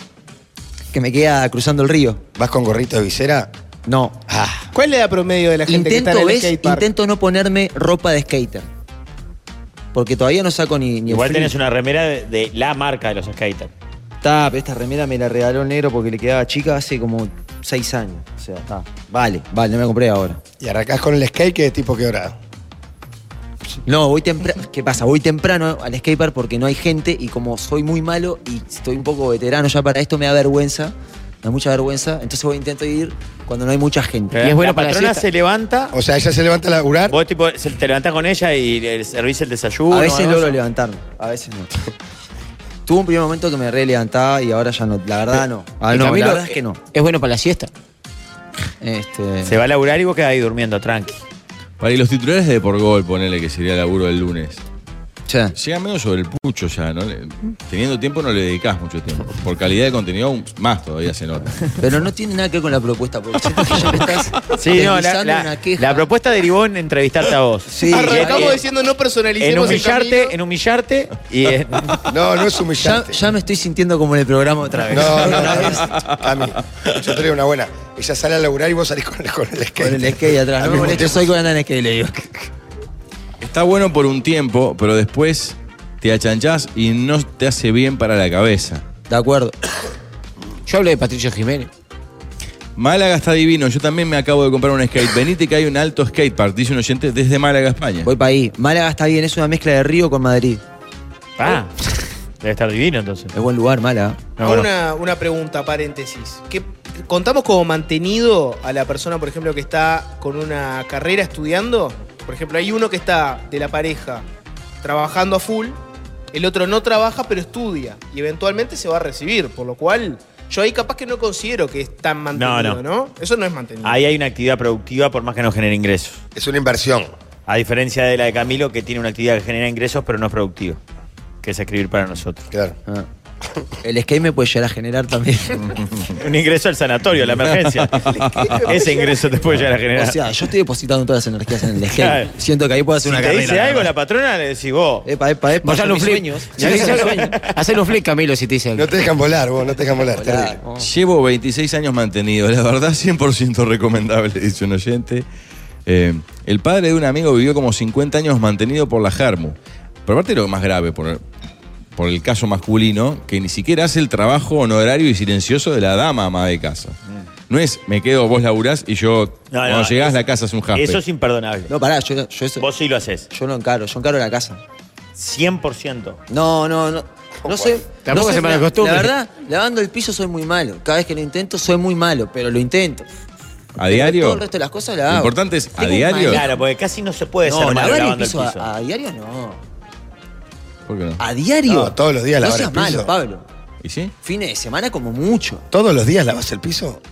Speaker 12: Que me queda cruzando el río.
Speaker 6: ¿Vas con gorrito de visera? Ah.
Speaker 12: No.
Speaker 8: ¿Cuál es la edad promedio de la gente
Speaker 12: Intento,
Speaker 8: que está en el
Speaker 12: ¿ves?
Speaker 8: skatepark?
Speaker 12: Intento no ponerme ropa de skater. Porque todavía no saco ni, ni el
Speaker 5: Igual
Speaker 12: frío.
Speaker 5: tenés una remera de, de la marca de los skaters.
Speaker 12: Está, pero esta remera me la regaló el negro porque le quedaba chica hace como seis años. O sea, está. Vale, vale, no me la compré ahora.
Speaker 6: Ah. Y arrancás con el skate, que es tipo qué hora.
Speaker 12: No, voy temprano. ¿Qué pasa? Voy temprano al skatepark porque no hay gente y como soy muy malo y estoy un poco veterano ya para esto, me da vergüenza. Me da mucha vergüenza. Entonces voy intento ir cuando no hay mucha gente.
Speaker 5: ¿Eh? la patrona se levanta.
Speaker 6: O sea, ella se levanta a laburar.
Speaker 5: Vos tipo, se- te levantás con ella y le servís el desayuno.
Speaker 12: A veces
Speaker 5: algo
Speaker 12: logro
Speaker 5: así.
Speaker 12: levantarme, a veces no. [laughs] Tuve un primer momento que me re levantaba y ahora ya no. La verdad no.
Speaker 7: Ah,
Speaker 12: no, la
Speaker 7: no, Camilo,
Speaker 5: eh,
Speaker 12: verdad es que no.
Speaker 7: Es bueno para la siesta.
Speaker 12: Este,
Speaker 5: Se va a laburar y vos quedás ahí durmiendo, tranqui.
Speaker 4: Para y los titulares de por gol, ponele que sería el laburo del lunes.
Speaker 12: Ya.
Speaker 4: Llega menos sobre el pucho ya, ¿no? Le- Teniendo tiempo no le dedicás mucho tiempo. Por calidad de contenido, aún más todavía se nota. [laughs]
Speaker 12: Pero no tiene nada que ver con la propuesta, porque
Speaker 7: [laughs]
Speaker 12: siento que ya me estás
Speaker 5: Sí, no, la,
Speaker 12: deslizando
Speaker 5: la-
Speaker 12: una queja.
Speaker 5: la propuesta derivó en entrevistarte a vos.
Speaker 12: Sí. eh,
Speaker 8: Arrancamos
Speaker 5: Y-
Speaker 8: diciendo no
Speaker 5: en
Speaker 8: personalicemos el camino.
Speaker 5: humillarte, en humillarte
Speaker 12: Ah.
Speaker 5: y en-
Speaker 6: No, no es
Speaker 12: ya,
Speaker 6: humillante.
Speaker 12: ya me estoy sintiendo como en el programa otra vez.
Speaker 6: No, no,
Speaker 12: Otra
Speaker 6: no.
Speaker 5: [laughs]
Speaker 12: vez
Speaker 6: A mí. Yo traigo una buena. Ella sale a laburar y vos salís con, el- con el skate.
Speaker 12: Con el skate atrás.
Speaker 6: Al
Speaker 12: No me
Speaker 6: mismo
Speaker 12: molestes,
Speaker 6: tiempo.
Speaker 12: soy con andar en skate, le digo.
Speaker 4: Está bueno por un tiempo, pero después te achanchás y no te hace bien para la cabeza.
Speaker 12: De acuerdo.
Speaker 7: Yo hablé de Patricio Jiménez.
Speaker 4: Málaga está divino, yo también me acabo de comprar un skate. Venite que hay un alto skatepark, dice un oyente desde Málaga, España.
Speaker 12: Voy para ahí. [laughs] Málaga está bien, es una mezcla de Río con Madrid.
Speaker 5: Ah, debe estar divino entonces.
Speaker 12: Es buen lugar, Málaga.
Speaker 8: Ahora
Speaker 5: No, Ah, bueno.
Speaker 8: una, una pregunta, paréntesis. ¿Qué, ¿Contamos como mantenido a la persona, por ejemplo, que está con una carrera estudiando? Por ejemplo, hay uno que está de la pareja trabajando a full, el otro no trabaja pero estudia y eventualmente se va a recibir, por lo cual yo ahí capaz que no considero que es tan mantenido, ¿no?
Speaker 5: No, no.
Speaker 8: Eso no es mantenido.
Speaker 5: Ahí hay una actividad productiva por más que no genere ingresos.
Speaker 6: Es una inversión.
Speaker 5: A diferencia de la de Camilo, que tiene una actividad que genera ingresos, pero no es productiva. Que es escribir para nosotros.
Speaker 6: Claro.
Speaker 12: Ah. El skate me puede llegar a generar también.
Speaker 5: [laughs] Un ingreso al sanatorio, la [laughs] emergencia. [laughs] Ese ingreso te puede llegar a
Speaker 12: O
Speaker 5: generar.
Speaker 12: sea, yo estoy depositando todas las energías en el skate.
Speaker 5: [laughs] Claro.
Speaker 12: Siento que ahí puedo hacer
Speaker 5: si
Speaker 12: una
Speaker 5: te
Speaker 12: carrera.
Speaker 5: dice algo la patrona, le decís vos.
Speaker 12: Epa, epa, epa. son
Speaker 7: Mostrarle un
Speaker 12: mis
Speaker 7: flip.
Speaker 12: sueños.
Speaker 7: Ya le hice el sueño. Hacerle un flip, Camilo, si te dice algo.
Speaker 6: No te dejan volar, vos, no te dejan volar. terrible.
Speaker 4: Llevo 26 años mantenido, la verdad 100% recomendable, dice un oyente. Eh, el padre de un amigo vivió como 50 años mantenido por la Jarmu. Pero aparte lo más grave, por, por el caso masculino, que ni siquiera hace el trabajo honorario y silencioso de la dama ama de casa. No es, me quedo, vos laburás y yo,
Speaker 5: No, no,
Speaker 4: cuando llegás,
Speaker 5: es-
Speaker 4: la casa es un jaspe.
Speaker 5: Eso es imperdonable.
Speaker 12: No, pará, yo, yo eso.
Speaker 5: Vos sí lo haces.
Speaker 12: Yo no encaro, yo encaro la casa.
Speaker 5: 100%.
Speaker 12: No, no, no. No sé.
Speaker 7: Tampoco
Speaker 12: no sé,
Speaker 7: se mala
Speaker 12: la-
Speaker 7: costumbre.
Speaker 12: La verdad, lavando el piso soy muy malo. Cada vez que lo intento soy muy malo, pero lo intento.
Speaker 4: ¿A
Speaker 12: Todo
Speaker 4: diario?
Speaker 12: el resto de las cosas la
Speaker 4: Lo
Speaker 12: hago.
Speaker 4: importante es, ¿a
Speaker 12: Tengo un
Speaker 4: diario?
Speaker 5: Claro, porque casi no se puede
Speaker 12: No,
Speaker 5: ser malo
Speaker 12: lavar el
Speaker 5: lavando
Speaker 12: piso,
Speaker 5: el piso.
Speaker 12: A, a diario no.
Speaker 4: ¿Por qué no?
Speaker 12: A diario.
Speaker 6: No, todos los días
Speaker 12: No
Speaker 6: lavar
Speaker 12: seas
Speaker 6: el piso.
Speaker 12: malo, Pablo.
Speaker 4: ¿Y sí?
Speaker 12: Fines de semana como mucho.
Speaker 6: ¿Todos los días lavas el piso? Ah,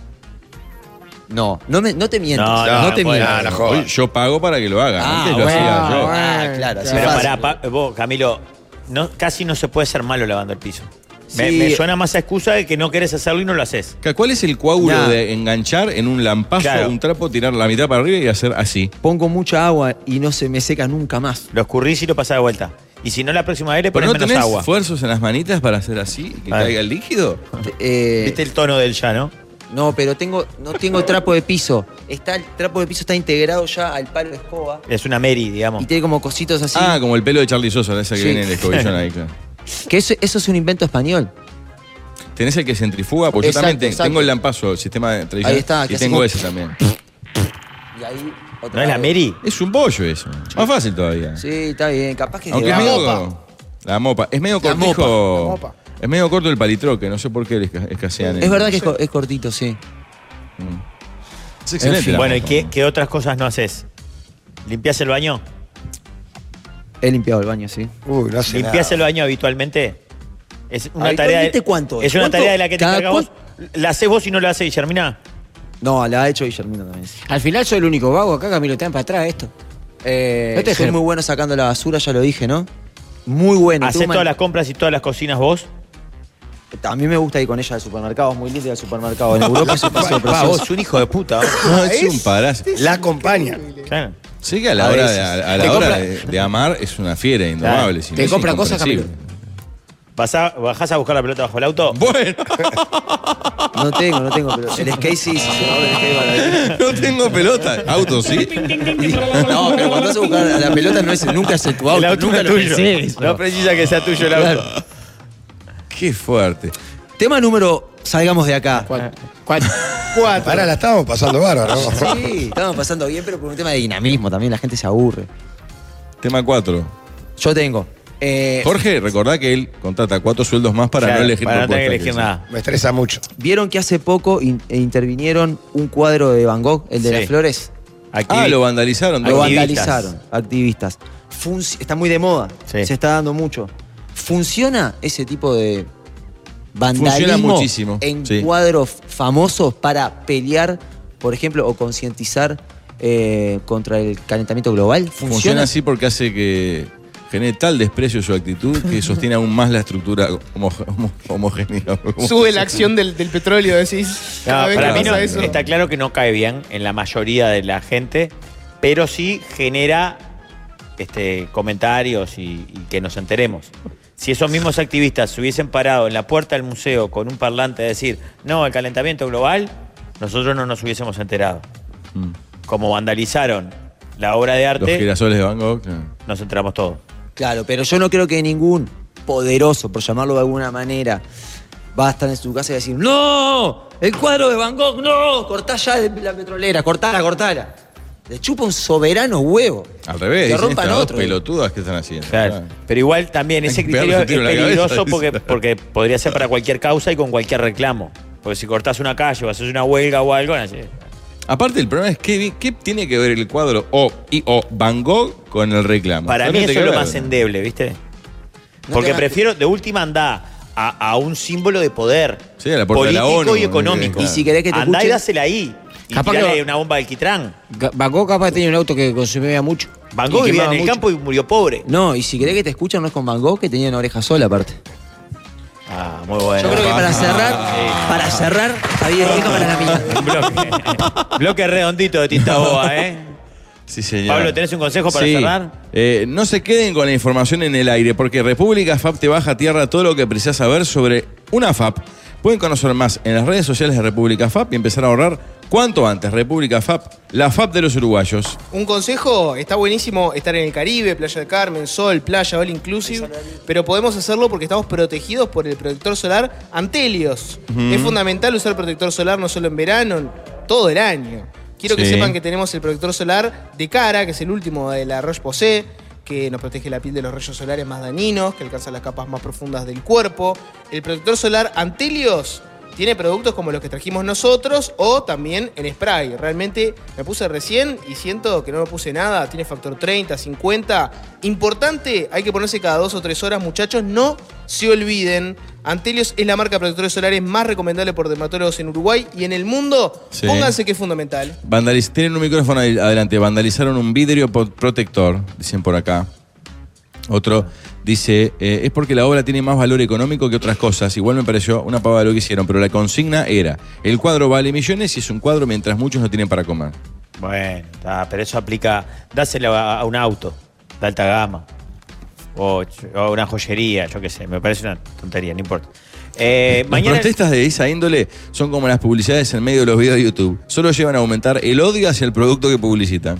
Speaker 12: No, no, me, no te mientas.
Speaker 5: No, no, no
Speaker 12: te
Speaker 5: puede.
Speaker 12: mientas.
Speaker 6: No, no jodas.
Speaker 4: Hoy yo pago para que lo haga.
Speaker 12: Ah,
Speaker 4: Antes lo
Speaker 12: bueno,
Speaker 4: hacía yo.
Speaker 12: Ah, claro, así
Speaker 5: Pero
Speaker 12: es
Speaker 5: pará,
Speaker 12: fácil.
Speaker 5: pa- vos, Camilo, no, casi no se puede ser malo lavando el piso. Me,
Speaker 12: Sí.
Speaker 5: me suena más a excusa de que no querés hacerlo y no lo haces.
Speaker 4: Ca- ¿Cuál es el coágulo
Speaker 12: Ya.
Speaker 4: de enganchar en un lampazo
Speaker 5: Claro.
Speaker 4: un trapo, tirar la mitad para arriba y hacer así?
Speaker 12: Pongo mucha agua y no se me seca nunca más.
Speaker 5: Lo escurrís y lo pasás de vuelta. Y si no, la próxima vez le
Speaker 4: ¿Pero
Speaker 5: pones
Speaker 4: no
Speaker 5: menos
Speaker 4: tenés
Speaker 5: agua.
Speaker 4: esfuerzos en las manitas para hacer así y que
Speaker 5: Ah.
Speaker 4: caiga el líquido?
Speaker 12: Eh,
Speaker 5: ¿Viste el tono del ya, no?
Speaker 12: No, pero tengo, no tengo trapo de piso. Está, el trapo de piso está integrado ya al palo de escoba.
Speaker 5: Es una Mary,
Speaker 12: Y
Speaker 5: digamos.
Speaker 12: tiene como cositos así.
Speaker 4: Ah, como el pelo de Charlie Sosa, esa que
Speaker 12: Sí.
Speaker 4: viene en el escobillón
Speaker 12: [laughs]
Speaker 4: ahí, claro.
Speaker 12: Que eso, eso es un invento español.
Speaker 4: ¿Tenés el que centrifuga? Porque
Speaker 12: Exacto,
Speaker 4: yo también te-
Speaker 12: exacto.
Speaker 4: tengo el lampazo, el sistema de- tradicional.
Speaker 12: Ahí está, que
Speaker 4: y
Speaker 12: hace
Speaker 4: tengo
Speaker 12: como-
Speaker 4: ese también.
Speaker 12: Y ahí otra
Speaker 5: ¿No es la
Speaker 12: vez.
Speaker 5: Mary?
Speaker 4: Es un bollo eso. Más fácil
Speaker 5: Ah.
Speaker 4: todavía.
Speaker 12: Sí, está bien. Capaz que
Speaker 4: Aunque
Speaker 12: te
Speaker 4: es
Speaker 12: va.
Speaker 4: medio. La mopa. Es medio cortijo. Es medio corto el palitroque, no sé por qué le esca- escasean.
Speaker 12: Es
Speaker 4: el-
Speaker 12: verdad que es, co- es cortito, sí.
Speaker 4: Es excelente la
Speaker 5: Bueno, ¿y
Speaker 4: foto.
Speaker 5: qué, qué otras cosas no haces? ¿Limpias el baño?
Speaker 12: He limpiado el baño, sí.
Speaker 6: Uy, no
Speaker 5: ¿Limpias el baño habitualmente? Es una tarea.
Speaker 12: ¿Habitualmente cuánto
Speaker 5: Es una
Speaker 12: ¿Cuánto?
Speaker 5: tarea de la que te
Speaker 12: Cada
Speaker 5: encargas vos. ¿La haces vos y no la hace Guillermina?
Speaker 12: No, la ha hecho Guillermino también.
Speaker 7: Al final soy el único vago acá, Camilo, te dan para atrás esto.
Speaker 12: Eh,
Speaker 7: No te
Speaker 12: soy
Speaker 7: dejes-
Speaker 12: muy bueno sacando la basura, ya lo dije, ¿no? Muy bueno.
Speaker 5: ¿Haces todas las compras y todas las cocinas vos?
Speaker 12: A mí me gusta ir con ella al supermercado, es muy linda ir al supermercado. En Europa es un paseo
Speaker 4: Pa,
Speaker 12: precioso.
Speaker 4: vos, un hijo de [laughs] puta. Ah, es un parásito.
Speaker 6: La acompaña.
Speaker 5: Claro.
Speaker 4: Sí que a la
Speaker 12: A
Speaker 4: hora,
Speaker 12: veces.
Speaker 4: de, a- a la
Speaker 12: Te
Speaker 4: hora
Speaker 12: compra-
Speaker 4: de, de amar es una fiera indomable.
Speaker 5: Claro.
Speaker 4: si no
Speaker 5: Te
Speaker 4: es
Speaker 5: compra cosas, Camilo.
Speaker 4: incomprensible.
Speaker 5: ¿Vas a- ¿Bajás a buscar la pelota bajo el auto?
Speaker 4: Bueno.
Speaker 12: No tengo, no tengo, pero el skate sí, sí, sí, no, el skate vale.
Speaker 4: [laughs] No tengo pelota. Auto, sí.
Speaker 12: No, pero cuando vas a buscar a la pelota no es, nunca es tu auto,
Speaker 5: El auto
Speaker 12: nunca
Speaker 5: no
Speaker 12: lo
Speaker 5: es tuyo.
Speaker 12: pensé.
Speaker 5: No precisa que sea tuyo el auto.
Speaker 4: Qué fuerte.
Speaker 12: Tema número, salgamos de acá.
Speaker 7: Cuatro.
Speaker 6: [laughs] Ahora la estábamos pasando bárbaro. ¿no?
Speaker 12: Sí, estamos pasando bien, pero por un tema de dinamismo también, la gente se aburre.
Speaker 4: Tema 4.
Speaker 12: Yo tengo. eh,
Speaker 4: Jorge, recordá que él contrata cuatro sueldos más para
Speaker 5: Claro,
Speaker 4: no elegir
Speaker 5: para no tener que
Speaker 4: propuestas,
Speaker 5: elegir
Speaker 4: sí.
Speaker 5: nada.
Speaker 6: Me estresa mucho.
Speaker 12: ¿Vieron que hace poco in- e intervinieron un cuadro de Van Gogh, el de
Speaker 5: Sí.
Speaker 12: las flores?
Speaker 4: Ah,
Speaker 5: Activi-
Speaker 4: lo vandalizaron.
Speaker 12: Lo
Speaker 4: ¿no?
Speaker 5: Activistas.
Speaker 12: vandalizaron, activistas. Funci- está muy de moda,
Speaker 5: Sí.
Speaker 12: se está dando mucho. ¿Funciona ese tipo de vandalismo
Speaker 4: Funciona muchísimo,
Speaker 12: en
Speaker 4: sí.
Speaker 12: cuadros famosos para pelear, por ejemplo, o concientizar eh, contra el calentamiento global? ¿Funciona?
Speaker 4: Funciona así porque hace que genere tal desprecio su actitud
Speaker 12: [laughs]
Speaker 4: que sostiene aún más la estructura homo- homo- homogénea.
Speaker 8: Sube la acción del, del petróleo, decís.
Speaker 5: No,
Speaker 8: cada vez
Speaker 5: para
Speaker 8: que
Speaker 5: mí no,
Speaker 8: pasa eso.
Speaker 5: está claro que no cae bien en la mayoría de la gente, pero sí genera este, comentarios y, y que nos enteremos. Si esos mismos activistas se hubiesen parado en la puerta del museo con un parlante a decir, no, el calentamiento global, nosotros no nos hubiésemos enterado.
Speaker 4: Mm.
Speaker 5: Como vandalizaron la obra de
Speaker 4: Los
Speaker 5: arte,
Speaker 4: girasoles de Van Gogh. claro.
Speaker 5: nos enteramos todos.
Speaker 12: Claro, pero yo no creo que ningún poderoso, por llamarlo de alguna manera, va a estar en su casa y decir, ¡No! El cuadro de Van Gogh, no, cortá ya de la petrolera, cortala, cortala. Le chupa un soberano huevo.
Speaker 4: Al revés,
Speaker 12: Que
Speaker 4: dicen
Speaker 12: rompan
Speaker 4: estas dos
Speaker 12: otro.
Speaker 4: pelotudas que están haciendo.
Speaker 5: Claro.
Speaker 4: Claro.
Speaker 5: Pero igual también ese
Speaker 4: Hay que
Speaker 5: criterio
Speaker 4: pegarles un
Speaker 5: es
Speaker 4: tiro en la
Speaker 5: peligroso
Speaker 4: cabeza,
Speaker 5: porque,
Speaker 4: dice.
Speaker 5: porque podría ser para cualquier causa y con cualquier reclamo. Porque si cortás una calle o haces una huelga o algo, nace-
Speaker 4: Aparte, el problema es que qué tiene que ver el cuadro o y o Van Gogh con el reclamo.
Speaker 5: para
Speaker 4: No
Speaker 5: mí
Speaker 4: tiene
Speaker 5: eso
Speaker 4: que
Speaker 5: es lo
Speaker 4: ver.
Speaker 5: más endeble, ¿viste?
Speaker 12: No
Speaker 5: Porque
Speaker 12: te va-
Speaker 5: prefiero, de última andá a, a un símbolo de poder
Speaker 4: Sí, a la puerta de la
Speaker 5: político
Speaker 4: ONU,
Speaker 5: y económico.
Speaker 4: claro.
Speaker 12: Y si querés que te
Speaker 5: andá y
Speaker 12: escuchen-
Speaker 5: dásela ahí. Y
Speaker 7: Capaz
Speaker 5: tirale
Speaker 7: que-
Speaker 5: una bomba de alquitrán.
Speaker 7: Ga- Van Gogh capaz tenía un auto que consumía mucho.
Speaker 5: Van
Speaker 7: y
Speaker 5: Gogh vivía
Speaker 7: quemaba
Speaker 5: en el
Speaker 7: mucho.
Speaker 5: campo y murió pobre.
Speaker 12: No, y si querés que te escuchan, no es con Van Gogh, que tenía una oreja sola aparte.
Speaker 5: Ah, muy bueno.
Speaker 12: Yo creo que para cerrar, para cerrar, está bien, rico para la mía.
Speaker 5: Un bloque. bloque redondito de tinta boa, ¿eh?
Speaker 4: Sí, señor.
Speaker 5: Pablo, ¿tenés un consejo para
Speaker 4: Sí.
Speaker 5: cerrar?
Speaker 4: Eh, no se queden con la información en el aire, porque República FAP te baja a tierra todo lo que precisas saber sobre una FAP. Pueden conocer más en las redes sociales de República FAP y empezar a ahorrar cuanto antes. República FAP, la FAP de los uruguayos.
Speaker 8: Un consejo, está buenísimo estar en el Caribe, Playa de Carmen, Sol, Playa, All Inclusive, pero podemos hacerlo porque estamos protegidos por el protector solar Antelios.
Speaker 4: Ujú.
Speaker 8: Es fundamental usar protector solar no solo en verano, todo el año. Quiero que
Speaker 4: Sí.
Speaker 8: sepan que tenemos el protector solar de cara, que es el último de la Roche-Posay, que nos protege la piel de los rayos solares más dañinos, que alcanzan las capas más profundas del cuerpo. El protector solar Antelios tiene productos como los que trajimos nosotros o también en spray. Realmente me puse recién y siento que no me puse nada. Tiene factor 30, 50. Importante, hay que ponerse cada dos o tres horas, muchachos. No se olviden. Antelios es la marca de protectores solares más recomendable por dermatólogos en Uruguay y en el mundo.
Speaker 4: Sí.
Speaker 8: Pónganse que es fundamental.
Speaker 4: Vandaliz- Tienen un micrófono ahí adelante. Vandalizaron un vidrio po- protector, dicen por acá. Otro dice, eh, es porque la obra tiene más valor económico que otras cosas. Igual me pareció una pava lo que hicieron, pero la consigna era, el cuadro vale millones y es un cuadro mientras muchos no tienen para comer.
Speaker 5: Bueno, está, pero eso aplica. Dáselo a, a un auto de alta gama. O, ch- o a una joyería, yo qué sé. Me parece una tontería, no importa. Eh,
Speaker 4: Las
Speaker 5: mañana.
Speaker 4: protestas de esa índole son como las publicidades en medio de los videos de YouTube. Solo llevan a aumentar el odio hacia el producto que publicitan.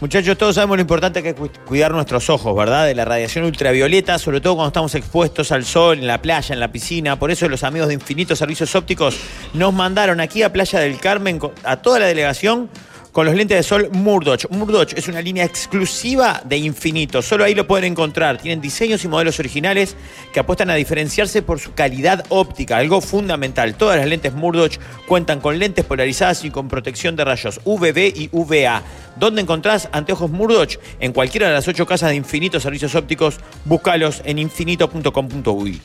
Speaker 5: Muchachos, todos sabemos lo importante que es cu- cuidar nuestros ojos, ¿verdad? De la radiación ultravioleta, sobre todo cuando estamos expuestos al sol, en la playa, en la piscina. Por eso los amigos de Infinitos Servicios Ópticos nos mandaron aquí a Playa del Carmen, co- a toda la delegación, con los lentes de sol Murdoch. Murdoch es una línea exclusiva de Infinito. Solo ahí lo pueden encontrar. Tienen diseños y modelos originales que apuestan a diferenciarse por su calidad óptica, algo fundamental. Todas las lentes Murdoch cuentan con lentes polarizadas y con protección de rayos UVB y UVA. ¿Dónde encontrás anteojos Murdoch? En cualquiera de las ocho casas de Infinito Servicios Ópticos. Búscalos en infinito.com.uy.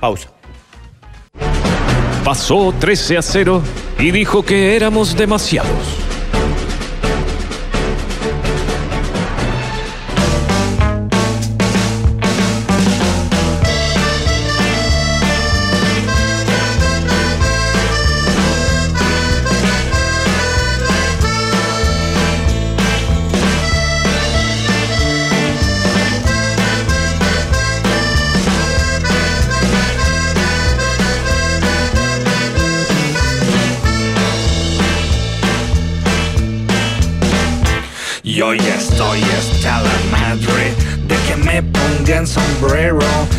Speaker 5: Pausa.
Speaker 10: Pasó 13 a 0 y dijo que éramos demasiados.
Speaker 14: Y hoy estoy hasta la madre de que me pongan sombrero.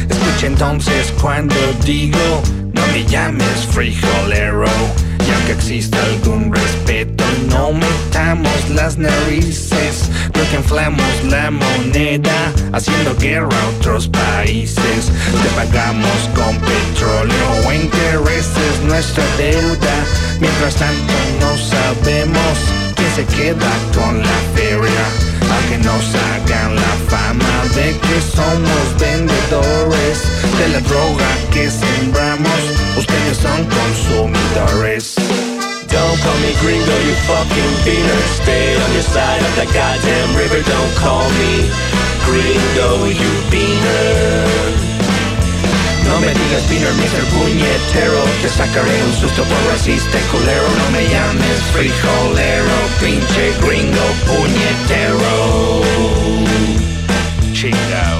Speaker 14: Escucha entonces cuando digo, no me llames frijolero. Y aunque exista algún respeto, no metamos las narices. No que inflamos la moneda, haciendo guerra a otros países. Te pagamos con petróleo o intereses nuestra deuda. Mientras tanto, no sabemos que se queda con la feria a que nos hagan la fama de que somos vendedores de la droga que sembramos ustedes son consumidores
Speaker 15: Don't call me gringo, you fucking beaner. Stay on your side of the goddamn river. Don't call me gringo, you beaner. No me digas beaner, Mr. Puñetero. Te sacaré un susto por racista y culero. No me llames frijolero, pinche gringo puñetero. Chingao.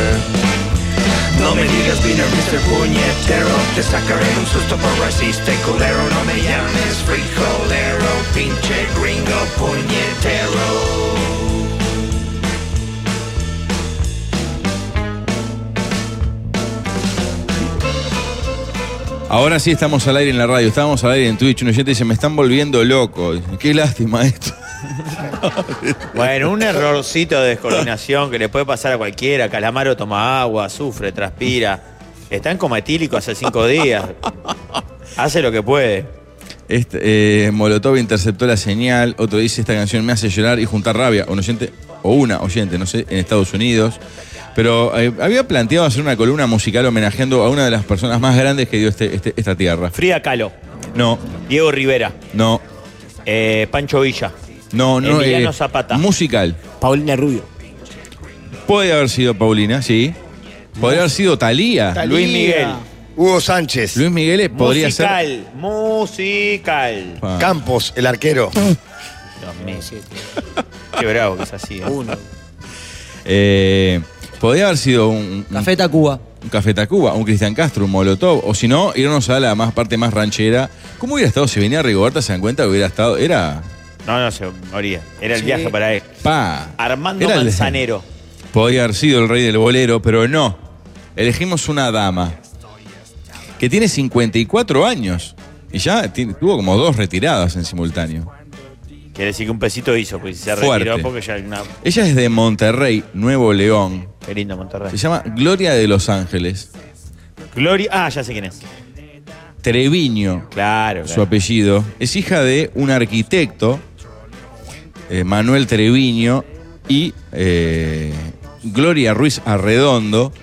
Speaker 14: No me digas beaner, Mr. Puñetero Te sacaré un susto por racista y culero No me llames frijolero, pinche gringo puñetero
Speaker 4: Ahora sí estamos al aire en la radio, estábamos al aire en Twitch. Un oyente dice, me están volviendo loco. Qué lástima esto.
Speaker 5: Bueno, un errorcito de descoordinación que le puede pasar a cualquiera. Calamaro toma agua, sufre, transpira. Está en coma etílico hace cinco días. Hace lo que puede.
Speaker 4: Este, eh, Molotov interceptó la señal. Otro dice, esta canción me hace llorar y juntar rabia. Un oyente, o una oyente, no sé, en Estados Unidos. Pero eh, había planteado hacer una columna musical homenajeando a una de las personas más grandes que dio este- este- esta tierra.
Speaker 5: Frida Kahlo.
Speaker 4: No,
Speaker 5: Diego Rivera.
Speaker 4: no,
Speaker 5: Eh, Pancho Villa.
Speaker 4: no, no.
Speaker 5: Emiliano
Speaker 4: eh,
Speaker 5: Zapata.
Speaker 4: Musical.
Speaker 7: Paulina Rubio.
Speaker 4: Puede haber sido Paulina, sí. Podría haber sido Talía.
Speaker 5: Thalía. Luis Miguel.
Speaker 6: Hugo Sánchez.
Speaker 4: Luis Miguel podría
Speaker 5: musical,
Speaker 4: ser.
Speaker 5: musical.
Speaker 6: Campos, el arquero.
Speaker 5: Dios mío. Qué bravo que es así. ¿eh?
Speaker 4: Eh, podría haber sido un. Café
Speaker 12: Tacuba.
Speaker 4: Un Café Tacuba, un Cristian Castro, un Molotov. O si no, irnos a la más parte más ranchera. ¿Cómo hubiera estado si venía Rigoberta? ¿Se dan cuenta? Hubiera estado. Era.
Speaker 5: No, no, se moría. Era el
Speaker 4: Sí.
Speaker 5: viaje para él.
Speaker 4: Pa.
Speaker 5: Armando
Speaker 4: Era el-
Speaker 5: Manzanero.
Speaker 4: Podría haber sido el rey del bolero, pero no. Elegimos una dama que tiene 54 años y ya ti- tuvo como dos retiradas en simultáneo.
Speaker 5: Quiere decir que un pesito hizo, pues se retiró
Speaker 4: Fuerte.
Speaker 5: porque ya hay una.
Speaker 4: Ella es de Monterrey, Nuevo León.
Speaker 5: Qué lindo Monterrey.
Speaker 4: Se llama Gloria de Los Ángeles.
Speaker 5: Gloria. Ah, ya sé quién es.
Speaker 4: Treviño,
Speaker 5: Claro.
Speaker 4: su apellido. Es hija de un arquitecto, eh, Manuel Treviño, y eh, Gloria Ruiz Arredondo,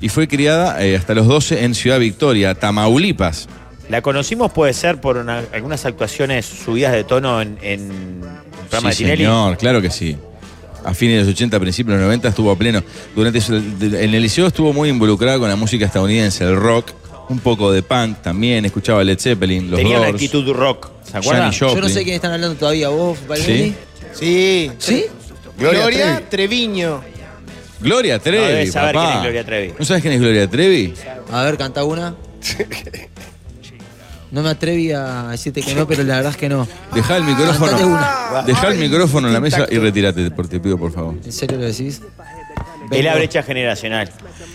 Speaker 4: y fue criada eh, hasta los 12 en Ciudad Victoria, Tamaulipas.
Speaker 5: La conocimos puede ser por una- algunas actuaciones subidas de tono en, en el programa
Speaker 4: sí,
Speaker 5: de Tinelli.
Speaker 4: señor, claro que sí. A fines de los 80, principios de los 90 estuvo a pleno. Durante su- en el liceo estuvo muy involucrada con la música estadounidense, el rock, un poco de punk también, escuchaba Led Zeppelin, los
Speaker 5: Tenía una
Speaker 4: Doors.
Speaker 5: actitud rock. ¿Se acuerdan?
Speaker 4: Janis Joplin.
Speaker 12: Yo no sé quién están hablando todavía, vos, Valverde.
Speaker 8: Sí.
Speaker 12: ¿Sí?
Speaker 8: Gloria, Treviño.
Speaker 4: Gloria Trevi,
Speaker 5: No debes saber
Speaker 4: papá.
Speaker 5: quién es Gloria Trevi.
Speaker 4: ¿No sabes quién es Gloria Trevi?
Speaker 12: A ver, canta una. No me atreví a decirte que no, pero la verdad es que no.
Speaker 4: Deja el
Speaker 12: Cantate
Speaker 4: micrófono.
Speaker 12: una.
Speaker 4: Dejá el micrófono en la mesa y retírate, por- te pido, por favor.
Speaker 12: ¿En serio lo decís?
Speaker 5: Es la
Speaker 12: Vengo-
Speaker 5: brecha generacional.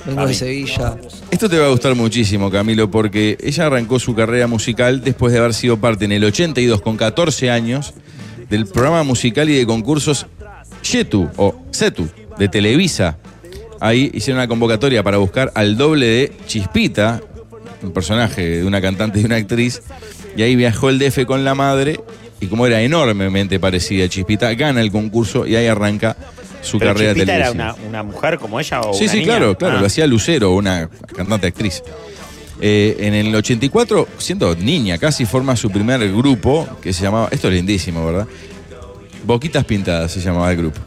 Speaker 12: Vengo de Sevilla.
Speaker 4: Esto te va a gustar muchísimo, Camilo, porque ella arrancó su carrera musical después de haber sido parte en el 82, con 14 años, del programa musical y de concursos Yetu o Setu de Televisa. Ahí hicieron una convocatoria para buscar al doble de Chispita, un personaje de una cantante y una actriz, y ahí viajó el DF con la madre, y como era enormemente parecida a Chispita, gana el concurso y ahí arranca su
Speaker 5: Pero
Speaker 4: carrera
Speaker 5: Chispita
Speaker 4: televisiva.
Speaker 5: era una, una mujer como ella o
Speaker 4: Sí,
Speaker 5: una
Speaker 4: sí,
Speaker 5: niña?
Speaker 4: claro, claro.
Speaker 5: Ah.
Speaker 4: Lo hacía Lucero, una cantante actriz. Eh, en el 84, siendo niña, casi forma su primer grupo que se llamaba. Esto es lindísimo, ¿verdad? Boquitas Pintadas se llamaba el grupo.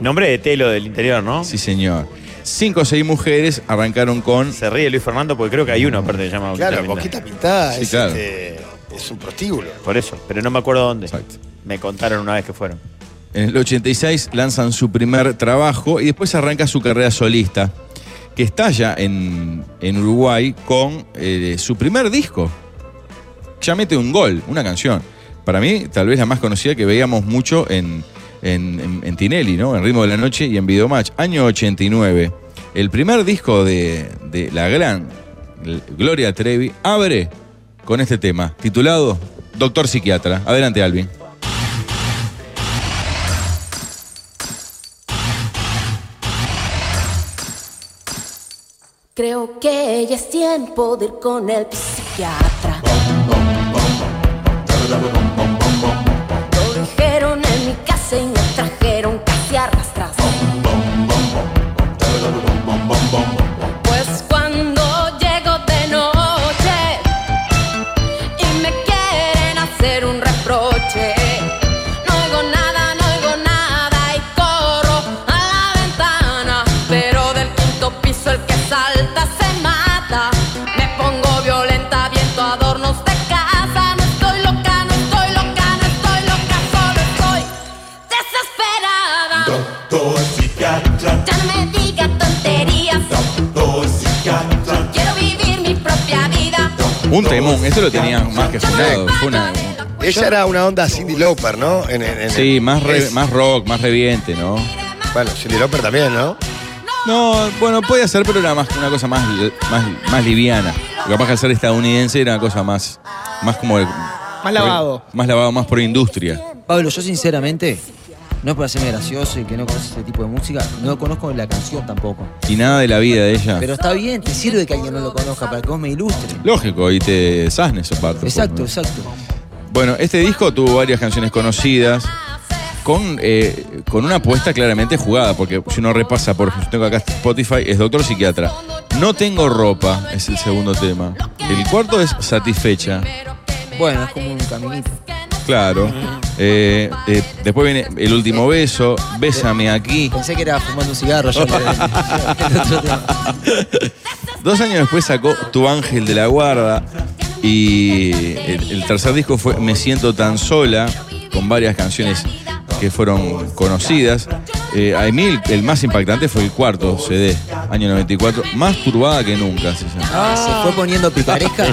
Speaker 5: Nombre de Telo del interior, ¿no?
Speaker 4: Sí, señor. Cinco o seis mujeres arrancaron con.
Speaker 5: Se ríe Luis Fernando porque creo que hay uno aparte que se llama
Speaker 4: Claro,
Speaker 5: Pintada.
Speaker 4: Boquita Pintada Sí, es, claro.
Speaker 6: es un prostíbulo.
Speaker 5: Por eso, pero no me acuerdo dónde. Me contaron una vez que fueron.
Speaker 4: En el 86 lanzan su primer trabajo y después arranca su carrera solista, que estalla en, en Uruguay con eh, su primer disco. Ya mete un gol, una canción. Para mí, tal vez la más conocida que veíamos mucho en, en, en- en Tinelli, ¿no? En Ritmo de la Noche y en Videomatch. Año 89. El primer disco de, de la gran Gloria Trevi abre con este tema, titulado Doctor Psiquiatra. Adelante, Alvin.
Speaker 16: Creo que ya es tiempo de ir con el psiquiatra. Lo dijeron en mi casa y me trajeron casi arrastras. Pues cuando llego de noche y me quieren hacer un reproche, no oigo nada, no oigo nada y corro a la ventana. Pero del quinto piso el que salta se mata. Me pongo violenta, viento adornos de casa. No estoy loca, no estoy loca, no estoy loca, solo estoy desesperada.
Speaker 15: Doctor psiquiatra,
Speaker 16: Ya no me diga tonterías,
Speaker 15: doctor psiquiatra,
Speaker 16: quiero vivir mi propia vida.
Speaker 4: Un temón, esto lo tenía más que fundado. Fue una,
Speaker 6: Ella era una onda Cindy Lauper, ¿no? En- en- en-
Speaker 4: sí, más, re-
Speaker 6: es-
Speaker 4: más rock, más reviente, ¿no?
Speaker 6: Bueno, Cindy Lauper también, ¿no?
Speaker 4: No, bueno, podía ser, pero era más una cosa más, más, más liviana. Lo Capaz que al ser estadounidense era una cosa más, más como... más
Speaker 12: lavado.
Speaker 4: más lavado, más por industria.
Speaker 12: Pablo, yo sinceramente, no es para hacerme gracioso y que no conoces ese tipo de música, no conozco la canción tampoco.
Speaker 4: Y nada de la vida de ella.
Speaker 12: Pero está bien, te sirve que alguien no lo conozca para que vos me ilustres.
Speaker 4: Lógico, y te sasnes aparte.
Speaker 12: Exacto, exacto.
Speaker 4: Bueno, este disco tuvo varias canciones conocidas. Con, eh, con una apuesta claramente jugada, porque si uno repasa, por ejemplo, tengo acá Spotify, es Doctor Psiquiatra. No tengo ropa, es el segundo tema. El cuarto es Satisfecha,
Speaker 12: Bueno, es como un caminito.
Speaker 4: claro. Eh, eh, después viene El último beso, Bésame aquí.
Speaker 12: Pensé que era fumando un cigarro. Yo
Speaker 5: [laughs]
Speaker 12: el otro tema.
Speaker 4: Dos años después sacó Tu Ángel de la Guarda y el, el tercer disco fue Me Siento Tan Sola, con varias canciones que fueron conocidas. Eh, a Emil, el más impactante fue el cuarto CD, año 94, Más turbada que nunca. Se llama.
Speaker 12: Ah, Se fue poniendo picaresca.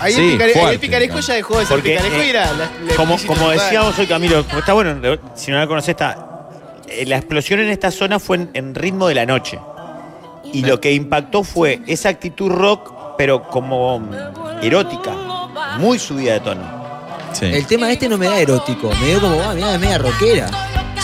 Speaker 8: Ahí
Speaker 4: Sí,
Speaker 8: el, picare- ahí el
Speaker 4: fuerte,
Speaker 8: picaresco ya dejó de ser
Speaker 5: Porque,
Speaker 8: picaresco
Speaker 5: eh,
Speaker 8: y era la- la
Speaker 5: Como,
Speaker 8: explícito
Speaker 5: como
Speaker 8: total.
Speaker 5: decíamos hoy, Camilo, como está bueno, le- si no la conocés, está. eh, La explosión en esta zona fue en, en ritmo de la noche. Y lo que impactó fue esa actitud rock, pero como mm, erótica, muy subida de tono.
Speaker 12: El tema este no me da erótico, me dio como, ah, mirá, es media rockera.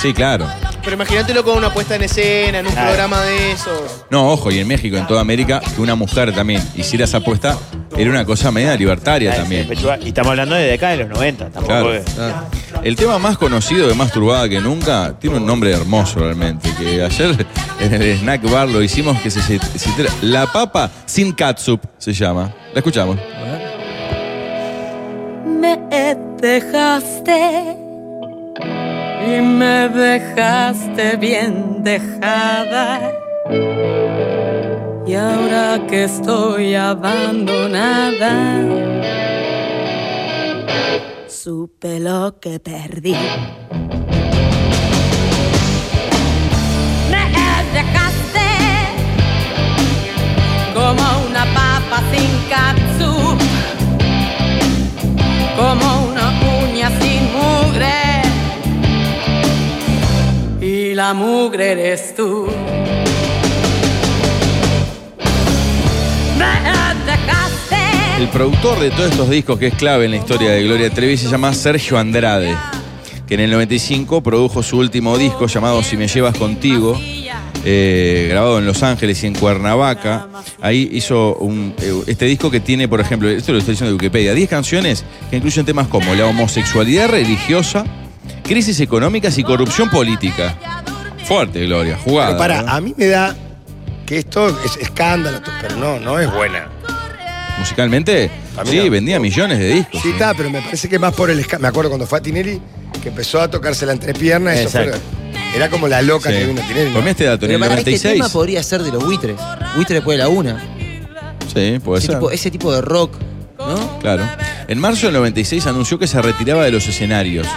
Speaker 4: Sí, claro.
Speaker 8: Pero imagínatelo con una puesta en escena, en un
Speaker 4: Claro.
Speaker 8: programa de esos.
Speaker 4: No, ojo, y en México, en toda América, que una mujer también hiciera esa apuesta, Era una cosa media libertaria
Speaker 5: Ah,
Speaker 4: también.
Speaker 5: Pechuga. Y estamos hablando de década de los 90. Tampoco
Speaker 4: Claro.
Speaker 5: es-
Speaker 4: Ah. El tema más conocido de Más Turbada que Nunca tiene un nombre hermoso realmente. Que ayer [laughs] en el snack bar lo hicimos que se se- se titula La Papa sin Katsup se llama. La escuchamos.
Speaker 17: Me dejaste y me dejaste bien dejada. Y ahora que estoy abandonada, supe lo que perdí.
Speaker 16: Me dejaste
Speaker 17: como una papa sin katsu, como una uña sin mugre, y la mugre eres tú.
Speaker 16: Me dejaste
Speaker 4: El productor de todos estos discos que es clave en la historia de Gloria Trevi se llama Sergio Andrade, que en el 95 produjo su último disco llamado Si me llevas contigo, eh, grabado en Los Ángeles y en Cuernavaca. Ahí hizo un, eh, este disco que tiene, por ejemplo, esto lo estoy diciendo de Wikipedia, 10 canciones que incluyen temas como la homosexualidad religiosa, crisis económicas y corrupción política. Fuerte, Gloria, jugada.
Speaker 6: Pero para,
Speaker 4: ¿no?
Speaker 6: a mí me da que esto es escándalo, to- pero no, no es buena.
Speaker 4: Musicalmente,
Speaker 6: Ah,
Speaker 4: sí, vendía millones de discos.
Speaker 6: Sí, está, pero me parece que más por el escándalo. Me acuerdo cuando fue a Tinelli, que empezó a tocarse la entrepierna, eso fue-
Speaker 4: Exacto.
Speaker 6: era como la loca
Speaker 4: Sí.
Speaker 6: que vino a Tinelli. ¿no?
Speaker 4: Comí este dato en
Speaker 12: Pero
Speaker 4: el
Speaker 12: para este
Speaker 4: 96.
Speaker 12: tema podría ser de los buitres. Buitres después de la una.
Speaker 4: Sí, puede
Speaker 12: Ese
Speaker 4: ser.
Speaker 12: tipo, ese tipo de rock.
Speaker 4: Claro. En marzo del 96 anunció que se retiraba de los escenarios.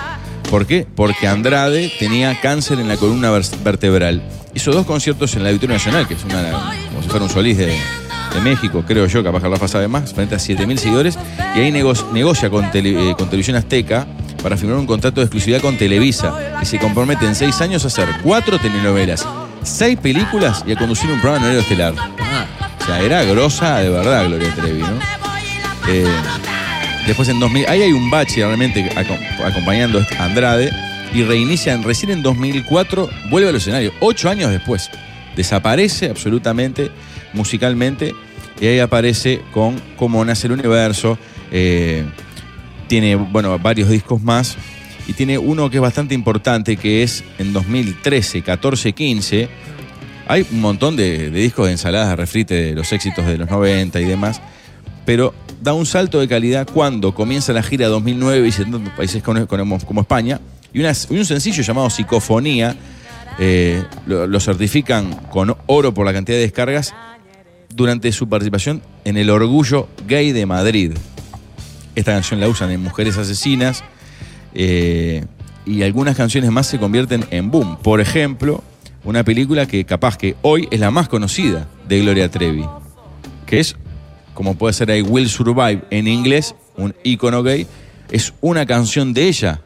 Speaker 4: ¿Por qué? Porque Andrade tenía cáncer en la columna vers- vertebral. Hizo dos conciertos en la Auditorio Nacional, que es una, como si fuera un solís de, de México, creo yo, capaz que la sabe más, frente a 7.000 seguidores. Y ahí nego- negocia con, tele- eh, con Televisión Azteca para firmar un contrato de exclusividad con Televisa, que se compromete en seis años a hacer cuatro telenovelas, seis películas y a conducir un programa en horario estelar. O sea, era grosa de verdad Gloria Trevi, ¿no? Eh, después en 2000, ahí hay un bache realmente acom- acompañando a Andrade y reinician recién en 2004, vuelve al escenario, ocho años después. Desaparece absolutamente musicalmente y ahí aparece con Cómo nace el universo. eh, tiene, bueno, varios discos más y tiene uno que es bastante importante que es en 2013, 14, 15. Hay un montón de, de discos de ensaladas, de refrite de los éxitos de los 90 y demás, pero da un salto de calidad cuando comienza la gira 2009 visitando países con- con- como, España y, una- y un sencillo llamado Psicofonía eh, lo, lo certifican con oro por la cantidad de descargas durante su participación en el Orgullo Gay de Madrid. Esta canción la usan en Mujeres Asesinas eh, y algunas canciones más se convierten en boom. Por ejemplo, una película que capaz que hoy es la más conocida de Gloria Trevi, que es, como puede ser I Will Survive en inglés, un icono gay, es una canción de ella.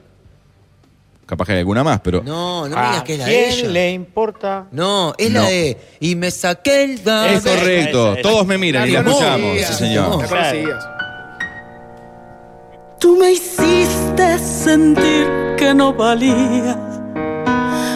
Speaker 4: Capaz que hay alguna más, pero
Speaker 12: No, no me
Speaker 5: ¿A
Speaker 12: digas que es la de
Speaker 5: quién
Speaker 12: ella.
Speaker 5: le importa?
Speaker 12: No, es la
Speaker 4: No.
Speaker 12: de. Y me saqué el dado.
Speaker 4: Es correcto. Todos me miran y la escuchamos, sí, señor.
Speaker 17: Tú me hiciste sentir que no valía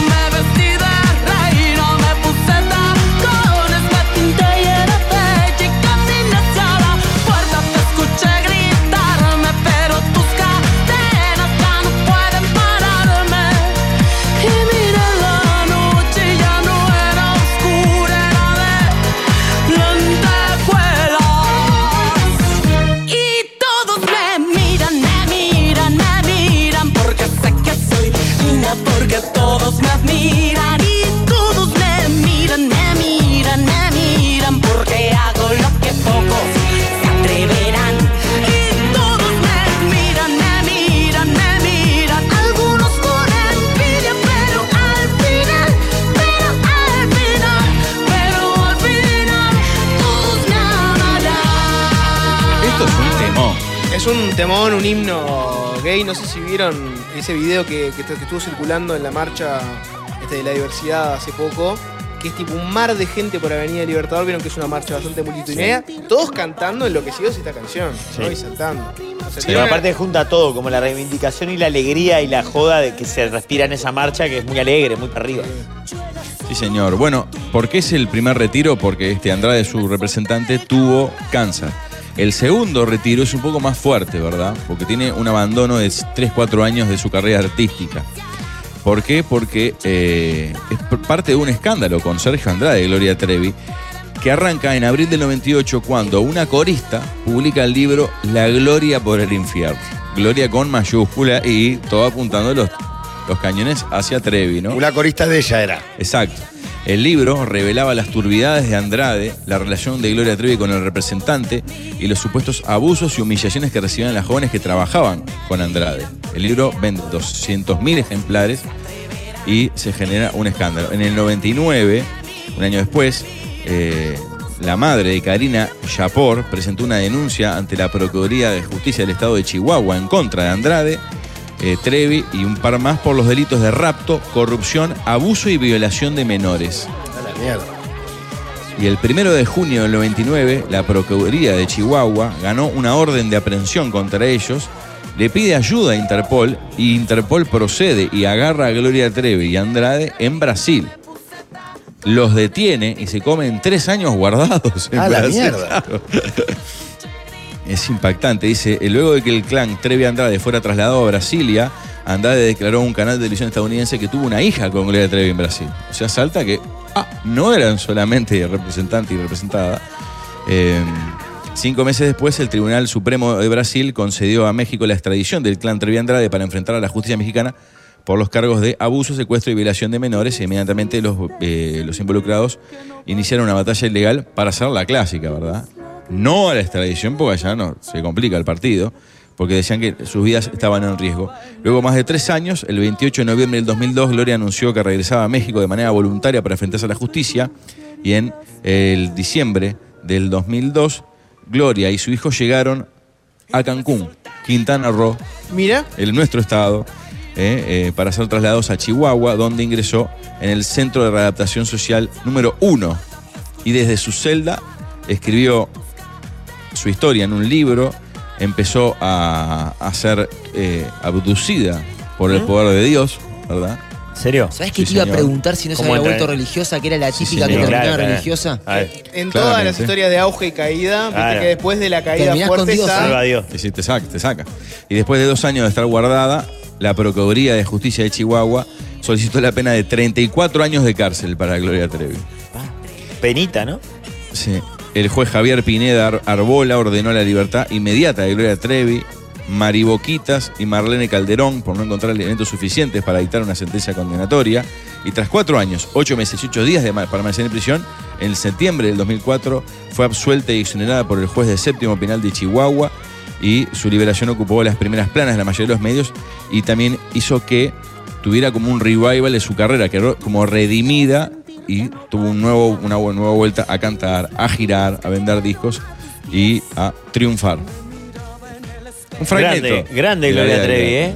Speaker 17: me vestí de reina, me puse tacones, me tinté y era bella y caminé hacia la puerta. Te escuché gritarme, pero tus cadenas ya no pueden pararme. Y miré la noche y ya no era oscura, era de lentejuelas. Y todos me miran, me miran, me miran, porque sé que soy linda, porque todos me admiran. Y todos me miran, me miran, me miran, porque hago lo que pocos se atreverán. Y todos me miran, me miran, me miran, algunos con envidia, pero al final, pero al final, pero al final, todos me amarán.
Speaker 4: Esto es un temón.
Speaker 8: Es un temón, un himno gay. No sé si vieron ese video que, que- que estuvo circulando en la marcha este, de la diversidad hace poco, que es tipo un mar de gente por Avenida Libertador. Vieron que es una marcha bastante multitudinaria. Todos cantando enloquecidos esta canción, ¿no?
Speaker 5: Sí.
Speaker 8: Y saltando. O sea, tiene
Speaker 5: Pero
Speaker 8: una-
Speaker 5: aparte junta todo, como la reivindicación y la alegría y la joda de que se respira en esa marcha que es muy alegre, muy para arriba.
Speaker 4: Sí, señor. Bueno, ¿por qué es el primer retiro? Porque este Andrade, su representante, tuvo cáncer. El segundo retiro es un poco más fuerte, ¿verdad? Porque tiene un abandono de 3-4 años de su carrera artística. ¿Por qué? Porque eh, es por- parte de un escándalo con Sergio Andrade y Gloria Trevi, que arranca en abril del 98 cuando una corista publica el libro La Gloria por el Infierno. Gloria con mayúscula y todo apuntando los, los cañones hacia Trevi, ¿no? Una corista de ella era. Exacto. El libro revelaba las turbidades de Andrade, la relación de Gloria Trevi con el representante y los supuestos abusos y humillaciones que recibían las jóvenes que trabajaban con Andrade. El libro vende 200.000 ejemplares y se genera un escándalo. En el 99, un año después, eh, la madre de Karina Yapor presentó una denuncia ante la Procuraduría de Justicia del Estado de Chihuahua en contra de Andrade, eh, Trevi y un par más por los delitos de rapto, corrupción, abuso y violación de menores. Y el primero de junio del 99, la Procuraduría de Chihuahua ganó una orden de aprehensión contra ellos, le pide ayuda a Interpol y Interpol procede y agarra a Gloria Trevi y Andrade en Brasil. Los detiene y se comen tres años guardados en
Speaker 6: Ah, la
Speaker 4: Brasil.
Speaker 6: mierda.
Speaker 4: Claro. Es impactante, dice, eh, luego de que el clan Trevi Andrade fuera trasladado a Brasilia, Andrade declaró a un canal de televisión estadounidense que tuvo una hija con Gloria Trevi en Brasil. O sea, salta que ah, no eran solamente representante y representada. Eh, cinco meses después, el Tribunal Supremo de Brasil concedió a México la extradición del clan Trevi Andrade para enfrentar a la justicia mexicana por los cargos de abuso, secuestro y violación de menores. E inmediatamente los, eh, los involucrados iniciaron una batalla ilegal para hacer la clásica, ¿verdad? No a la extradición, porque allá no, se complica el partido, porque decían que sus vidas estaban en riesgo. Luego, más de tres años, el 28 de noviembre del 2002, Gloria anunció que regresaba a México de manera voluntaria para enfrentarse a la justicia. Y en el diciembre del 2002, Gloria y su hijo llegaron a Cancún, Quintana Roo,
Speaker 8: Mira,
Speaker 4: el nuestro estado, eh, eh, para ser trasladados a Chihuahua, donde ingresó en el Centro de Readaptación Social número uno. Y desde su celda escribió su historia en un libro, empezó a, a ser eh, abducida por el poder de Dios, ¿verdad?
Speaker 5: ¿Serio?
Speaker 12: ¿Sabes que te iba a preguntar si no se había vuelto religiosa, que era la
Speaker 4: eh? Sí,
Speaker 12: típica que
Speaker 4: señor.
Speaker 12: terminaba
Speaker 4: Claro, claro.
Speaker 12: religiosa?
Speaker 8: en todas las historias de auge y caída, viste
Speaker 4: Claro.
Speaker 8: que después de la caída
Speaker 12: Terminás con
Speaker 8: fuerte
Speaker 12: Dios,
Speaker 8: está.
Speaker 12: ¿eh?
Speaker 4: Sí, sí, te saca, te saca. Y después de dos años de estar guardada, la Procuraduría de Justicia de Chihuahua solicitó la pena de 34 años de cárcel para Gloria Trevi.
Speaker 5: Penita, ¿no?
Speaker 4: Sí. El juez Javier Pineda Ar- Arbola ordenó la libertad inmediata de Gloria Trevi, Mariboquitas y Marlene Calderón por no encontrar elementos suficientes para dictar una sentencia condenatoria. Y tras cuatro años, ocho meses y ocho días de ma- permanecer en prisión, en septiembre del 2004 fue absuelta y exonerada por el juez de séptimo penal de Chihuahua y su liberación ocupó las primeras planas de la mayoría de los medios y también hizo que tuviera como un revival de su carrera, que ro- como redimida y tuvo un nuevo, una bu- nueva vuelta a cantar, a girar, a vender discos y a triunfar. Un fragmento.
Speaker 5: Grande, grande Gloria Trevi,
Speaker 4: [laughs]
Speaker 5: ¿eh?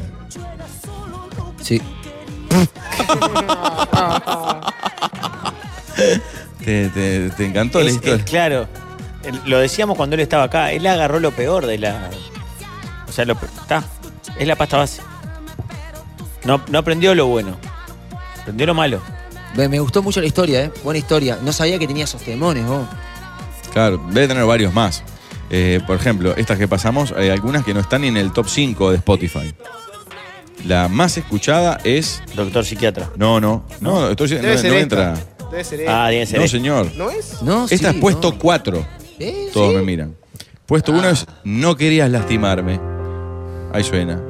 Speaker 12: Sí.
Speaker 4: Te, te- te encantó la
Speaker 5: Es-
Speaker 4: historia.
Speaker 5: es claro. El- Lo decíamos cuando él estaba acá. Él agarró lo peor de la. O sea, lo pe- está. Es la pasta base. No, no aprendió lo bueno. Aprendió lo malo.
Speaker 12: Me me gustó mucho la historia, ¿eh? Buena historia. No sabía que tenía esos temones, vos.
Speaker 4: Claro, debe tener varios más. Eh, por ejemplo, estas que pasamos, hay algunas que no están ni en el top 5 de Spotify. La más escuchada es.
Speaker 5: Doctor Psiquiatra.
Speaker 4: No, no. No, estoy, no,
Speaker 8: Debe ser
Speaker 4: no
Speaker 8: esta.
Speaker 4: entra.
Speaker 8: Debe ser eh, él.
Speaker 5: Ah, debe
Speaker 4: No, señor.
Speaker 8: ¿No es?
Speaker 4: Esta es puesto 4. Todos me miran. Puesto 1 es No querías lastimarme. Ahí suena.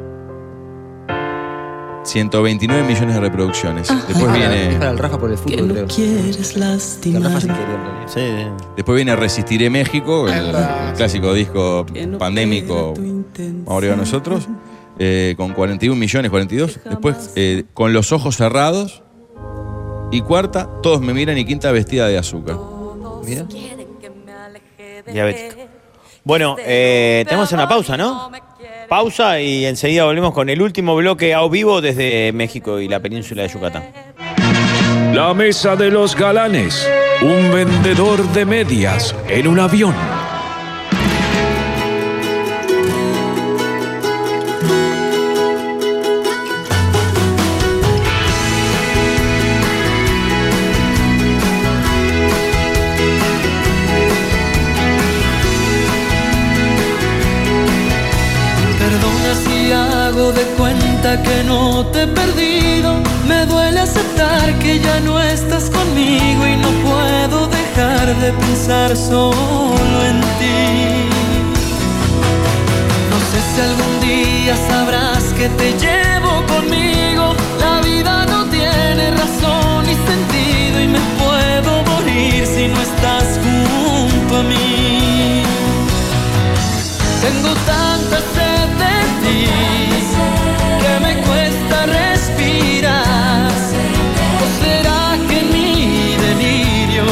Speaker 4: 129 millones de reproducciones. Después
Speaker 12: Ah,
Speaker 4: viene.
Speaker 12: Es para el Rafa por el fútbol, creo.
Speaker 17: Quieres
Speaker 12: El Rafa
Speaker 17: lastimar.
Speaker 12: sin querer, en realidad.
Speaker 4: Después viene Resistiré México, el clásico disco pandémico Mauricio a nosotros, eh, con 41 millones, 42. Después, eh, con los ojos cerrados. Y cuarta, todos me miran. Y quinta, vestida de azúcar.
Speaker 12: Mira.
Speaker 5: Diabético. Bueno, eh, tenemos una pausa, ¿no? Pausa y enseguida volvemos con el último bloque a vivo desde México y la península de Yucatán.
Speaker 10: La mesa de los galanes. Un vendedor de medias en un avión.
Speaker 18: Perdona si hago de cuenta que no te he perdido. Me duele aceptar que ya no estás conmigo y no puedo dejar de pensar solo en ti. No sé si algún día sabrás que te llevo conmigo. La vida no tiene razón ni sentido y me puedo morir si no estás junto a mí. Tengo tanta sed de ti que me cuesta respirar. ¿O será que en mi delirio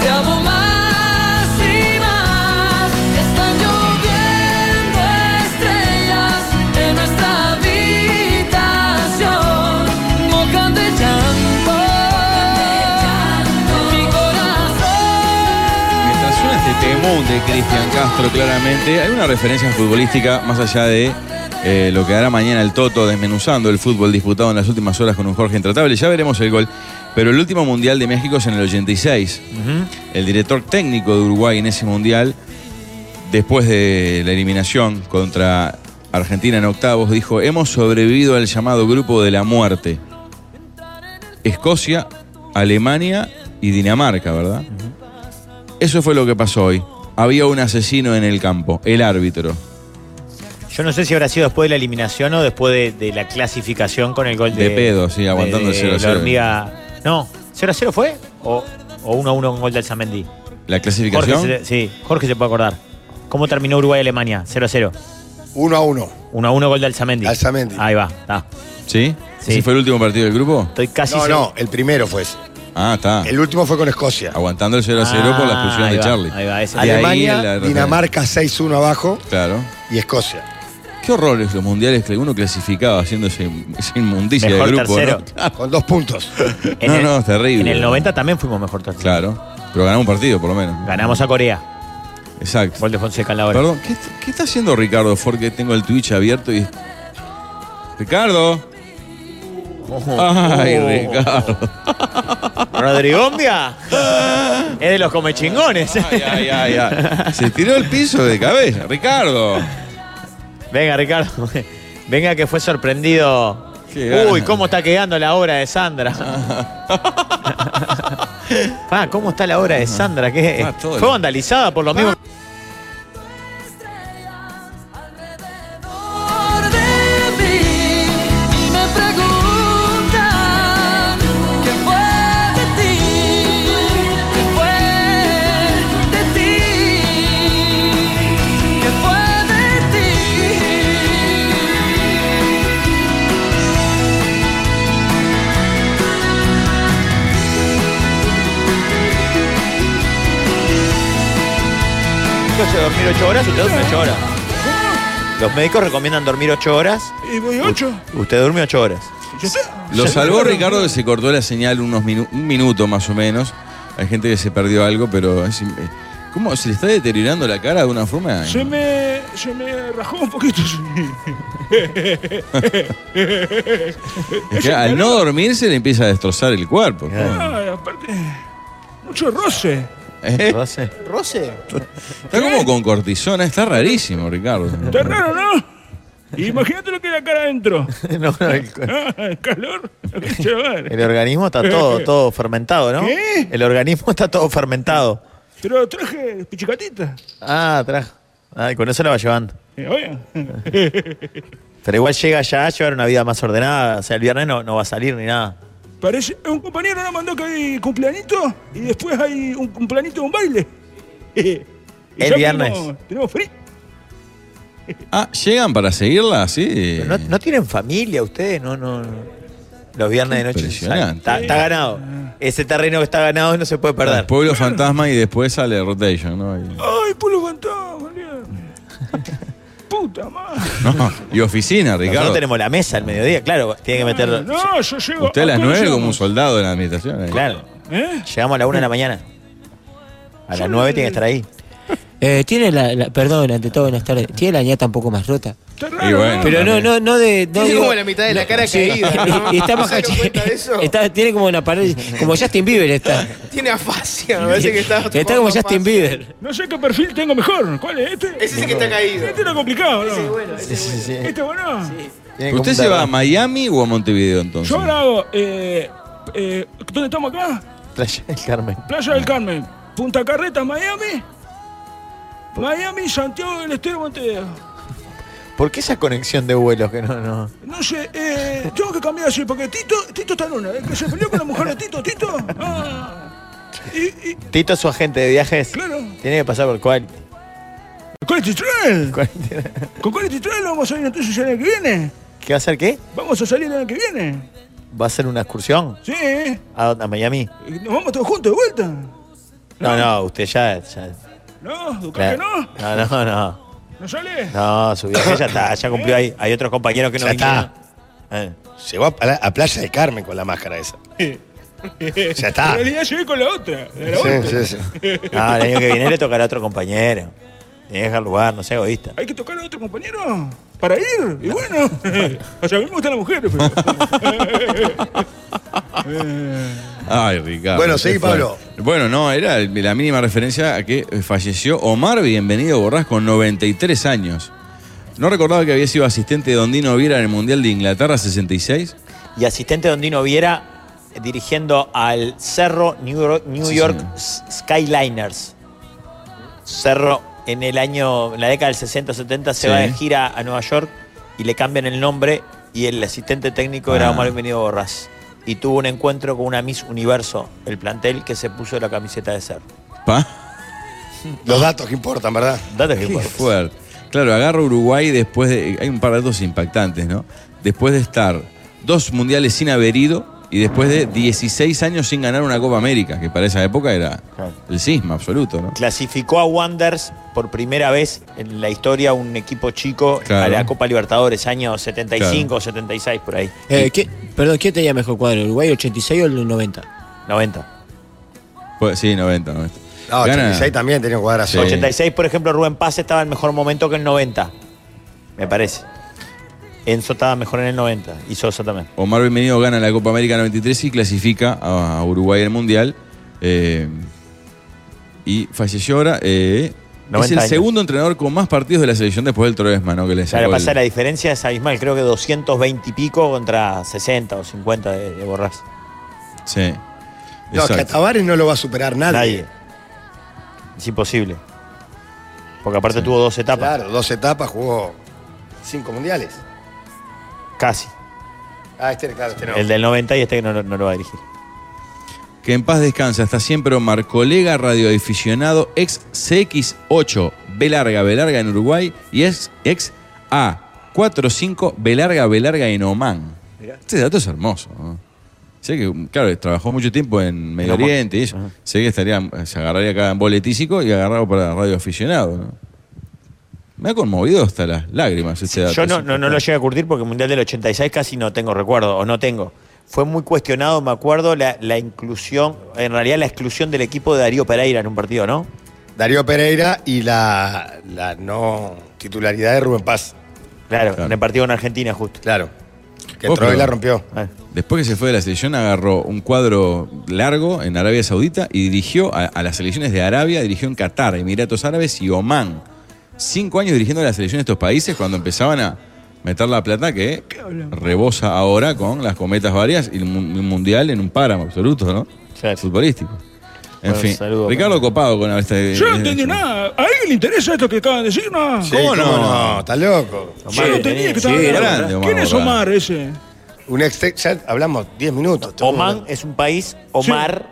Speaker 18: te amo más y más? Están lloviendo estrellas en nuestra habitación, mojan de llanto mi corazón.
Speaker 4: Mientras suena este temón de Cristian Castro, claramente, hay una referencia futbolística más allá de eh, lo que hará mañana el Toto desmenuzando el fútbol disputado en las últimas horas con un Jorge intratable. Ya veremos el gol. Pero el último Mundial de México es en el 86. El director técnico de Uruguay en ese Mundial, después de la eliminación contra Argentina en octavos, dijo, hemos sobrevivido al llamado grupo de la muerte. Escocia, Alemania y Dinamarca, ¿verdad? Eso fue lo que pasó hoy. Había un asesino en el campo, el árbitro.
Speaker 5: Yo no sé si habrá sido después de la eliminación o después de, de la clasificación con el gol de.
Speaker 4: De pedo, sí, aguantando el
Speaker 5: de
Speaker 4: 0 a
Speaker 5: la
Speaker 4: 0.
Speaker 5: hormiga. No, 0 a 0 fue o, o 1 a 1 un gol de Alzamendi.
Speaker 4: La
Speaker 5: Jorge
Speaker 4: clasificación.
Speaker 5: se, sí, Jorge se puede acordar. ¿Cómo terminó Uruguay-Alemania? 0 a 0.
Speaker 6: 1 a 1.
Speaker 5: 1 a 1 gol de Alzamendi. Alzamendi. Ahí va, está.
Speaker 4: ¿Sí?
Speaker 5: Sí.
Speaker 4: ¿Ese fue el último partido del grupo?
Speaker 5: Estoy casi
Speaker 6: No,
Speaker 5: seguro.
Speaker 6: no, el primero fue ese.
Speaker 4: Ah, está.
Speaker 6: El último fue con Escocia.
Speaker 4: Aguantando el 0 a 0 por la
Speaker 5: Ah,
Speaker 4: expulsión de Charlie. De ahí la
Speaker 6: Alemania,
Speaker 4: referencia.
Speaker 6: Dinamarca 6-1 abajo
Speaker 4: Claro.
Speaker 6: y Escocia.
Speaker 4: Qué horrores los mundiales que uno clasificaba haciendo ese- esa inmundicia
Speaker 5: Mejor
Speaker 4: de grupo.
Speaker 5: tercero.
Speaker 4: [laughs]
Speaker 6: Con dos puntos.
Speaker 4: ¿no? No, no, es terrible.
Speaker 5: En el 90 también fuimos mejor tercero.
Speaker 4: Claro. Pero ganamos un partido, por lo menos.
Speaker 5: Ganamos a Corea.
Speaker 4: Exacto.
Speaker 5: Gol de Fonseca en la hora.
Speaker 4: Perdón, ¿qué, est- qué está haciendo Ricardo Ford que tengo el Twitch abierto y. ¡Ricardo! ¡Ay,
Speaker 5: Oh.
Speaker 4: Ricardo!
Speaker 5: Rodrigo Ombia. es de los comechingones.
Speaker 4: Ay,
Speaker 5: [laughs]
Speaker 4: ay, ay. Se tiró el piso de cabeza. Ricardo.
Speaker 5: Venga, Ricardo. Venga que fue sorprendido.
Speaker 4: gana.
Speaker 5: Uy, cómo está quedando la obra de [laughs] Sandra. ah, cómo está la obra de Sandra. ¿Qué?
Speaker 4: Ah, todo
Speaker 5: Fue
Speaker 4: lo-
Speaker 5: vandalizada por lo mismo.
Speaker 18: Y me preguntan qué fue de ti, qué fue de ti, qué fue de ti.
Speaker 5: Entonces, dormir 8 horas, usted duerme 8 horas. Los médicos recomiendan dormir 8 horas.
Speaker 13: ¿Y voy 8?
Speaker 5: Usted duerme 8 horas.
Speaker 4: Lo salvó Ricardo que se cortó la señal unos minu- un minuto más o menos. Hay gente que se perdió algo, pero es im- eh, ¿Cómo? Se le está deteriorando la cara de una forma.
Speaker 19: Se me, se me rajó un poquito.
Speaker 4: [laughs] Es que al no dormir se le empieza a destrozar el cuerpo. ¿no?
Speaker 19: Ay, aparte, mucho roce.
Speaker 4: ¿Eh?
Speaker 19: ¿Roce?
Speaker 4: Está como con cortisona, está rarísimo, Ricardo.
Speaker 19: Está raro, ¿no? Imagínate lo que hay acá adentro.
Speaker 5: [laughs] No, no, el-
Speaker 19: [laughs] Ah, el calor. la concha de madre.
Speaker 5: [laughs] El organismo está [laughs] todo, todo fermentado, ¿no?
Speaker 19: ¿Qué?
Speaker 5: El organismo está todo fermentado.
Speaker 19: Pero traje pichicatita.
Speaker 5: Ah, trajo. Ay, con eso la va llevando.
Speaker 19: Eh, oye.
Speaker 5: [laughs] Pero igual llega ya a llevar una vida más ordenada. O sea, el viernes no, no va a salir ni nada.
Speaker 19: Parece, un compañero nos mandó que hay cumpleanito y después hay un cumpleanito de un baile. El
Speaker 5: El viernes.
Speaker 19: Tenemos, tenemos free.
Speaker 4: Ah, llegan para seguirla, sí.
Speaker 5: Pero no, no tienen familia ustedes, no, no. no. Los viernes de noche.
Speaker 4: Impresionante.
Speaker 5: Está, está ganado. Ese terreno que está ganado no se puede perder.
Speaker 4: Pueblo Fantasma y después sale Rotation, ¿no? Y-
Speaker 19: ¡Ay, Pulo Fantasma! puta madre.
Speaker 4: No, y oficina,
Speaker 5: Nosotros
Speaker 4: Ricardo.
Speaker 5: tenemos la mesa al mediodía, claro, tiene que meter.
Speaker 19: No, yo llego.
Speaker 4: Usted a las
Speaker 19: ¿cómo
Speaker 4: 9
Speaker 19: llego?
Speaker 4: como un soldado de la administración. ahí.
Speaker 5: Claro.
Speaker 19: ¿Eh?
Speaker 5: Llegamos a la 1 de la mañana. A las 9 tiene que estar ahí.
Speaker 7: Eh, tiene la, la- Perdón, ante todo, buenas tardes. Tiene la ñata un poco más rota.
Speaker 4: Y bueno,
Speaker 7: Pero no,
Speaker 4: también.
Speaker 7: no, no de. No
Speaker 8: Tiene
Speaker 7: digo-
Speaker 8: como la mitad de la cara
Speaker 7: [laughs]
Speaker 8: caída, ¿no?
Speaker 7: Y está más
Speaker 8: ¿Se dieron
Speaker 7: caché-
Speaker 8: cuenta de eso?
Speaker 7: está- Tiene como una pared. Como Justin Bieber
Speaker 8: [laughs]
Speaker 7: está.
Speaker 8: Tiene afasia, me parece que está.
Speaker 7: Está como Justin Bieber.
Speaker 19: No sé qué perfil tengo mejor. ¿Cuál es este?
Speaker 8: Es ese que está caído.
Speaker 19: Este era complicado, ¿no? ¿Este bueno?
Speaker 4: ¿Usted se va a Miami o a Montevideo entonces?
Speaker 19: Yo ahora hago. Eh, eh, ¿Dónde estamos acá?
Speaker 5: Playa del Carmen.
Speaker 19: Playa del Carmen, Punta Carreta, Miami. Miami, Santiago del Estero, Montevideo.
Speaker 5: ¿Por qué esa conexión de vuelos que no, no?
Speaker 19: No sé, eh, tengo que cambiar así, porque Tito, Tito está en una, el que se peleó con la mujer de Tito, Tito. Ah, y, y-
Speaker 5: Tito, su agente de viajes,
Speaker 19: claro,
Speaker 5: tiene que pasar por cuál.
Speaker 19: Quality Trail. Con Quality Trail vamos a salir entonces el año que viene.
Speaker 5: ¿Qué va a hacer qué?
Speaker 19: Vamos a salir el año que viene.
Speaker 5: ¿Va a hacer una excursión?
Speaker 19: Sí, eh,
Speaker 5: ¿A dónde? ¿A Miami?
Speaker 19: nos vamos todos juntos de vuelta.
Speaker 5: No, no, usted ya. ya-
Speaker 19: No, Ducati
Speaker 5: claro.
Speaker 19: no,
Speaker 5: No, no, no.
Speaker 19: no sale.
Speaker 5: No, su viaje ya está, ya cumplió ahí. Hay otros compañeros que no
Speaker 3: Ya
Speaker 5: vinieron.
Speaker 3: está. Eh. Llegó a, pla- a Playa de Carmen con la máscara esa.
Speaker 19: Ya
Speaker 3: está.
Speaker 19: En realidad llegué con la otra. de la
Speaker 3: Sí,
Speaker 19: otra.
Speaker 3: sí, sí.
Speaker 5: No, Ah, el año que viene le tocará a otro compañero. Tiene que dejar lugar, no sea egoísta.
Speaker 19: [laughs] Hay que tocar a otro compañero para ir. Y bueno, [laughs] o sea, a mí me gustan las mujeres. pero-
Speaker 4: Ay, Ricardo.
Speaker 3: Bueno,
Speaker 4: qué
Speaker 3: seguí,
Speaker 4: fuerte.
Speaker 3: Pablo.
Speaker 4: Bueno, no, era el- la mínima referencia a que eh, falleció Omar Bienvenido Borrás con 93 años. ¿No recordaba que había sido asistente de Dondino Viera en el Mundial de Inglaterra 66?
Speaker 5: Y asistente Dondino Viera eh, dirigiendo al Cerro New York, New
Speaker 4: Sí,
Speaker 5: York S- Skyliners. Cerro en el año, en la década del 60-70 se
Speaker 4: Sí.
Speaker 5: va de gira a Nueva York y le cambian el nombre y el asistente técnico era
Speaker 4: Ah.
Speaker 5: Omar Bienvenido Borrás. Y tuvo un encuentro con una Miss Universo, el plantel que se puso la camiseta de Cerro.
Speaker 4: Pa.
Speaker 3: Los datos que importan, ¿verdad?
Speaker 5: Datos que
Speaker 4: Qué
Speaker 5: importan.
Speaker 4: fuerte. Claro, agarra Uruguay después de. Hay un par de datos impactantes, ¿no? Después de estar dos mundiales sin haber ido y después de 16 años sin ganar una Copa América, que para esa época era el cisma absoluto, ¿no?
Speaker 5: Clasificó a Wanderers por primera vez en la historia un equipo chico
Speaker 4: Claro.
Speaker 5: a la Copa Libertadores, año 75 o 76 por ahí.
Speaker 7: Eh, ¿qué- perdón, ¿quién tenía mejor cuadro? ¿Uruguay 86 o el 90?
Speaker 5: 90.
Speaker 4: Pues, sí, 90, 90.
Speaker 3: No,
Speaker 4: Gana-
Speaker 3: 86 también tenía un cuadrazo.
Speaker 5: 86, por ejemplo, Rubén Paz estaba en mejor momento que el 90, me parece. Enzo estaba mejor en el 90 y Sosa también.
Speaker 4: Omar Bienvenido gana la Copa América 93 y clasifica a Uruguay al Mundial. Eh, y falleció ahora. eh, es
Speaker 5: 90
Speaker 4: el
Speaker 5: años.
Speaker 4: segundo entrenador con más partidos de la selección después del Troesma, ¿no? Que le
Speaker 5: Claro,
Speaker 4: sacó
Speaker 5: pasa
Speaker 4: el-
Speaker 5: la diferencia es abismal, creo que 220 y pico contra 60 o 50 de, de Borrás.
Speaker 4: Sí.
Speaker 6: No, que a Tavares no lo va a superar nadie.
Speaker 5: Nadie. Es imposible. Porque aparte tuvo dos etapas.
Speaker 3: Claro, dos etapas, jugó cinco mundiales.
Speaker 5: Casi.
Speaker 3: Ah, este, claro, este no.
Speaker 5: El del 90 y este que no, lo- no lo va a dirigir.
Speaker 4: Que en paz descansa hasta siempre Omar, colega radioaficionado, ex CX8, B larga, B larga en Uruguay y ex, ex A45, B larga, B larga en Oman. Este dato es hermoso. ¿no? Sé que, claro, trabajó mucho tiempo en Medio
Speaker 5: Oman.
Speaker 4: Oriente y eso. Sé que estaría, se agarraría acá en boletísico y agarrado para radioaficionado. ¿no? Me ha conmovido hasta las lágrimas ese dato.
Speaker 5: Yo no, no, no lo llegué a curtir porque el Mundial del 86 casi no tengo recuerdo, o no tengo. Fue muy cuestionado, me acuerdo, la, la inclusión, en realidad la exclusión del equipo de Darío Pereira en un partido, ¿no?
Speaker 3: Darío Pereira y la, la no titularidad de Rubén Paz.
Speaker 5: Claro, en el partido en Argentina justo.
Speaker 3: Claro. Que
Speaker 4: Oh,
Speaker 3: entró y
Speaker 4: pero-
Speaker 3: la rompió.
Speaker 5: Ah.
Speaker 4: Después que se fue de la selección, agarró un cuadro largo en Arabia Saudita y dirigió a, a las selecciones de Arabia, dirigió en Qatar, Emiratos Árabes y Omán. Cinco años dirigiendo la selección de estos países cuando empezaban a meter la plata que rebosa ahora con las cometas varias y un un mundial en un páramo absoluto, ¿no? Futbolístico. En
Speaker 5: Bueno,
Speaker 4: fin,
Speaker 5: saludo,
Speaker 4: Ricardo Copado con este.
Speaker 19: Yo no entendí nada. ¿A alguien le interesa esto que acaban de decir? No.
Speaker 4: ¿Cómo no?
Speaker 3: ¿Está loco?
Speaker 19: Yo no tenía que estar hablando. ¿Quién es Omar ese?
Speaker 3: Un ex ya hablamos 10 minutos.
Speaker 5: Oman es un país, Omar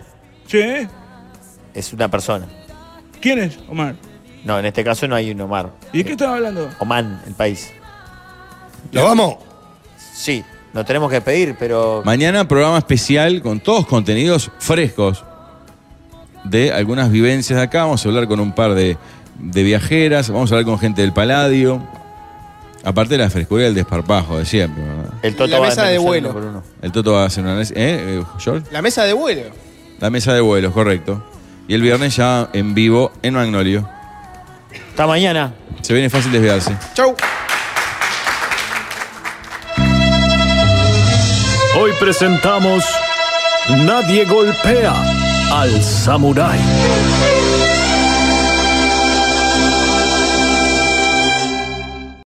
Speaker 19: Sí.
Speaker 5: es una persona.
Speaker 19: ¿Quién es Omar?
Speaker 5: No, en este caso no hay un Omar.
Speaker 19: ¿Y de qué estaba hablando?
Speaker 5: Oman, el país.
Speaker 3: ¿Nos vamos?
Speaker 5: Sí, nos tenemos que despedir, pero
Speaker 4: Mañana programa especial con todos contenidos frescos de algunas vivencias de acá. Vamos a hablar con un par de, de viajeras, vamos a hablar con gente del Paladio. Aparte de la frescura y el desparpajo de siempre. ¿verdad?
Speaker 5: El
Speaker 8: Toto La va a mesa de desmenuzar vuelo. uno por
Speaker 4: El Toto va a hacer una análisis. ¿Eh, eh, George?
Speaker 8: La mesa de vuelo.
Speaker 4: La mesa de vuelos, correcto. Y el viernes ya en vivo en Magnolio.
Speaker 5: Hasta mañana.
Speaker 4: Se viene fácil desviarse.
Speaker 8: Chau.
Speaker 10: Hoy presentamos Nadie golpea al samurái.